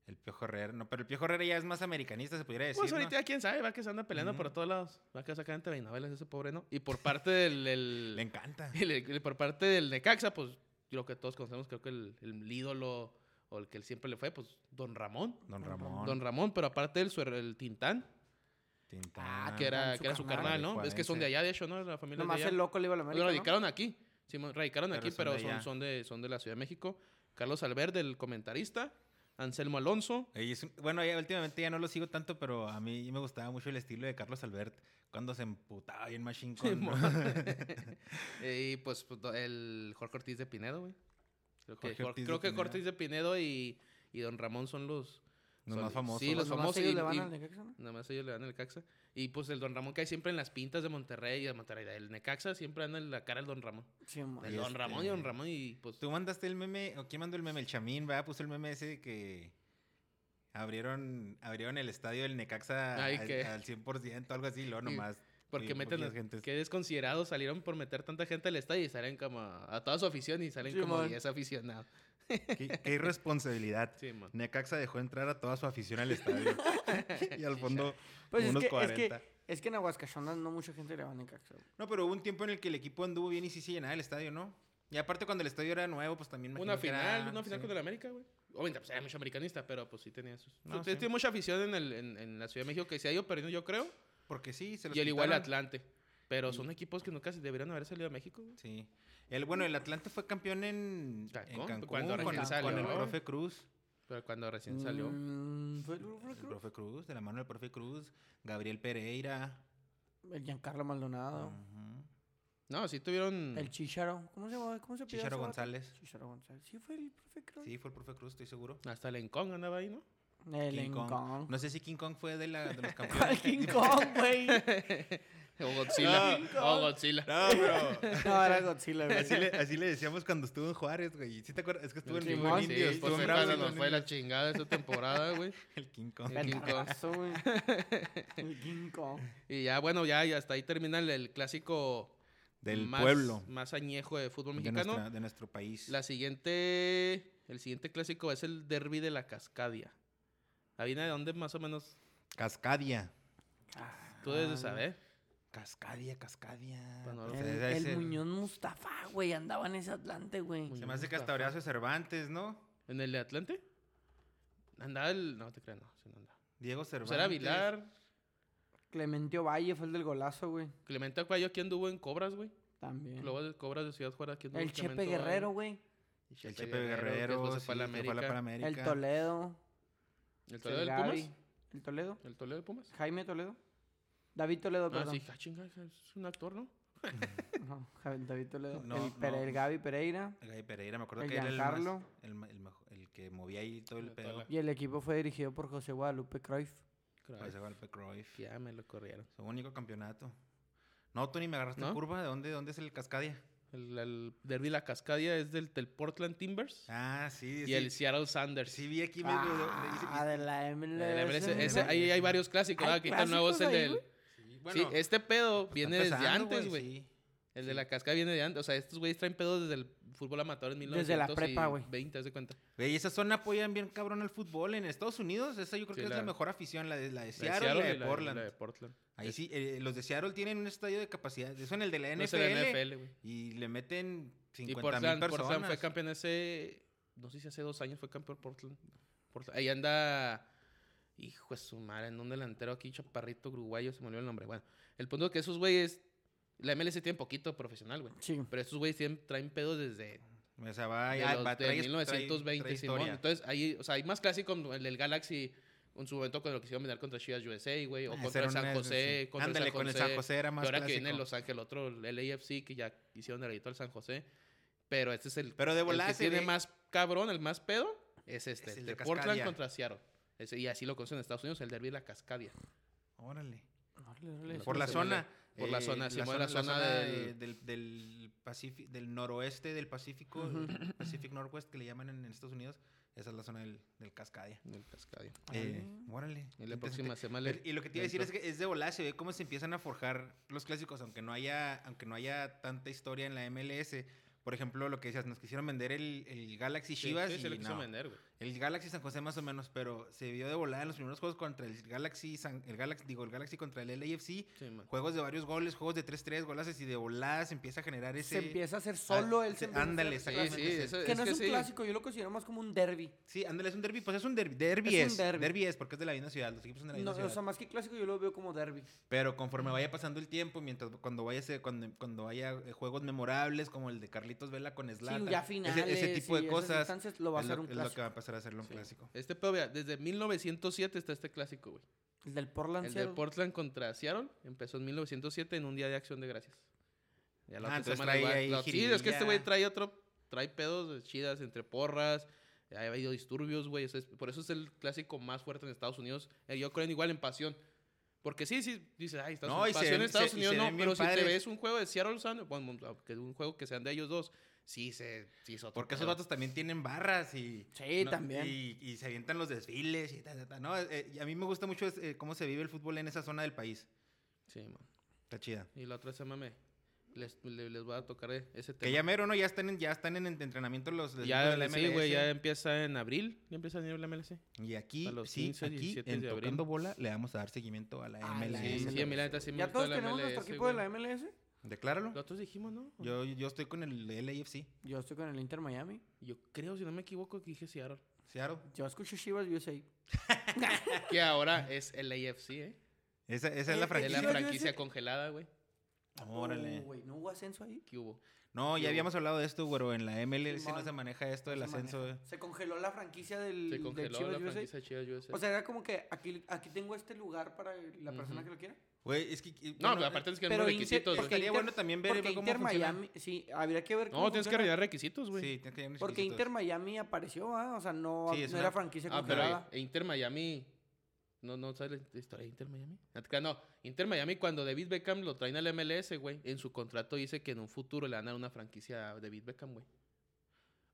S2: El Piojo Herrera. No, pero el Piojo Herrera ya es más americanista, se pudiera decir.
S1: Pues
S2: ¿no?
S1: ahorita ya quién sabe, va que se anda peleando
S2: Ujú.
S1: por todos lados. Va que saca entre novelas ese pobre, ¿no? Y por parte del... del-
S2: Le encanta.
S1: el- el- por parte del Necaxa, pues lo que todos conocemos, creo que el, el ídolo o el que él siempre le fue, pues Don Ramón.
S2: Don
S3: Don
S2: Ramón.
S1: Don Ramón, pero aparte del suer- el Tintán,
S2: Tintán.
S3: Ah,
S1: que era,
S3: su
S1: que era su
S3: carnal.
S1: carnal, ¿no? Es que son de
S2: Guarense.
S1: allá, de hecho, ¿no? La familia
S3: Nomás
S1: es de
S3: el
S1: allá.
S3: loco le iba a la
S1: Lo
S3: América, ¿no?
S1: radicaron aquí. Sí, mo- radicaron
S2: Pero
S1: aquí,
S2: son
S1: pero
S2: de allá.
S1: son, son, de, son de la Ciudad de México. Carlos Alberde, el comentarista. Anselmo Alonso.
S2: Ey, Eh, es un- bueno, ya últimamente ya no lo sigo tanto, pero a mí me gustaba mucho el estilo de Carlos Albert cuando se emputaba bien Machine con...
S1: mo- eh, y pues pues, do- el Jorge Ortiz de Pinedo, güey. Creo que
S2: Jorge
S1: Jorge,
S2: Ortiz de
S1: creo que
S2: Pinedo.
S1: Ortiz de Pinedo y, y Don Ramón son los...
S2: Los
S1: son-
S2: más famosos.
S1: Sí, los
S3: Pues Nomás
S1: famosos.
S3: ellos
S1: y-
S3: le van
S1: y-
S3: al Necaxa, ¿no?
S1: Nada más ellos le dan el Caxa. Y pues el Don Ramón que hay siempre en las pintas de Monterrey y de Monterrey. El Necaxa siempre anda en la cara el Don Ramón.
S3: Simón.
S1: El
S2: Ahí
S1: Don
S2: este-
S1: Ramón y Don Ramón y pues...
S2: Tú mandaste el meme, o quién mandó el meme, el chamín, ¿verdad? Puso el meme ese de que Abrieron, abrieron el estadio del Necaxa
S1: Ay,
S2: al,
S1: qué.
S2: al 100%, algo así, y luego nomás.
S1: Porque
S2: bien
S1: meten.
S2: poquitas gentes.
S1: Qué desconsiderados salieron por meter tanta gente al estadio y salen como a toda su afición y salen como
S3: Simón.
S1: 10 aficionados.
S2: Qué, qué irresponsabilidad.
S1: Sí, mon.
S2: Necaxa dejó entrar a toda su afición al estadio. y al fondo,
S3: Pues es
S2: unos
S3: que, es
S2: 40.
S3: que, es que en Aguascachondas no mucha gente le va a Necaxa. güey.
S2: No, pero hubo un tiempo en el que el equipo anduvo bien y sí se llenaba el estadio, ¿no? Y aparte, cuando el estadio era nuevo, pues también.
S1: Una
S2: imagino que era-
S1: final, una final
S2: sí.
S1: contra el América, güey. Obviamente, pues era mucho americanista, pero pues sí tenía sus.
S2: No,
S1: Usted
S2: sí.
S1: tiene mucha afición en, el- en- en la Ciudad de México que se ha ido perdiendo, yo creo.
S2: Porque sí, se los
S1: Y al igual
S2: quitaron. Mm.
S1: Atlante. Pero son equipos que nunca se deberían haber salido a México, güey.
S2: Sí. El, bueno, el Atlante fue campeón en en
S1: Cancún,
S2: Cancún,
S1: cuando
S2: con,
S1: recién
S2: el-
S1: salió,
S2: con el
S1: ¿no?
S2: profe Cruz.
S1: Pero cuando recién salió.
S3: Mm, ¿Fue el Grupo
S2: El
S3: Cruz?
S2: profe Cruz, de la mano del profe Cruz. Gabriel Pereira.
S3: El Giancarlo Maldonado.
S2: ujú,
S1: No, sí tuvieron.
S3: El Chicharo. ¿Cómo se llama? ¿Cómo se apellida
S2: Chicharo
S3: ese vato?
S2: González.
S3: Chicharo González. Sí, fue el profe Cruz.
S2: Sí, fue el profe Cruz, estoy seguro.
S1: Hasta Lencón andaba ahí, ¿no?
S3: El
S2: King Kong.
S3: Lincoln.
S2: No sé si King Kong fue de, la, de los
S3: ¿Cuál
S2: campeones.
S3: King Kong, güey?
S1: O Godzilla.
S2: Ah.
S1: o Godzilla.
S2: No, pero
S3: No, era Godzilla, güey.
S2: así le, así le decíamos cuando estuvo en Juárez, güey. ¿Sí te acuerdas? Es que estuvo en,
S1: Sí,
S2: estuvo en
S1: sí,
S2: Indios.
S1: pues
S2: estuvo en
S1: fue
S2: Bravos,
S1: cuando
S2: estuvo
S1: nos
S2: en
S1: fue la
S2: Indios.
S1: chingada esa temporada, güey.
S2: El King Kong.
S1: El King Kong.
S3: Vergazo, güey. El King Kong.
S1: Y ya, bueno, ya, ya hasta ahí termina el, el clásico
S2: Del
S1: más,
S2: pueblo.
S1: más añejo de fútbol
S2: De,
S1: mexicano.
S2: nuestra- de nuestro país.
S1: La siguiente, el siguiente clásico es el derby de la Cascadia. Adivina de dónde más o menos
S2: Cascadia.
S1: tú debes de
S3: Ah,
S1: saber.
S2: Cascadia, Cascadia.
S1: Bueno,
S2: Pues
S1: no
S3: El,
S2: es- es
S3: el
S2: el-
S3: Muñoz Mustafa, güey, andaba en ese Atlante, güey.
S1: Muñoz.
S2: Se me hace que hasta Horacio Cervantes, ¿no?
S1: ¿En el de Atlante? Andaba el. No te creas, no, sí, no andaba.
S2: Diego
S1: Pues
S2: Cervantes.
S1: era Vilar,
S3: Clemente Valle fue el del golazo, güey.
S1: Clemente Acuayo, ¿quién anduvo en Cobras, güey?
S3: También.
S1: Luego de Cobras de Ciudad Juárez, ¿quién anduvo
S3: El
S1: en
S3: Chepe
S1: Clemente Valle?
S3: Guerrero, güey.
S2: El
S1: pues
S2: Chepe Guerrero.
S1: que después se
S2: sí,
S1: fue a la
S2: que fue a la
S1: América.
S2: Panamérica.
S3: El Toledo.
S1: ¿El Toledo del
S3: Gaby.
S1: Pumas?
S3: ¿El Toledo?
S1: ¿El Toledo del Pumas?
S3: Jaime Toledo. David Toledo,
S1: Ah,
S3: perdón.
S1: sí, ah, chinga, es un actor, ¿no?
S3: No, Javi- David Toledo.
S2: No,
S3: el, Pere-
S2: no.
S3: el Gaby Pereira.
S2: El Gaby Pereira, me acuerdo
S3: El
S2: que era el, más-
S3: Giancarlo.
S2: el, ma- el mejo- el que movía ahí todo el
S1: Toda
S2: pedo.
S1: la-
S3: Y el equipo fue dirigido por José Guadalupe Cruyff.
S2: Pues ese golpe Cruyff.
S1: Ya me lo corrieron.
S2: Su único campeonato. No, Tony, me agarraste
S1: ¿No?
S2: en curva. ¿De dónde, dónde es el Cascadia?
S1: El, el derby La Cascadia es del, del Portland Timbers
S2: Ah, sí.
S1: y
S2: sí.
S1: el Seattle Sanders.
S2: Sí, vi aquí. me-
S3: Ah,
S2: me-
S3: de la
S1: El
S3: MLS.
S1: MLS,
S3: ¿no?
S1: ese- ahí hay varios clásicos,
S3: ¿Hay
S1: ¿verdad? Aquí tan
S3: clásicos
S1: nuevos el
S3: ahí,
S1: del...
S3: güey?
S2: sí, bueno,
S1: sí, este pedo
S2: pues,
S1: viene
S2: está
S1: desde
S2: empezando,
S1: antes, güey.
S2: sí.
S1: El de la cascada viene de antes. O sea, estos güeyes traen pedos desde el fútbol amateur en
S3: Desde la prepa, güey.
S1: 20, haz de cuenta.
S2: Güey, esa zona apoyan bien cabrón al fútbol. En Estados Unidos, esa yo creo
S1: Sí,
S2: que
S1: la-
S2: es la mejor afición, la de, la de
S1: La
S2: Seattle, y la de
S1: y la- y
S2: Portland.
S1: La de Portland.
S2: Ahí
S1: Es-
S2: sí, eh, los de Seattle tienen un estadio de capacidad. Eso en el de la
S1: No es
S2: NFL.
S1: el de la NFL, güey.
S2: Y le meten
S1: Y
S2: 50 mil
S1: Portland,
S2: personas.
S1: Portland fue campeón ese... No sé si hace dos años fue campeón Portland. Portland. Ahí anda... Hijo de su madre, en un delantero aquí, chaparrito uruguayo, se me olvidó el nombre. Bueno, el punto es que esos güeyes... La MLS tiene poquito profesional, güey.
S3: Sí.
S1: Pero estos güeyes tienen- traen pedos desde
S2: O sea, va
S1: de
S2: va-
S1: los-
S2: ah, va-
S1: de
S2: trae-
S1: 1920,
S2: trae
S1: Simón.
S2: historia.
S1: Entonces, ahí, o sea, hay más clásico como el del Galaxy en su momento cuando lo quisieron mirar contra Chivas USA, güey, o
S2: Ah,
S1: contra
S2: era
S1: el San
S2: una-
S1: José,
S2: sí.
S1: contra
S2: Ándale,
S1: el San José.
S2: con el San José era
S1: Y
S2: más
S1: ahora que
S2: clásico.
S1: viene Los Ángeles, el otro, el LAFC, que ya hicieron delito al San José. Pero este es el,
S2: Pero de
S1: el
S2: volada
S1: que
S2: se
S1: tiene
S2: ve-
S1: más cabrón, el más pedo, es este.
S2: Es
S1: el
S2: el
S1: de
S2: de
S1: Portland
S2: Cascadia.
S1: contra Seattle. Ese- y así lo conocen en Estados Unidos, el derby de la Cascadia.
S2: Órale.
S3: Órale, órale.
S1: Los
S2: Por la
S1: se mueve.
S2: zona.
S1: Por la zona, se mueve la zona
S2: de-
S1: del-
S2: del, del Pacifi- del noroeste del Pacífico, el Pacific Northwest, que le llaman en, en Estados Unidos. Esa es la zona del, del Cascadia.
S1: El Cascadia.
S2: Eh, órale.
S1: Y la
S2: interesante.
S1: próxima semana.
S2: Pero- Y lo que te iba a decir es que es de volar, se ve cómo se empiezan a forjar los clásicos, aunque no haya, aunque no haya tanta historia en la MLS. Por ejemplo, lo que decías, nos quisieron vender el, el Galaxy Chivas.
S1: Sí, sí, se
S2: y
S1: lo quiso
S2: no.
S1: vender, güey.
S2: El Galaxy San José más o menos, pero se vio de volada en los primeros juegos contra el Galaxy, San- el Galaxy, digo, el Galaxy contra el LAFC.
S1: Sí, man.
S2: Juegos de varios goles, juegos de 3-3, golazos y de volada se empieza a generar ese... ah,
S3: Se empieza a hacer solo él. se empieza a hacer-
S2: Ándale,
S1: Sí,
S2: exactamente.
S1: sí,
S2: sí.
S1: eso-
S3: Que no es,
S1: que
S3: un
S1: sí.
S3: clásico, yo lo considero más como un derby.
S2: Sí, ándale, es un derby. Pues es un derby. Derby
S3: Es
S2: es.
S3: un derbi.
S2: derby. es porque es de la misma ciudad. Los equipos son de la
S3: No,
S2: misma ciudad.
S3: o sea, más que clásico, yo lo veo como derby.
S2: Pero conforme vaya pasando el tiempo, mientras cuando vaya ese- cuando, cuando haya eh, juegos memorables como el de Carlitos Vela con Slatan,
S3: ya finales
S2: ese, tipo
S3: y
S2: de
S3: esas
S2: cosas,
S3: instancias lo va a
S2: es
S3: hacer un
S2: es lo que
S3: clásico.
S2: va a pasar a hacerlo un
S1: Sí.
S2: clásico.
S1: Este pedo, vea, desde 1907 está este clásico, güey.
S3: El del Portland
S1: El de
S3: Seattle.
S1: Portland contra Seattle empezó en 1907 en un día de acción de gracias. Ya la otra
S2: Ah, entonces
S1: semana
S2: trae
S1: igual-
S2: ahí
S1: la- Sí, es que este
S2: jiribilla.
S1: güey trae otro, trae pedos de chidas entre porras, ha habido Eh, disturbios, güey. eso es- por eso es el clásico más fuerte en Estados Unidos. Eh, yo creo en igual en pasión. Porque sí, sí, dices, ay, Estados
S2: No,
S1: Unidos,
S2: y se
S1: pasó en
S2: ven-
S1: Estados
S2: se- y
S1: Unidos,
S2: se
S1: no,
S2: ven bien
S1: pero si te
S2: padres.
S1: ves un juego de Seattle Sound, bueno, que un juego que sean de ellos dos, sí, se, sí es otro.
S2: Porque esos
S1: pedo.
S2: vatos también tienen barras y.
S3: Sí,
S2: no-
S3: también.
S2: Y, y se avientan los desfiles y ta, ta, ta. No, eh, y a mí me gusta mucho es, eh, cómo se vive el fútbol en esa zona del país.
S1: Sí, man.
S2: Está chida.
S1: Y la otra semana me, les, le- les voy a tocar eh, ese tema.
S2: Que ya mero, ¿no? Ya están en, ya están en entrenamiento los. los
S1: Ya,
S2: equipos de la
S1: sí, güey,
S2: MLS.
S1: ya empieza en abril. Ya empieza en la MLC.
S2: Y aquí,
S1: a los
S2: sí,
S1: 15,
S2: aquí,
S1: 17
S2: en
S1: de abril.
S2: Tocando Bola, le vamos a dar seguimiento a la
S3: Ah, la
S2: MLS.
S1: Sí, sí,
S3: MLS.
S1: a mí la neta sí me
S3: ¿Ya
S1: gustó
S3: todos
S1: la
S3: tenemos
S1: MLS,
S3: nuestro equipo
S1: güey.
S3: de la MLS?
S2: Decláralo.
S1: Nosotros dijimos, ¿no?
S2: Yo, yo estoy con el LAFC.
S3: Yo estoy con el Inter Miami.
S1: Yo creo, si no me equivoco, que dije Seattle.
S2: Seattle.
S3: Yo escucho Chivas USA.
S1: Que ahora es el AFC, ¿eh?
S2: Esa, esa es la
S3: Eh, eh,
S1: Es la
S2: franquicia.
S3: yo- yo-
S1: franquicia
S3: ese-
S1: congelada, güey.
S2: Órale.
S3: Uh, güey, ¿No hubo ascenso ahí?
S1: ¿Qué hubo?
S2: No,
S1: Yo-
S2: ya habíamos hablado de esto, güero. En la MLS no
S3: Simón.
S2: se maneja esto del
S3: No se
S2: ascenso. eh.
S3: maneja. Se congeló la franquicia del,
S1: Se
S3: del
S1: congeló
S3: Chivas
S1: la
S3: USA.
S1: franquicia Chivas USA.
S3: O sea, era como que aquí, aquí tengo este lugar para la persona
S1: Ujú.
S3: que lo quiera.
S2: Güey, es que. eh,
S1: no,
S2: bueno,
S1: pero aparte es que hay
S3: Pero Inter-
S1: requisitos, güey.
S3: porque
S2: Estaría bueno también ver
S3: porque
S2: cómo
S3: Inter
S2: funciona.
S3: Miami, sí, habría que ver
S1: No, tienes que
S3: funciona.
S1: rellenar requisitos, güey.
S2: Sí, tiene que llegar
S3: Porque Inter Miami apareció, ¿ah? O sea, no,
S2: Sí, es
S3: no
S2: una-
S3: era franquicia
S1: Ah, pero
S3: congelada.
S1: eh, Inter Miami. No, no sabes la historia de Inter Miami. Ah, te creas, No, Inter Miami, cuando David Beckham lo traen al MLS, güey, en su contrato dice que en un futuro le van a dar una franquicia a David Beckham, güey.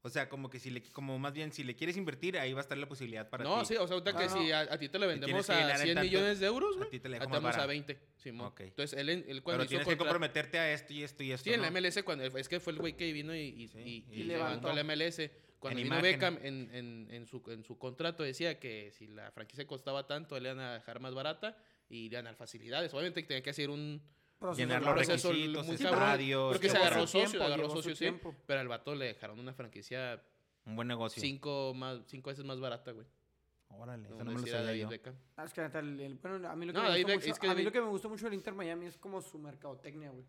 S2: O sea, como que si le, como más bien, si le quieres invertir, ahí va a estar la posibilidad para
S1: no,
S2: ti.
S1: sí, o sea, ahorita
S3: No,
S1: que
S3: no.
S1: si a, a ti te lo
S2: tienes
S1: vendemos
S2: que llenar
S1: a
S2: en
S1: 100
S2: tanto,
S1: millones de euros,
S2: a
S1: güey,
S2: ti te la dejo
S1: te
S2: más
S1: vamos a
S2: barata.
S1: 20, Simón.
S2: Ok.
S1: Entonces, él, en- él cuando
S2: Pero
S1: hizo
S2: tienes que
S1: contrato-
S2: comprometerte a esto y esto y esto.
S1: Sí, en
S2: ¿no?
S1: la MLS, cuando, es que fue el güey que vino y, y,
S2: Sí,
S1: y-
S2: y
S1: y levantó a la MLS. Cuando
S2: En
S1: vino
S2: imagen.
S1: Beckham, en, en- en su, en su contrato decía que si la franquicia costaba tanto, le iban a dejar más barata y le iban a dar facilidades. Obviamente que tenía que hacer un
S3: Proceso
S2: llenar
S3: largo.
S2: los
S1: proceso
S2: requisitos,
S1: muy cabrón.
S2: estadios.
S1: Porque se
S3: llevó
S1: agarró
S3: su
S1: socio,
S3: tiempo,
S1: agarró
S3: llevó su
S1: socio, sí.
S3: tiempo.
S1: Pero al vato le dejaron una franquicia
S2: Un buen negocio.
S1: cinco, más, cinco veces más barata, güey.
S2: Órale, eso
S1: como
S2: no me lo
S1: decía
S2: sabía
S1: David
S2: yo.
S1: Beckham.
S3: Ah, es que neta, el- el- bueno, a mí lo que,
S1: No,
S3: me,
S1: ahí
S3: gustó
S1: ve-
S3: mucho,
S1: es que
S3: a mí
S1: ve-
S3: lo que me gustó mucho del Inter Miami es como su mercadotecnia, güey.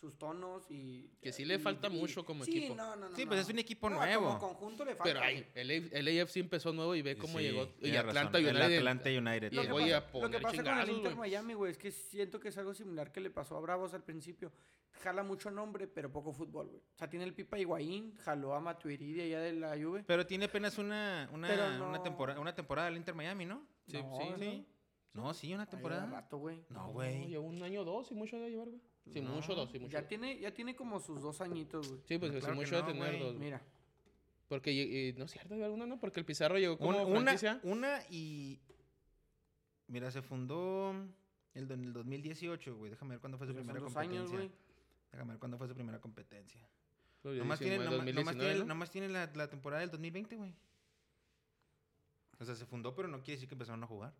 S3: Sus tonos y... eh,
S1: Que sí le
S3: y-
S1: falta
S3: y-
S1: mucho como
S3: sí,
S1: equipo.
S3: No, no, no,
S2: Sí,
S3: no.
S2: pues es un equipo
S3: No,
S2: nuevo.
S3: Como conjunto le falta.
S1: Pero ay, el, A- el AFC empezó nuevo y ve cómo
S2: Sí,
S1: llegó. Y
S2: tiene
S1: Atlanta
S2: razón.
S1: United.
S2: El Atlanta United.
S1: Y
S3: Lo
S1: el
S3: que
S1: voy
S3: pasa-
S1: a
S3: Lo que
S1: poner
S3: pasa con el
S1: chingazos,
S3: Inter
S1: güey.
S3: Miami, güey, es que siento que es algo similar que le pasó a Bravos al principio. Jala mucho nombre, pero poco fútbol, güey. O sea, tiene el Pipa Higuaín, jaló a Matuidi de allá de la Juve.
S2: Pero tiene apenas una,
S3: Pero
S2: una, una
S3: no.
S2: temporada, una temporada del Inter Miami, ¿no?
S1: Sí,
S3: No,
S1: sí,
S3: no.
S1: sí.
S2: No, sí, una
S3: Ahí va
S2: temporada.
S3: rato, güey.
S2: No,
S1: No,
S2: güey.
S1: lleva un año o dos, y mucho de llevar, güey. Sí,
S2: No.
S1: mucho dos, sí, mucho.
S3: Ya tiene, ya tiene como sus dos añitos, güey.
S1: Sí, pues
S2: No,
S1: sí,
S2: claro que
S1: mucho de
S2: no,
S1: tener
S2: güey.
S1: dos. güey.
S3: Mira.
S1: Porque, eh, no es cierto, de alguna no, porque el Pizarro llegó
S2: Un-
S1: como
S2: una,
S1: franquicia.
S2: una y. Mira, se fundó el, do- en el 2018, güey. Déjame ver cuándo fue su
S3: pues ya son
S2: primera
S3: dos
S2: competencia.
S3: años, güey.
S2: Déjame ver cuándo fue su primera competencia.
S1: Lo
S2: Nomás tiene,
S1: 19,
S2: nomás, nomás
S1: 2019,
S2: tiene,
S1: ¿no?
S2: nomás tiene la, la temporada del 2020, güey. O sea, se fundó, pero no quiere decir que empezaron a jugar.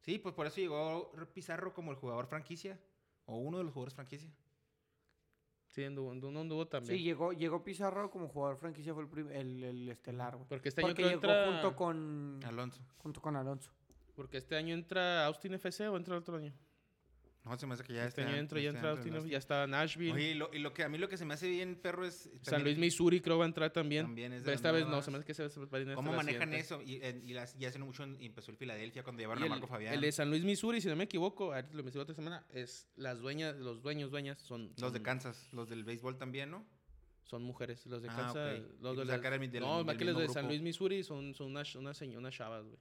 S2: Sí, pues por eso llegó Pizarro como el jugador franquicia. O uno de los jugadores franquicia.
S1: Sí, anduvo, anduvo, no anduvo también.
S3: Sí, llegó, llegó Pizarro como jugador franquicia, fue el, prim- el, el estelar, güey.
S1: porque este año
S3: Porque
S1: creo
S3: llegó
S1: entra.
S3: junto, con,
S2: Alonso.
S3: junto con Alonso.
S1: Porque este año entra Austin FC o entra el otro año.
S2: No, se me hace que ya
S1: este
S2: está-
S1: año entra, ya
S2: está
S1: entra
S2: entre
S1: Austin
S2: los-
S1: FC, ya está Nashville.
S2: Oye, y lo, y lo que, a mí lo que se me hace bien, perro, es...
S1: San
S2: también
S1: Luis, Missouri creo va a entrar también.
S2: También es de
S1: pero
S2: las
S1: esta vez no,
S2: nuevas.
S1: se me hace que se va a
S2: ¿Cómo manejan eso? Y, en- y las, ya hace no mucho en- empezó el Filadelfia cuando llevaron
S1: Y
S2: a
S1: el,
S2: Marco Fabián.
S1: el de San Luis, Missouri, si no me equivoco, ahorita lo investigué otra semana, es las dueñas, los dueños, dueñas son... mm,
S2: Los de
S1: son-
S2: Kansas, los del béisbol también, ¿no?
S1: Son mujeres, los de
S2: Ah,
S1: Kansas.
S2: ok.
S1: Los
S2: O
S1: de
S2: sea,
S1: las-
S2: que eran del-
S1: no,
S2: del
S1: más que los de
S2: mismo
S1: San
S2: grupo.
S1: Luis, Missouri son, son unas, unas, señ- unas chavas, güey.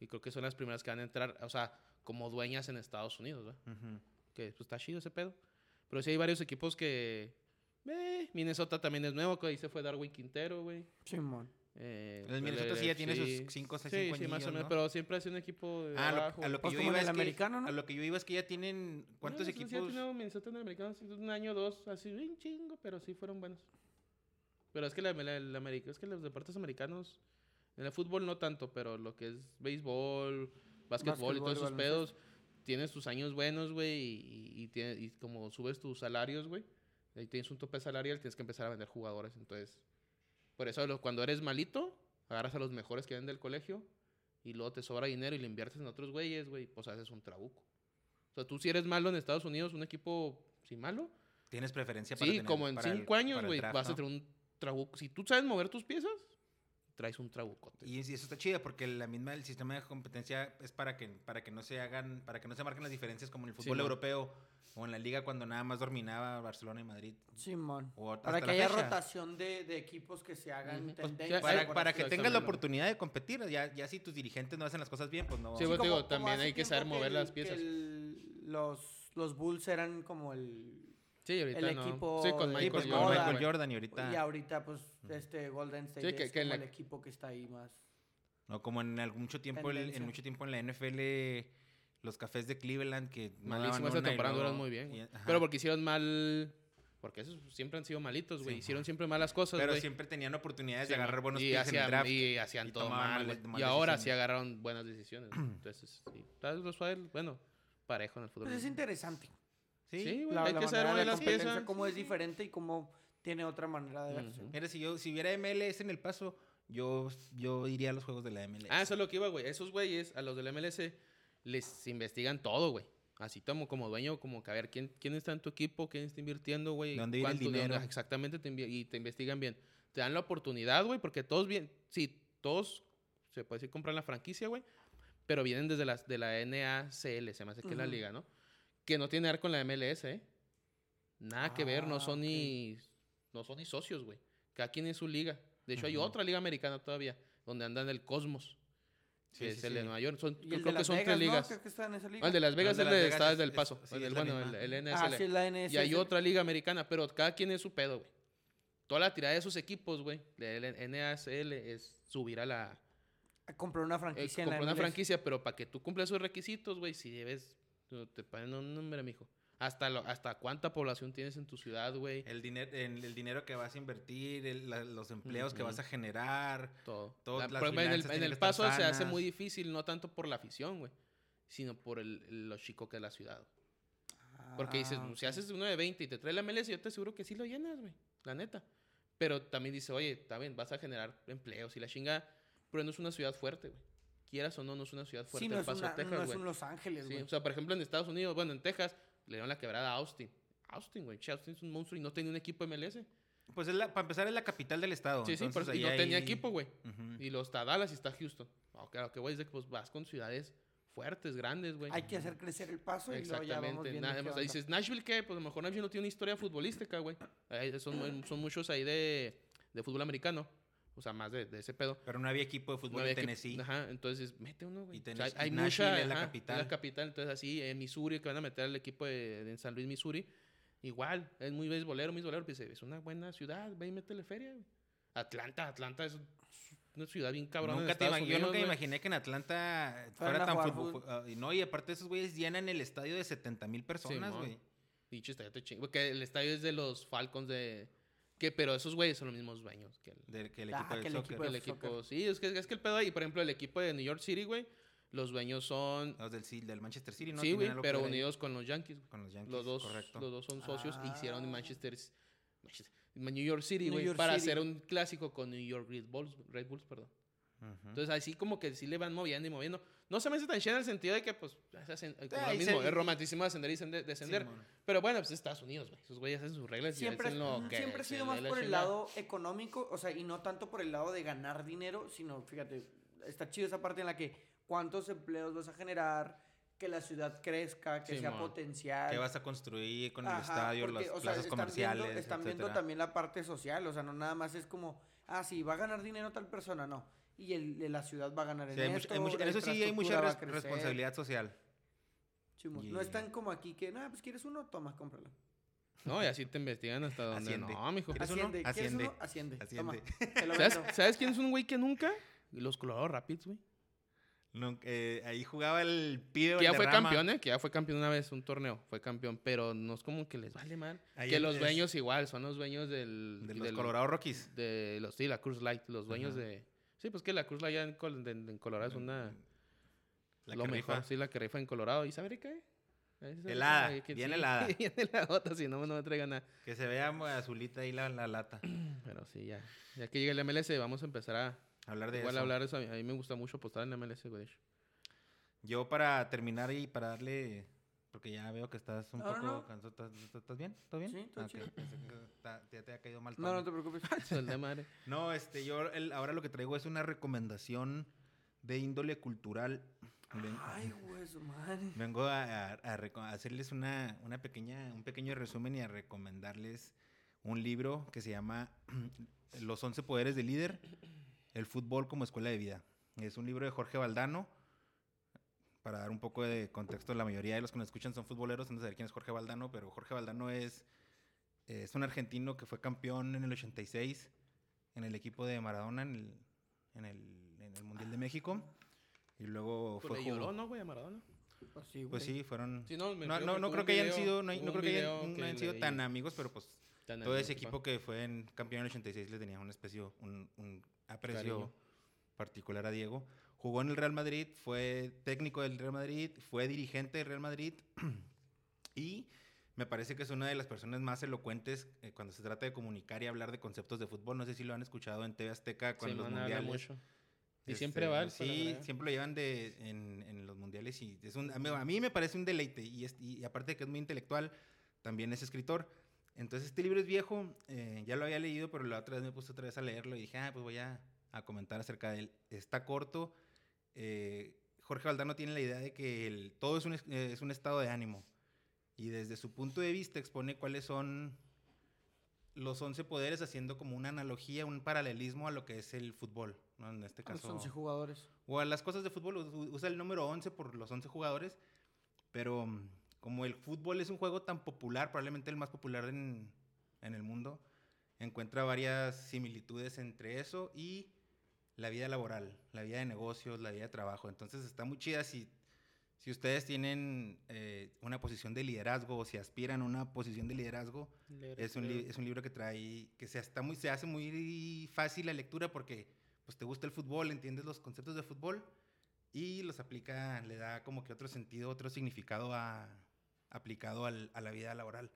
S1: Y creo que son las primeras que van a entrar, o sea, como dueñas en Estados Unidos, ¿verdad?
S2: Ujú.
S1: Que pues, está chido ese pedo. Pero sí hay varios equipos que. eh, Minnesota también es nuevo, que ahí se fue Darwin Quintero, güey.
S3: Simón.
S1: Eh,
S2: El Minnesota sí ya tiene sus
S1: sí.
S2: cinco, seis,
S1: Sí,
S2: cinco
S1: sí, más o
S2: añillos,
S1: menos,
S2: ¿no?
S1: pero siempre ha sido un equipo de
S2: Ah, lo-
S1: abajo.
S2: a lo que
S3: Pues
S2: yo
S3: como
S2: iba
S3: en
S2: es
S3: el
S2: que
S3: americano, ¿no?
S2: a lo que yo iba es que ya tienen cuántos
S1: No, pues, Sí ha
S2: equipos
S1: tenido Minnesota en el americano sí, un año o dos, así bien chingo, pero sí fueron buenos. Pero es que, la, la- el americ- es que los deportes americanos, en el fútbol no tanto, pero lo que es béisbol, básquetbol y todos esos
S3: Básquetbol,
S1: pedos, tienes tus años buenos, güey, y, y, y tiene- y como subes tus salarios, güey, ahí tienes un tope salarial, tienes que empezar a vender jugadores. Entonces, por eso lo- cuando eres malito, agarras a los mejores que vienen del colegio y luego te sobra dinero y lo inviertes en otros güeyes, güey, pues haces un trabuco. O sea, tú si eres malo en Estados Unidos, un equipo, si malo,
S2: tienes preferencia para
S1: sí,
S2: tener-
S1: como en
S2: para el-
S1: cinco años,
S2: para el
S1: güey,
S2: draft,
S1: vas a
S2: ¿no?
S1: tener un trabuco. Si tú sabes mover tus piezas, traes un trabucote.
S2: Y es- y eso está chido porque la misma el sistema de competencia es para que para que no se hagan para que no se marquen las diferencias como en el
S1: Sí,
S2: fútbol
S1: mo.
S2: europeo O en la liga cuando nada más dominaba Barcelona y Madrid.
S3: Simón.
S2: O hasta
S3: Para que
S2: la
S3: haya
S2: fecha.
S3: rotación de, de equipos que se hagan
S1: Ujú. Pues,
S3: tendencia.
S1: sí,
S2: Para,
S1: sí,
S2: para que tengas la
S1: exactamente.
S2: oportunidad de competir. Ya, ya si tus dirigentes no hacen las cosas bien, pues no.
S1: Sí,
S2: Sí,
S1: güey. digo,
S3: como
S1: también
S3: hace
S1: hay que saber
S3: tiempo
S1: mover
S3: el-
S1: las
S3: que
S1: piezas.
S3: el- los, los Bulls eran como el...
S1: Sí, ahorita
S3: El
S1: no.
S3: equipo
S1: Sí, con
S3: de-
S1: Michael
S2: pues
S3: Michael
S2: con
S1: Jordan.
S2: Michael
S1: güey.
S2: Jordan y ahorita.
S3: Y ahorita, pues, este Golden State
S1: Sí, que-
S3: es
S1: que en
S3: como
S1: la-
S3: el equipo que está ahí más.
S2: No, como en algún mucho tiempo, el- en
S3: Tendencia.
S2: mucho tiempo en la NFL, los cafés de Cleveland que no daban
S1: Malísimo esa
S2: una y
S1: temporada,
S2: luego-
S1: duran muy bien. güey.
S2: y- ajá.
S1: Pero porque hicieron mal. Porque esos siempre han sido malitos, güey.
S2: Sí,
S1: hicieron
S2: ajá.
S1: siempre malas cosas,
S2: Pero
S1: güey.
S2: siempre tenían oportunidades
S1: Sí,
S2: de agarrar
S1: man.
S2: buenos
S1: y
S2: picks en el
S1: hacían-
S2: draft.
S1: Y hacían
S2: y
S1: todo
S2: tomaban
S1: mal,
S2: malas-
S1: güey.
S2: malas
S1: Y ahora sí
S2: decisiones.
S1: agarraron buenas decisiones. güey. Entonces, sí. Está lo suave, bueno, parejo en el fútbol.
S3: Pues es interesante.
S2: Sí,
S1: Sí, güey.
S3: La,
S1: Hay
S3: la
S1: que saber
S3: manera
S1: mover
S3: de
S1: las
S3: competencia,
S1: piezas.
S3: Cómo es diferente y cómo tiene otra manera de verse.
S1: Ujú.
S2: Mira, si yo si viera MLS en el paso, yo, yo iría a los juegos de la MLS.
S1: Ah, eso es lo que iba, güey. Esos güeyes, a los del MLS, les investigan todo, güey. Así como, como dueño, como que a ver quién, quién está en tu equipo, quién está invirtiendo, güey.
S2: ¿De dónde viene el
S1: cuánto, de
S2: dinero?
S1: exactamente, te invi- y te investigan bien. Te dan la oportunidad, güey, porque todos bien, sí, todos, se puede decir, compran la franquicia, güey, pero vienen desde las, de la NACL, se me hace que es la
S3: Ujú.
S1: liga, ¿no? Que no tiene que ver con la MLS, ¿eh? Nada que ver, no
S3: Ah,
S1: son
S3: ok.
S1: ni, no son ni socios, güey. Cada quien es su liga. De hecho, hay
S2: Ujú.
S1: otra liga americana todavía, donde andan el Cosmos
S2: Sí,
S1: que
S2: sí,
S1: es el de
S2: sí.
S1: Nueva York. Son,
S3: Y
S1: creo
S3: el de
S1: que
S3: Las
S1: son
S3: Vegas,
S1: tres ligas.
S3: ¿no? Creo que está en esa
S1: No,
S3: liga.
S1: el de Las Vegas
S2: de
S1: es
S2: Las
S1: el de
S2: Vegas
S1: Estados
S2: es-
S1: del
S2: es-
S1: Paso.
S2: sí,
S1: el
S2: es
S1: del,
S2: la
S1: bueno,
S2: misma.
S1: el, el
S3: Ah,
S1: NSL.
S3: sí, la NSL.
S1: y hay otra liga americana, pero cada quien es su pedo, güey. Toda la tirada de esos equipos, güey, del NASL es subir a la...
S3: Ah, Compró una
S1: eh,
S3: franquicia en la
S1: comprar una
S3: MLS.
S1: franquicia, pero para que tú cumplas esos requisitos, güey, si debes... no, Te pagan un número, mijo. Hasta, lo- hasta cuánta población tienes en tu ciudad, güey.
S2: El, diner- el, el dinero que vas a invertir, el- la- los empleos que
S1: Ujú.
S2: vas a generar.
S1: Todo.
S2: Todo,
S1: La-
S2: las
S1: por ejemplo, en el,
S2: finanzas
S1: en
S2: tienen
S1: el
S2: que estar
S1: paso se hace
S2: sanas.
S1: muy difícil, no tanto por la afición, güey, sino por el, los chicos que es la ciudad. Porque dices,
S3: Ah,
S1: si
S3: ok.
S1: haces uno de 20 y te trae la MLS, yo te aseguro que sí lo llenas, güey. La neta. Pero también dice, oye, también vas a generar empleos y la chinga. Pero no es una ciudad fuerte, güey. Quieras o no, no es una ciudad fuerte.
S3: Sí, no
S1: El
S3: es,
S1: Paso,
S3: una-
S1: Texas,
S3: no es
S1: güey.
S3: un Los Ángeles,
S1: Sí,
S3: güey.
S1: o sea, por ejemplo, en Estados Unidos, bueno, en Texas, le dieron la quebrada a Austin. Austin, güey. Che, Austin es un monstruo y no tenía un equipo MLS.
S2: Pues es la- para empezar es la capital del estado.
S1: sí, sí, por
S2: entonces
S1: eso- y no
S2: allá
S1: tenía
S2: hay-
S1: equipo, güey.
S3: Mm.
S2: Ujú.
S1: Y los está Dallas y está Houston. Ah, claro, que güey, es de que pues, vas con ciudades fuertes, grandes, güey.
S3: Hay que hacer crecer el paso y luego ya vamos
S1: Exactamente.
S3: viendo
S1: Nada
S3: qué
S1: más
S3: onda.
S1: dices, ¿Nashville qué? Pues a lo mejor Nashville no tiene una historia futbolística, güey. Ahí Son, mu- son muchos ahí de, de fútbol americano. O sea, más de, de ese pedo.
S2: Pero no había equipo de fútbol
S1: No había
S2: en
S1: que-
S2: Tennessee.
S1: Ajá, entonces mete uno, güey.
S2: Y
S1: O sea,
S2: Tennessee-
S1: hay
S2: y
S1: mucha.
S2: Nashville es la
S1: ajá,
S2: capital.
S1: la capital. Entonces, así, en Missouri, que van a meter al equipo de, de en San Luis, Missouri. Igual, es muy beisbolero, muy beisbolero. Pero dice, es una buena ciudad, ve y métele feria, güey. Atlanta, Atlanta es una ciudad bien cabrona.
S2: Nunca
S1: en
S2: te
S1: Estados
S2: imag-
S1: Unidos,
S2: yo nunca
S1: güey.
S2: imaginé que en Atlanta
S3: Fueran
S2: fuera
S3: a
S2: tan
S3: jugar
S2: fútbol. fu- ah, y no, y aparte esos güeyes llenan el estadio de 70 mil personas,
S1: Simón.
S2: güey.
S1: Dicho estadio te chingo. Porque el estadio es de los Falcons de. Que, pero esos güeyes son los mismos dueños que el,
S2: Del que el
S3: Ah,
S2: equipo de
S3: que el
S2: soccer.
S3: equipo de-
S1: el
S3: Pues,
S1: equipo.
S3: soccer.
S1: Sí, es que, es que el pedo ahí, por ejemplo, el equipo de New York City, güey, los dueños son.
S2: Los del, Ci- del Manchester City, Ah, ¿no?
S1: sí,
S2: Tenían
S1: güey,
S2: algo que
S1: pero
S2: ver ahí
S1: unidos con los Yankees, güey.
S2: Con los Yankees,
S1: Los dos,
S2: correcto.
S1: los dos son socios e hicieron
S3: Ah.
S1: Manchester, Manchester- New York City,
S3: New
S1: güey,
S3: York
S1: para
S3: City.
S1: hacer un clásico con New York Red Bulls, Red Bulls, perdón.
S2: Ujú.
S1: Entonces, así como que sí le van moviendo y moviendo. No se me hace tan chida en el sentido de que, pues, es ascen- como
S2: Ah,
S1: lo
S2: y se-
S1: mismo, es romanticismo ascender y ascender- descender.
S2: Simón.
S1: Pero bueno, pues Estados Unidos, güey. Sus güeyes hacen sus reglas y
S3: Siempre,
S1: hacen lo
S3: ujú,
S1: que
S3: siempre he
S1: se
S3: sido
S1: le
S3: más
S1: dé la
S3: por el
S1: chingada.
S3: lado económico, o sea, y no tanto por el lado de ganar dinero, sino, fíjate, está chido esa parte en la que cuántos empleos vas a generar, que la ciudad crezca, que sea
S1: Simón.
S3: potencial.
S2: ¿Qué vas a construir con el
S3: Ajá,
S2: estadio,
S3: porque,
S2: las
S3: o sea,
S2: plazas
S3: están viendo-
S2: comerciales?
S3: están viendo
S2: etcétera?
S3: también la parte social, o sea, no nada más es como, ah, sí, va a ganar dinero tal persona, no. Y el, de la ciudad va a ganar
S2: Sí,
S3: en
S2: hay mucho-
S3: esto,
S2: hay mucho-
S3: la
S2: en eso sí hay mucha
S3: infraestructura va a
S2: res-
S3: crecer.
S2: responsabilidad social.
S3: Simón,
S2: Yeah.
S3: No están como aquí que, nada, pues quieres uno, toma, cómpralo.
S1: No, y así te investigan hasta donde
S2: Asciende.
S1: no, mijo.
S2: ¿Quieres uno?
S3: Asciende, ¿quieres
S2: Asciende.
S3: uno? Asciende.
S2: Asciende.
S3: Toma, te lo
S1: ¿Sabes,
S3: vendo.
S1: sabes quién es un güey que nunca? Los Colorado Rapids, güey.
S2: No, eh, ahí jugaba el pibe
S1: Que ya fue
S2: Valderrama.
S1: campeón, ¿eh? Que ya fue campeón una vez, un torneo. Fue campeón, pero no es como que les vale mal.
S2: Ahí
S1: que
S2: en-
S1: los
S2: es-
S1: dueños igual, son los dueños del...
S2: De los
S1: del-
S2: Colorado Rockies.
S1: De los, sí, la Cruz Light, los dueños
S2: Ajá.
S1: de... Sí, pues que la Cruz Light ya en, Col- de- en Colorado es una...
S2: La
S1: lo
S2: que
S1: mejor,
S2: rifa.
S1: sí, la que rifa en Colorado. ¿Y sabe qué? Ahí se-
S2: Helada,
S1: ahí que
S2: bien
S1: sí,
S2: helada.
S1: bien heladota, si no, no me traigan nada.
S2: Que se vea mo- azulita ahí la, la lata.
S1: Pero sí, ya. Ya que llegue el MLS, vamos a empezar a...
S2: Hablar de
S1: Igual
S2: eso.
S1: hablar de eso. A mí, a mí me gusta mucho apostar en la MLS, güey. de hecho.
S2: Yo para terminar y para darle... Porque ya veo que estás un
S3: No, no,
S2: poco
S3: no.
S2: cansado. ¿Estás- ¿Estás estás bien? ¿Todo bien?
S3: Sí, todo
S2: Ah, ok.
S3: chido.
S2: Pensé que está- ya te ha caído mal.
S3: No,
S2: todo.
S3: no te preocupes.
S1: Eso es de madre.
S2: No, este, yo el- ahora lo que traigo es una recomendación de índole cultural. Ven-
S3: Ay, güey, su madre.
S2: Vengo a, a- a reco- a hacerles una, una pequeña, un pequeño resumen y a recomendarles un libro que se llama Los 11 Poderes del Líder, el fútbol como escuela de vida. Es un libro de Jorge Valdano. Para dar un poco de contexto, la mayoría de los que nos escuchan son futboleros, no saber quién es Jorge Valdano, pero Jorge Valdano es, es un argentino que fue campeón en el 86 en el equipo de Maradona en el, en el, en el Mundial de México. Y luego
S1: Pues
S2: fue
S1: le
S2: jugó-
S1: lloró, ¿no, güey, a Maradona?
S3: Pues sí, güey.
S2: pues sí, fueron.
S1: Sí, no, me
S2: no,
S1: refiero
S2: no,
S1: porque
S2: no
S1: hubo
S2: creo
S1: un
S2: que hayan
S1: video-
S2: sido, no, hay-
S1: hubo
S2: no
S1: un
S2: creo que
S1: video
S2: hayan, no
S1: que
S2: hayan sido
S1: leí.
S2: tan amigos, pero pues
S1: Tan
S2: todo
S1: anécdota.
S2: ese equipo que fue en campeón en el 86 le tenía un especio, un, un aprecio
S1: Cariño.
S2: particular a Diego. Jugó en el Real Madrid, fue técnico del Real Madrid, fue dirigente del Real Madrid y me parece que es una de las personas más elocuentes eh, cuando se trata de comunicar y hablar de conceptos de fútbol. No sé si lo han escuchado en TV Azteca con
S1: Sí,
S2: los
S1: man, habla
S2: mundiales. este,
S1: mucho. Y siempre va el
S2: Sí,
S1: Palabreo.
S2: siempre lo llevan de, en, en los mundiales y es un, a, mí, a mí me parece un deleite. Y, es- y aparte de que es muy intelectual, también es escritor. Entonces, este libro es viejo, eh, ya lo había leído, pero la otra vez me puse otra vez a leerlo y dije, ah, pues voy a, a comentar acerca de él. Está corto. eh, Jorge Valdano tiene la idea de que el- todo es un, es- eh, es un estado de ánimo. Y desde su punto de vista expone cuáles son los 11 poderes, haciendo como una analogía, un paralelismo a lo que es el fútbol. ¿no? En este
S3: A Los
S2: caso.
S3: 11 jugadores.
S2: O a las cosas de fútbol, u- usa el número 11 por los 11 jugadores, pero mm, como el fútbol es un juego tan popular, probablemente el más popular en, en el mundo, encuentra varias similitudes entre eso y la vida laboral, la vida de negocios, la vida de trabajo. Entonces está muy chida si, si ustedes tienen eh, una posición de liderazgo o si aspiran a una posición de liderazgo,
S1: este
S2: es un, li- es un libro que trae, que se, está muy, se hace muy fácil la lectura porque pues, te gusta el fútbol, entiendes los conceptos de fútbol y los aplica, le da como que otro sentido, otro significado a- aplicado al- a la vida laboral.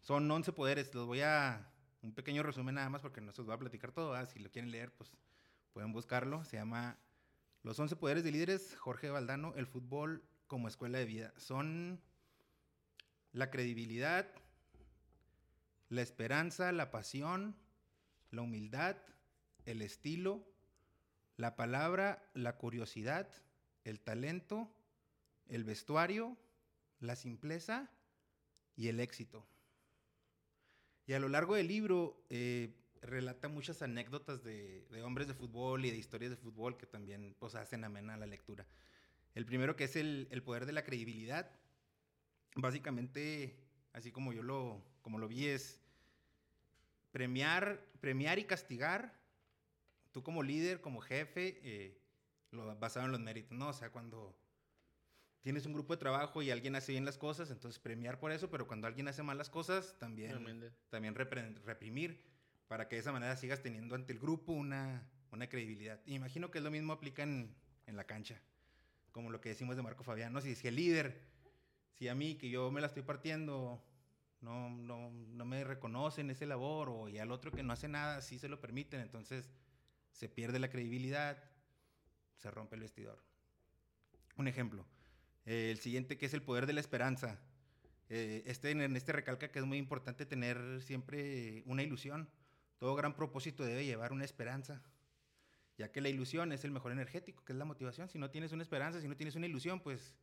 S2: Son 11 poderes, los voy a... Un pequeño resumen nada más porque no se los voy a platicar todo, ¿verdad? si lo quieren leer pues pueden buscarlo. Se llama Los 11 poderes de líderes, Jorge Valdano, el fútbol como escuela de vida. Son la credibilidad, la esperanza, la pasión, la humildad, el estilo, la palabra, la curiosidad, el talento, el vestuario, la simpleza y el éxito. Y a lo largo del libro eh, relata muchas anécdotas de, de hombres de fútbol y de historias de fútbol que también pues, hacen amena la lectura. El primero que es el, el poder de la credibilidad. Básicamente, así como yo lo, como lo vi, es premiar, premiar y castigar, tú como líder, como jefe, eh, lo basado en los méritos, ¿no? O sea, cuando tienes un grupo de trabajo y alguien hace bien las cosas, entonces premiar por eso, pero cuando alguien hace malas cosas, también,
S1: Realmente.
S2: también repre- reprimir, para que de esa manera sigas teniendo ante el grupo una, una credibilidad. Y imagino que es lo mismo aplica en, en la cancha, como lo que decimos de Marco Fabián, ¿no? Si, si el líder, si a mí, que yo me la estoy partiendo, no, no, no me reconocen ese labor o y al otro que no hace nada sí se lo permiten, entonces se pierde la credibilidad, se rompe el vestidor. Un ejemplo, eh, el siguiente que es el poder de la esperanza. Eh, este en- en este recalca que es muy importante tener siempre una ilusión. Todo gran propósito debe llevar una esperanza, ya que la ilusión es el mejor energético, que es la motivación. Si no tienes una esperanza, si no tienes una ilusión, pues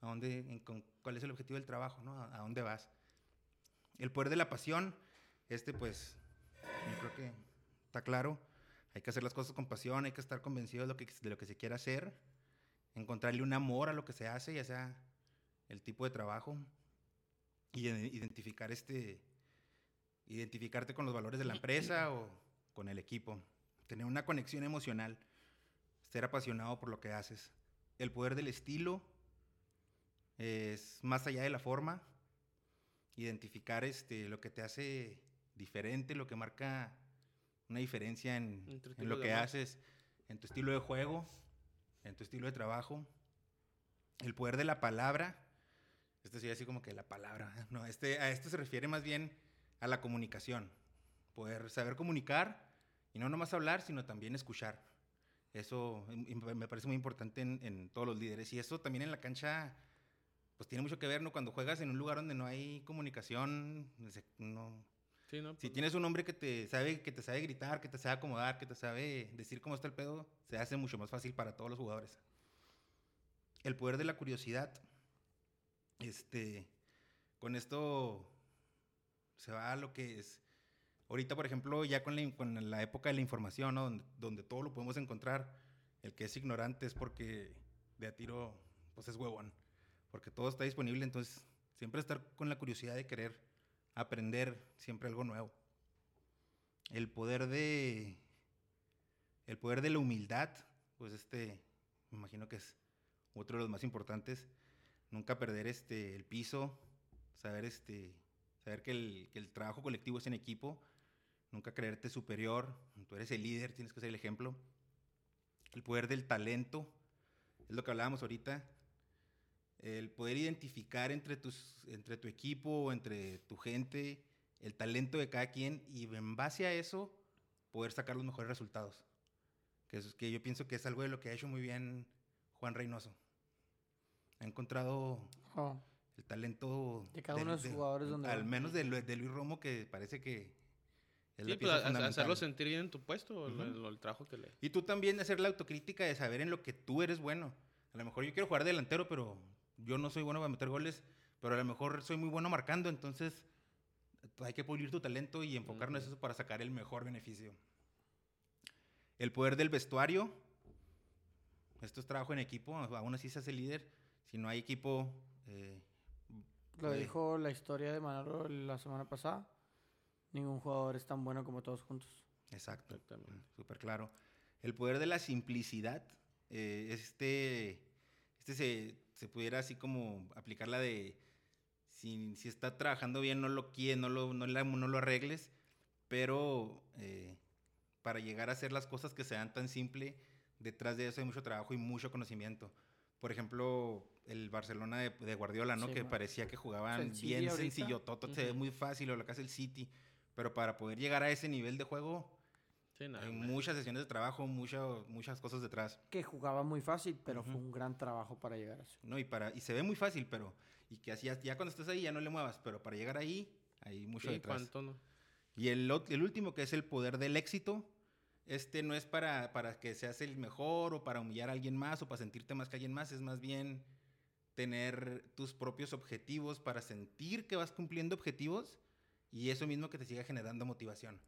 S2: ¿a dónde, en- con- ¿cuál es el objetivo del trabajo? ¿no? ¿A- ¿A dónde vas? El poder de la pasión, este pues, yo creo que está claro. Hay que hacer las cosas con pasión, hay que estar convencido de lo que, de lo que se quiere hacer, encontrarle un amor a lo que se hace, ya sea el tipo de trabajo, y ide- identificar este, identificarte con los valores de la empresa o con el equipo, tener una conexión emocional, ser apasionado por lo que haces. El poder del estilo es más allá de la forma, identificar este, lo que te hace diferente, lo que marca una diferencia en,
S1: En tu
S2: en
S1: estilo
S2: lo
S1: de
S2: que
S1: juego.
S2: haces, en tu estilo de juego, en tu estilo de trabajo. El poder de la palabra. Esto sería así como que la palabra. No, este, a esto se refiere más bien a la comunicación. Poder saber comunicar y no nomás hablar, sino también escuchar. Eso mm, mm, me parece muy importante en, en todos los líderes. Y eso también en la cancha, pues tiene mucho que ver, ¿no? Cuando juegas en un lugar donde no hay comunicación, se- no,
S1: Sí, ¿no?
S2: si
S1: Pues,
S2: tienes un hombre que te sabe que te sabe gritar, que te sabe acomodar, que te sabe decir cómo está el pedo, se hace mucho más fácil para todos los jugadores. El poder de la curiosidad. Este, con esto se va a lo que es. Ahorita, por ejemplo, ya con la, in- con la época de la información, ¿no? donde, donde todo lo podemos encontrar, el que es ignorante es porque de a tiro, pues es huevón. Porque todo está disponible, entonces siempre estar con la curiosidad de querer aprender siempre algo nuevo. El poder de. El poder de la humildad, pues este, me imagino que es otro de los más importantes. Nunca perder este, el piso, saber este, saber que el, que el trabajo colectivo es en equipo, nunca creerte superior, tú eres el líder, tienes que ser el ejemplo. El poder del talento, es lo que hablábamos ahorita. El poder identificar entre, tus, entre tu equipo o entre tu gente el talento de cada quien y en base a eso poder sacar los mejores resultados. Que, eso es, que yo pienso que es algo de lo que ha hecho muy bien Juan Reynoso. Ha encontrado
S3: Oh,
S2: el talento
S3: De cada uno de sus jugadores donde
S2: al
S3: va.
S2: menos de, Lu- de Luis Romo que parece que
S1: Sí,
S2: es la
S1: pues,
S2: pieza
S1: a- a-
S2: fundamental.
S1: hacerlo sentir bien en tu puesto, o el-
S2: Ujú.
S1: el, el trabajo que le.
S2: y tú también hacer la autocrítica de saber en lo que tú eres bueno a lo mejor yo quiero jugar delantero pero yo no soy bueno para meter goles pero a lo mejor soy muy bueno marcando entonces hay que pulir tu talento y enfocarnos en
S1: Ujú.
S2: eso para sacar el mejor beneficio el poder del vestuario esto es trabajo en equipo aún así se hace líder si no hay equipo eh,
S3: lo
S2: Oye.
S3: dijo la historia de Manolo la semana pasada. Ningún jugador es tan bueno como todos juntos.
S2: Exacto.
S1: Exactamente.
S2: Súper claro. El poder de la simplicidad. eh, este este se, se pudiera así como aplicar la de si, si está trabajando bien, no lo quie- no lo, no la- no lo arregles, pero eh, para llegar a hacer las cosas que sean tan simple, detrás de eso hay mucho trabajo y mucho conocimiento. Por ejemplo, el Barcelona de, de Guardiola, ¿no?
S3: Sí,
S2: que
S3: ma.
S2: parecía que jugaban
S3: Sencillo
S2: bien
S3: ahorita.
S2: sencillo, todo se ve
S1: Ujú.
S2: muy fácil, o lo que hace el City. Pero para poder llegar a ese nivel de juego,
S1: Sí, nada.
S2: hay
S1: hombre.
S2: muchas sesiones de trabajo, mucho- muchas cosas detrás.
S3: Que jugaba muy fácil, pero fue
S2: Ujú.
S3: un gran trabajo para llegar a eso.
S2: ¿no? Y, para, y se ve muy fácil, pero. Y que así, ya cuando estás ahí ya no le muevas, pero para llegar ahí hay mucho
S1: Sí,
S2: detrás.
S1: cuánto no.
S2: Y el, ot- el último, que es el poder del éxito. Este no es para, para que seas el mejor o para humillar a alguien más o para sentirte más que alguien más. Es más bien tener tus propios objetivos para sentir que vas cumpliendo objetivos y eso mismo que te siga generando motivación.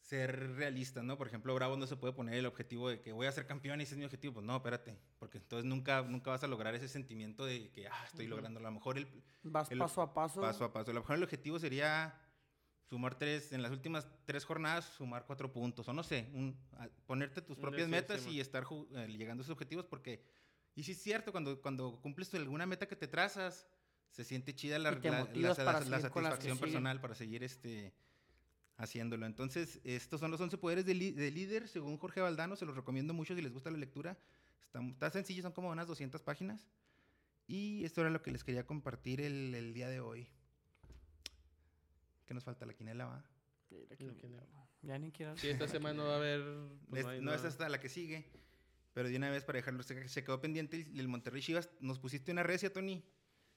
S2: Ser realista, ¿no? Por ejemplo, Bravo no se puede poner el objetivo de que voy a ser campeón y ese es mi objetivo. Pues no, espérate, porque entonces nunca, nunca vas a lograr ese sentimiento de que ah, estoy
S1: Ujú.
S2: logrando. A lo mejor el,
S3: Vas
S2: El-
S3: paso a paso.
S2: paso a paso. A lo mejor el objetivo sería sumar tres, en las últimas tres jornadas, sumar cuatro puntos, o no sé, un- a- ponerte tus
S1: Un
S2: propias
S1: deseo,
S2: metas
S1: Simón.
S2: y estar ju- eh, llegando a esos objetivos, porque, y sí es cierto, cuando, cuando cumples tu- alguna meta que te trazas, se siente chida la,
S3: Y te
S2: la- la-
S3: motivas
S2: la-
S3: para
S2: la
S3: seguir con las que
S2: satisfacción
S3: siguen.
S2: personal para seguir este, haciéndolo. Entonces, estos son los 11 poderes de, li- de líder, según Jorge Valdano, se los recomiendo mucho si les gusta la lectura. Está, está sencillo, son como unas 200 páginas. Y esto era lo que les quería compartir el, el día de hoy. ¿Qué nos falta? La quinela va.
S3: Mira
S1: Mira
S3: que-
S1: quién era.
S3: Ya ni quiero.
S1: Sí, esta semana no va a haber. pues,
S2: Es-
S1: hay
S2: no es
S1: nada.
S2: hasta la que sigue. Pero de una vez para dejarlo, se, se quedó pendiente el, el Monterrey Chivas. Nos pusiste una recia, Tony.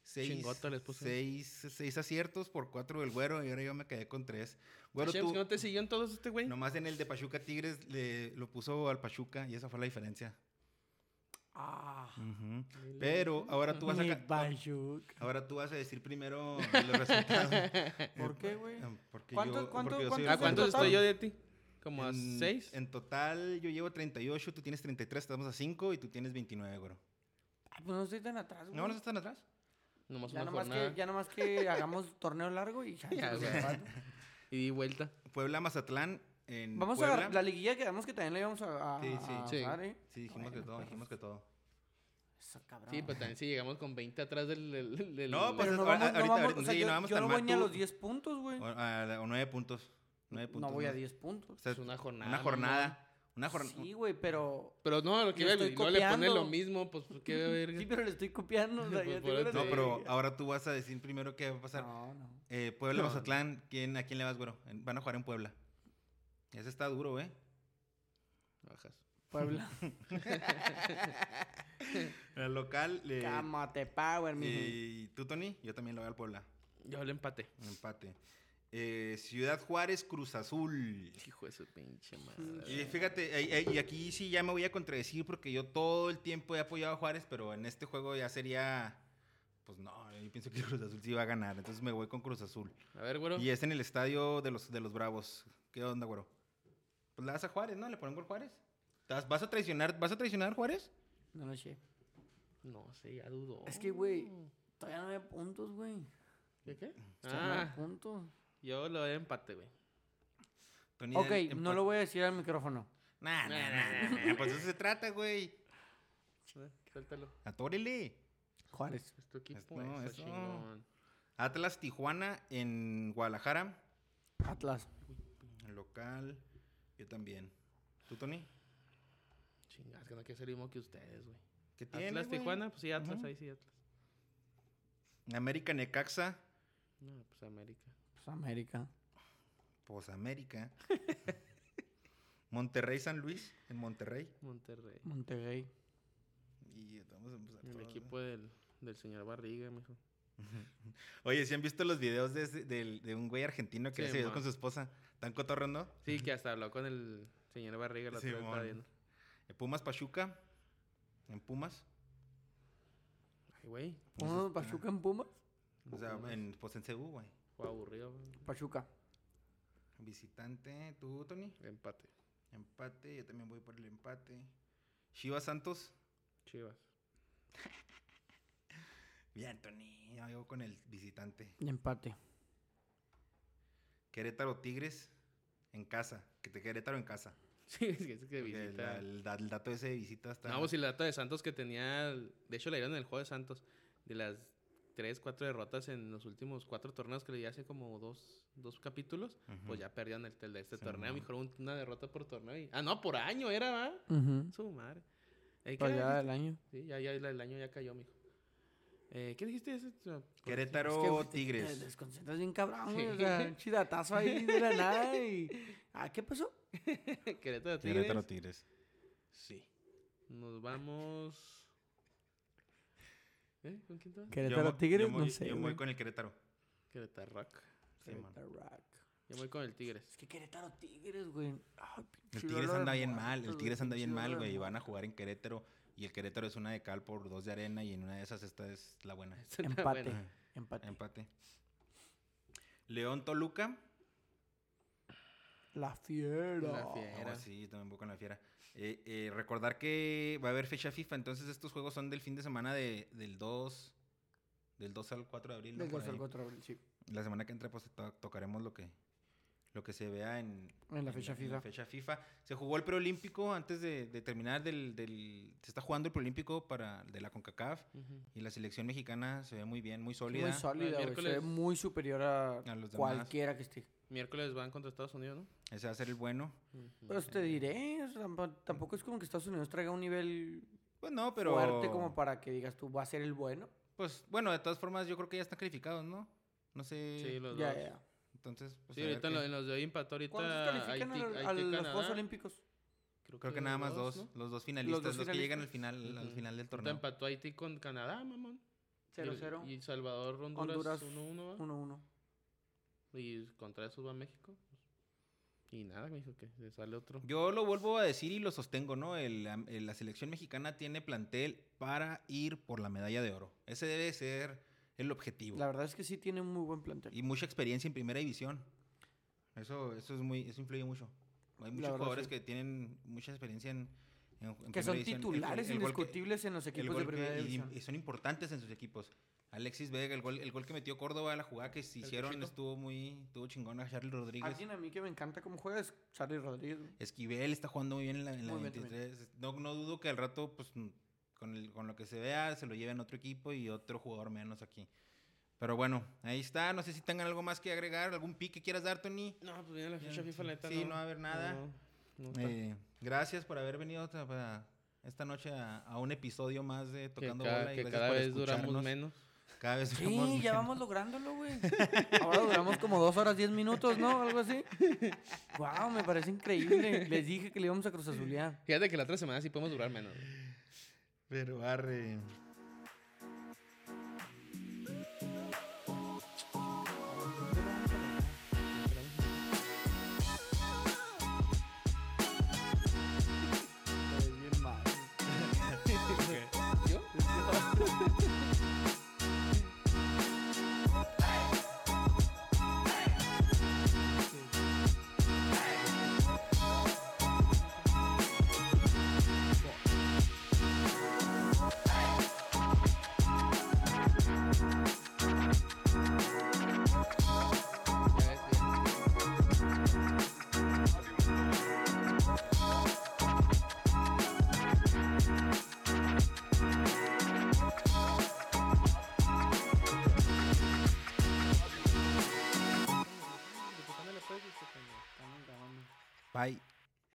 S2: Seis,
S1: Chingota les puse.
S2: Seis, seis aciertos por cuatro del güero y ahora yo me quedé con tres. Güero,
S1: Chems,
S2: tú,
S1: ¿que no te siguió en todos este güey?
S2: nomás en el de Pachuca Tigres le, lo puso al Pachuca y esa fue la diferencia.
S3: Ah.
S2: Ujú. Pero ahora tú vas a...
S3: Mi
S2: ca-
S3: Bayuk.
S2: Ahora tú vas a decir primero los resultados.
S3: ¿Por
S2: Eh,
S3: qué,
S2: pa-
S3: güey?
S2: em, Porque
S3: ¿Cuánto-
S2: yo,
S3: cuánto-
S2: porque yo soy
S3: cuántos
S2: el
S1: ¿A cuántos
S3: ¿Cuántos
S2: cuarto.
S3: en total?
S1: estoy yo de ti? ¿Como a
S2: En-
S1: seis?
S2: En total yo llevo 38, tú tienes 33, estamos a 5 y tú tienes 29, güey.
S3: Ah, pues no estoy tan atrás, güey.
S2: ¿No nos están atrás?
S1: Nomás
S3: ya
S1: una
S3: nomás,
S1: jornada.
S3: que, ya nomás que hagamos torneo largo y ya.
S1: Ya,
S3: se los
S1: güey.
S3: reparto.
S1: Y di vuelta.
S2: Puebla, Mazatlán, en
S3: Vamos a
S2: Puebla.
S3: agarrar la liguilla que damos que también la íbamos a, a,
S2: Sí, sí.
S3: a
S1: Sí.
S3: agarrar, ¿eh?
S2: Sí, dijimos
S3: Bueno,
S2: que todo,
S3: pues,
S2: dijimos que todo.
S3: Eso, cabrón.
S1: Sí, pero también si llegamos con 20 atrás del. del- del-
S2: No,
S1: del-
S2: pues,
S3: Pero no
S2: a-
S3: vamos,
S2: ahorita-
S3: no vamos,
S2: ahorita-
S3: o sea,
S2: sí,
S3: yo,
S2: no vamos
S3: yo
S2: tan
S3: no voy
S2: mal,
S3: ni a
S2: tú-
S3: los 10 puntos, güey.
S2: O, a- o nueve puntos. Nueve puntos
S3: No voy a
S2: más.
S3: 10 puntos.
S2: O sea,
S1: es una jornada.
S2: una
S1: mamá.
S2: jornada. Una jornada.
S3: Sí, güey, pero...
S1: Pero no, lo que
S3: Le
S1: ve,
S3: estoy
S1: no le pone
S3: copiando.
S1: lo mismo, pues qué verga.
S3: Sí, pero le estoy copiando. o sea,
S1: Pues por
S3: ya tengo
S1: eso.
S2: No,
S3: la
S2: pero
S3: teoría.
S2: ahora tú vas a decir primero qué va a pasar.
S3: No, no.
S2: Eh, Puebla,
S1: No.
S2: Mazatlán, ¿quién, ¿a quién le vas, güero? En- Van a jugar en Puebla. Ese está duro, ¿eh?
S1: Bajas.
S3: Puebla.
S2: El local. eh,
S3: Cámate, power, mijo.
S2: y tú, Tony, yo también le voy al Puebla.
S1: Yo le empaté.
S2: Empate. eh, Ciudad Juárez, Cruz Azul.
S1: Hijo de su pinche
S2: Y
S1: madre.
S2: fíjate, ahí- ahí- y aquí sí ya me voy a contradecir porque yo todo el tiempo he apoyado a Juárez, pero en este juego ya sería. Pues no, yo pienso que Cruz Azul sí va a ganar, entonces me voy con Cruz Azul.
S1: A ver, güero.
S2: Y es en el estadio de los, de los Bravos. ¿Qué onda, güero? Pues le das a Juárez, ¿no? Le ponen gol Juárez. ¿Te vas- ¿Vas a traicionar, vas a traicionar Juárez?
S3: No lo sé.
S1: No sé, ya dudó.
S3: Es que, güey, todavía no hay puntos, güey.
S1: ¿De qué?
S3: Todavía no hay
S1: Ah,
S3: puntos.
S1: yo lo doy empate, güey.
S2: Tony,
S3: Ok,
S2: dale,
S3: no
S2: empa-
S3: lo voy a decir al micrófono.
S2: Nah, nah, nah, nah, nah, pues de eso se trata, güey.
S1: Eh, Suéltalo.
S2: Atórele.
S3: Juárez.
S1: Es tu equipo,
S2: no,
S1: eso,
S2: eso.
S1: chingón.
S2: Atlas Tijuana en Guadalajara.
S3: Atlas.
S2: Local. Yo también. ¿Tú, Tony?
S1: Chingas, que no quiero ser mismo que ustedes, güey.
S2: ¿Qué tienes,
S1: Atlas,
S2: güey?
S1: Tijuana, pues sí, Atlas,
S2: Ujú.
S1: ahí sí, Atlas.
S2: América Necaxa.
S1: No, pues América.
S3: Pues América.
S2: Pues América. Monterrey San Luis en Monterrey.
S1: Monterrey.
S3: Monterrey.
S2: Y vamos a empezar
S1: El
S2: todos, ¿no?
S1: equipo del, del señor Barriga, mijo.
S2: Oye, ¿sí han visto los videos de, ese- del- de un güey argentino que
S1: Sí,
S2: hace videos
S1: man.
S2: con su esposa? ¿Tan cotorreando?
S1: Sí, que hasta habló con el señor Barriga la otra vez
S2: Simón.
S1: para bien.
S2: Pumas Pachuca. En Pumas. "Ah,
S1: Ay, güey.
S2: Pues,
S3: Uno, Pachuca en Pumas.
S2: O sea,
S1: Pumas.
S2: en, pues en CU, güey.
S1: Fue aburrido, güey.
S3: Pachuca.
S2: Visitante. ¿Tú, Tony?
S1: Empate.
S2: Empate. Yo también voy por el empate. Chivas Santos.
S1: Chivas.
S2: Bien, Tony. Yo voy con el visitante.
S3: Empate.
S2: Querétaro Tigres. En casa. Que te Querétaro en casa.
S1: Sí, es que, es que
S2: Porque el-
S1: visita.
S2: El, da- el dato ese de visita está.
S1: No, pues y la data de Santos que tenía. De hecho, le dieron en el juego de Santos. De las 3, 4 derrotas en los últimos 4 torneos que le di hace como 2 dos capítulos,
S2: Ujú.
S1: pues ya perdieron el, el de este
S2: Sí,
S1: torneo.
S2: no.
S1: Mejor un- una derrota por torneo. y- ah, no, por año era, ¿va?
S3: Ujú.
S1: Su madre. Eh, ¿qué
S3: Para allá
S1: era?
S3: del año.
S1: Sí, ya, ya el año ya cayó, mijo. Eh, ¿Qué dijiste? Ese? No,
S2: Querétaro
S3: Es que, güey, te-
S2: Oh, Tigres.
S3: Te desconcentras bien cabrón, güey. O
S1: Sí.
S3: sea, un chidatazo ahí de la nada y... Ah, ¿qué pasó?
S1: Querétaro Tigres.
S2: Querétaro Tigres.
S1: Sí. Nos vamos. ¿Eh? ¿Con quién te vas?
S3: Querétaro
S2: Yo mo-
S3: Tigres,
S2: yo voy-
S3: no sé.
S2: Yo voy
S3: güey.
S2: con el Querétaro.
S1: Querétaro Rock.
S2: Sí, man.
S3: Querétaro Rock.
S1: Yo voy con el Tigres.
S3: Es que Querétaro Tigres, güey. Ay,
S2: El
S3: pinche
S2: Tigres
S3: olor a
S2: anda bien
S3: muerto,
S2: mal, el
S3: güey,
S2: Tigres anda bien
S3: pinche
S2: mal,
S3: olor a
S2: güey, y van a
S3: muerto.
S2: jugar en Querétaro y el Querétaro es una de cal por dos de arena y en una de esas esta es la buena. Ah,
S1: Esta es la
S3: Empate.
S1: buena.
S3: Empate.
S2: Empate. León Toluca.
S3: La fiera.
S1: La
S2: No,
S1: fiera.
S2: Oh, sí, también voy con la fiera. Eh, eh, recordar que va a haber fecha FIFA, entonces estos juegos son del fin de semana de- del 2 del 2 al 4 de abril, ¿no?
S3: Del
S2: Por
S3: dos al
S2: ahí.
S3: cuatro, güey, sí.
S2: La semana que entra pues to- tocaremos lo que lo que se vea en,
S3: En la fecha
S2: en la
S3: FIFA.
S2: fecha FIFA. Se jugó el preolímpico antes de, de terminar del, del- se está jugando el preolímpico para de la CONCACAF
S1: Ujú.
S2: y la selección mexicana se ve muy bien, muy sólida.
S3: Muy sólida, güey. Se ve
S1: miércoles.
S3: muy superior a,
S2: A los demás.
S3: cualquiera que esté.
S1: Miércoles van contra Estados Unidos, ¿no?
S2: Ese va a ser el bueno.
S3: Pero te diré, o sea, tampo- tampoco es como que Estados Unidos traiga un nivel
S2: Pues no, pero
S3: fuerte como para que digas tú, va a ser el bueno.
S2: pues bueno, de todas formas yo creo que ya están calificados, ¿no? No sé.
S1: Sí, los
S3: Ya,
S1: dos.
S3: ya.
S2: Entonces, pues,
S1: Sí,
S2: a ver
S1: ahorita en
S2: qué.
S1: lo- en los de hoy empató ahorita.
S3: ¿Cuántos califican
S1: Haití-
S3: a, lo- a
S1: Haití,
S3: los
S1: Canadá.
S3: Juegos Olímpicos?
S2: Creo que nada más
S1: los
S2: dos,
S1: ¿no?
S2: los dos finalistas, los, que
S3: finalistas.
S2: llegan al final al
S1: Ujú.
S2: final del
S1: Ahorita
S2: torneo.
S1: empató Haití con Canadá, mamón. Y el-
S3: 0-0,
S1: Y Salvador, Honduras,
S3: Honduras,
S1: 1-1. ¿va?
S3: 1-1.
S1: Y contra esos va México. Y nada, me dijo que se sale otro.
S2: Yo lo vuelvo a decir y lo sostengo, ¿no? El- la- el- la selección mexicana tiene plantel para ir por la medalla de oro. Ese debe ser el objetivo.
S3: La verdad es que sí tiene un muy buen plantel.
S2: Y mucha experiencia en primera división. Eso, eso es muy, eso influye mucho. Hay muchos
S3: verdad,
S2: jugadores
S3: sí.
S2: que tienen mucha experiencia en, en- en
S3: Que
S2: primera
S3: son
S2: división. El-
S3: titulares
S2: el gol que-
S3: indiscutibles en los
S2: el
S3: equipos
S2: gol
S3: de
S2: que-
S3: primera
S2: y-
S3: división.
S2: y son importantes en sus equipos. Alexis Vega, el gol, el gol que metió Córdoba, la jugada que se
S1: El
S2: hicieron
S1: Cuchito.
S2: estuvo muy, estuvo chingona. Charlie Rodríguez.
S3: Alguien a mí que me encanta cómo juega es Charlie Rodríguez. güey.
S2: Esquivel está jugando muy bien en la, en la
S3: Muy bien también.
S2: 23. No, no dudo que al rato, pues, mm, con, el- con lo que se vea, se lo lleven a otro equipo y otro jugador menos aquí. Pero bueno, ahí está. No sé si tengan algo más que agregar, algún pick que quieras dar, Tony.
S1: No, pues viene la fecha
S2: Bien,
S1: FIFA, la neta,
S2: sí, no va a haber nada.
S1: no está.
S2: Eh, gracias por haber venido otra- para esta noche a, a un episodio más de
S1: que
S2: Tocando
S1: cada,
S2: Bola. y
S1: que
S2: gracias
S1: cada
S2: por
S1: vez duramos
S2: escucharnos.
S1: menos.
S2: Cada vez duramos
S3: Sí, ya
S2: menos.
S3: vamos lográndolo, güey. Ahora duramos como dos horas, diez minutos, ¿no? Algo así. Wow, me parece increíble. Les dije que le íbamos a cruzazulear.
S1: Fíjate que la otra semana sí podemos durar menos. güey.
S2: Pero arre.
S1: güey.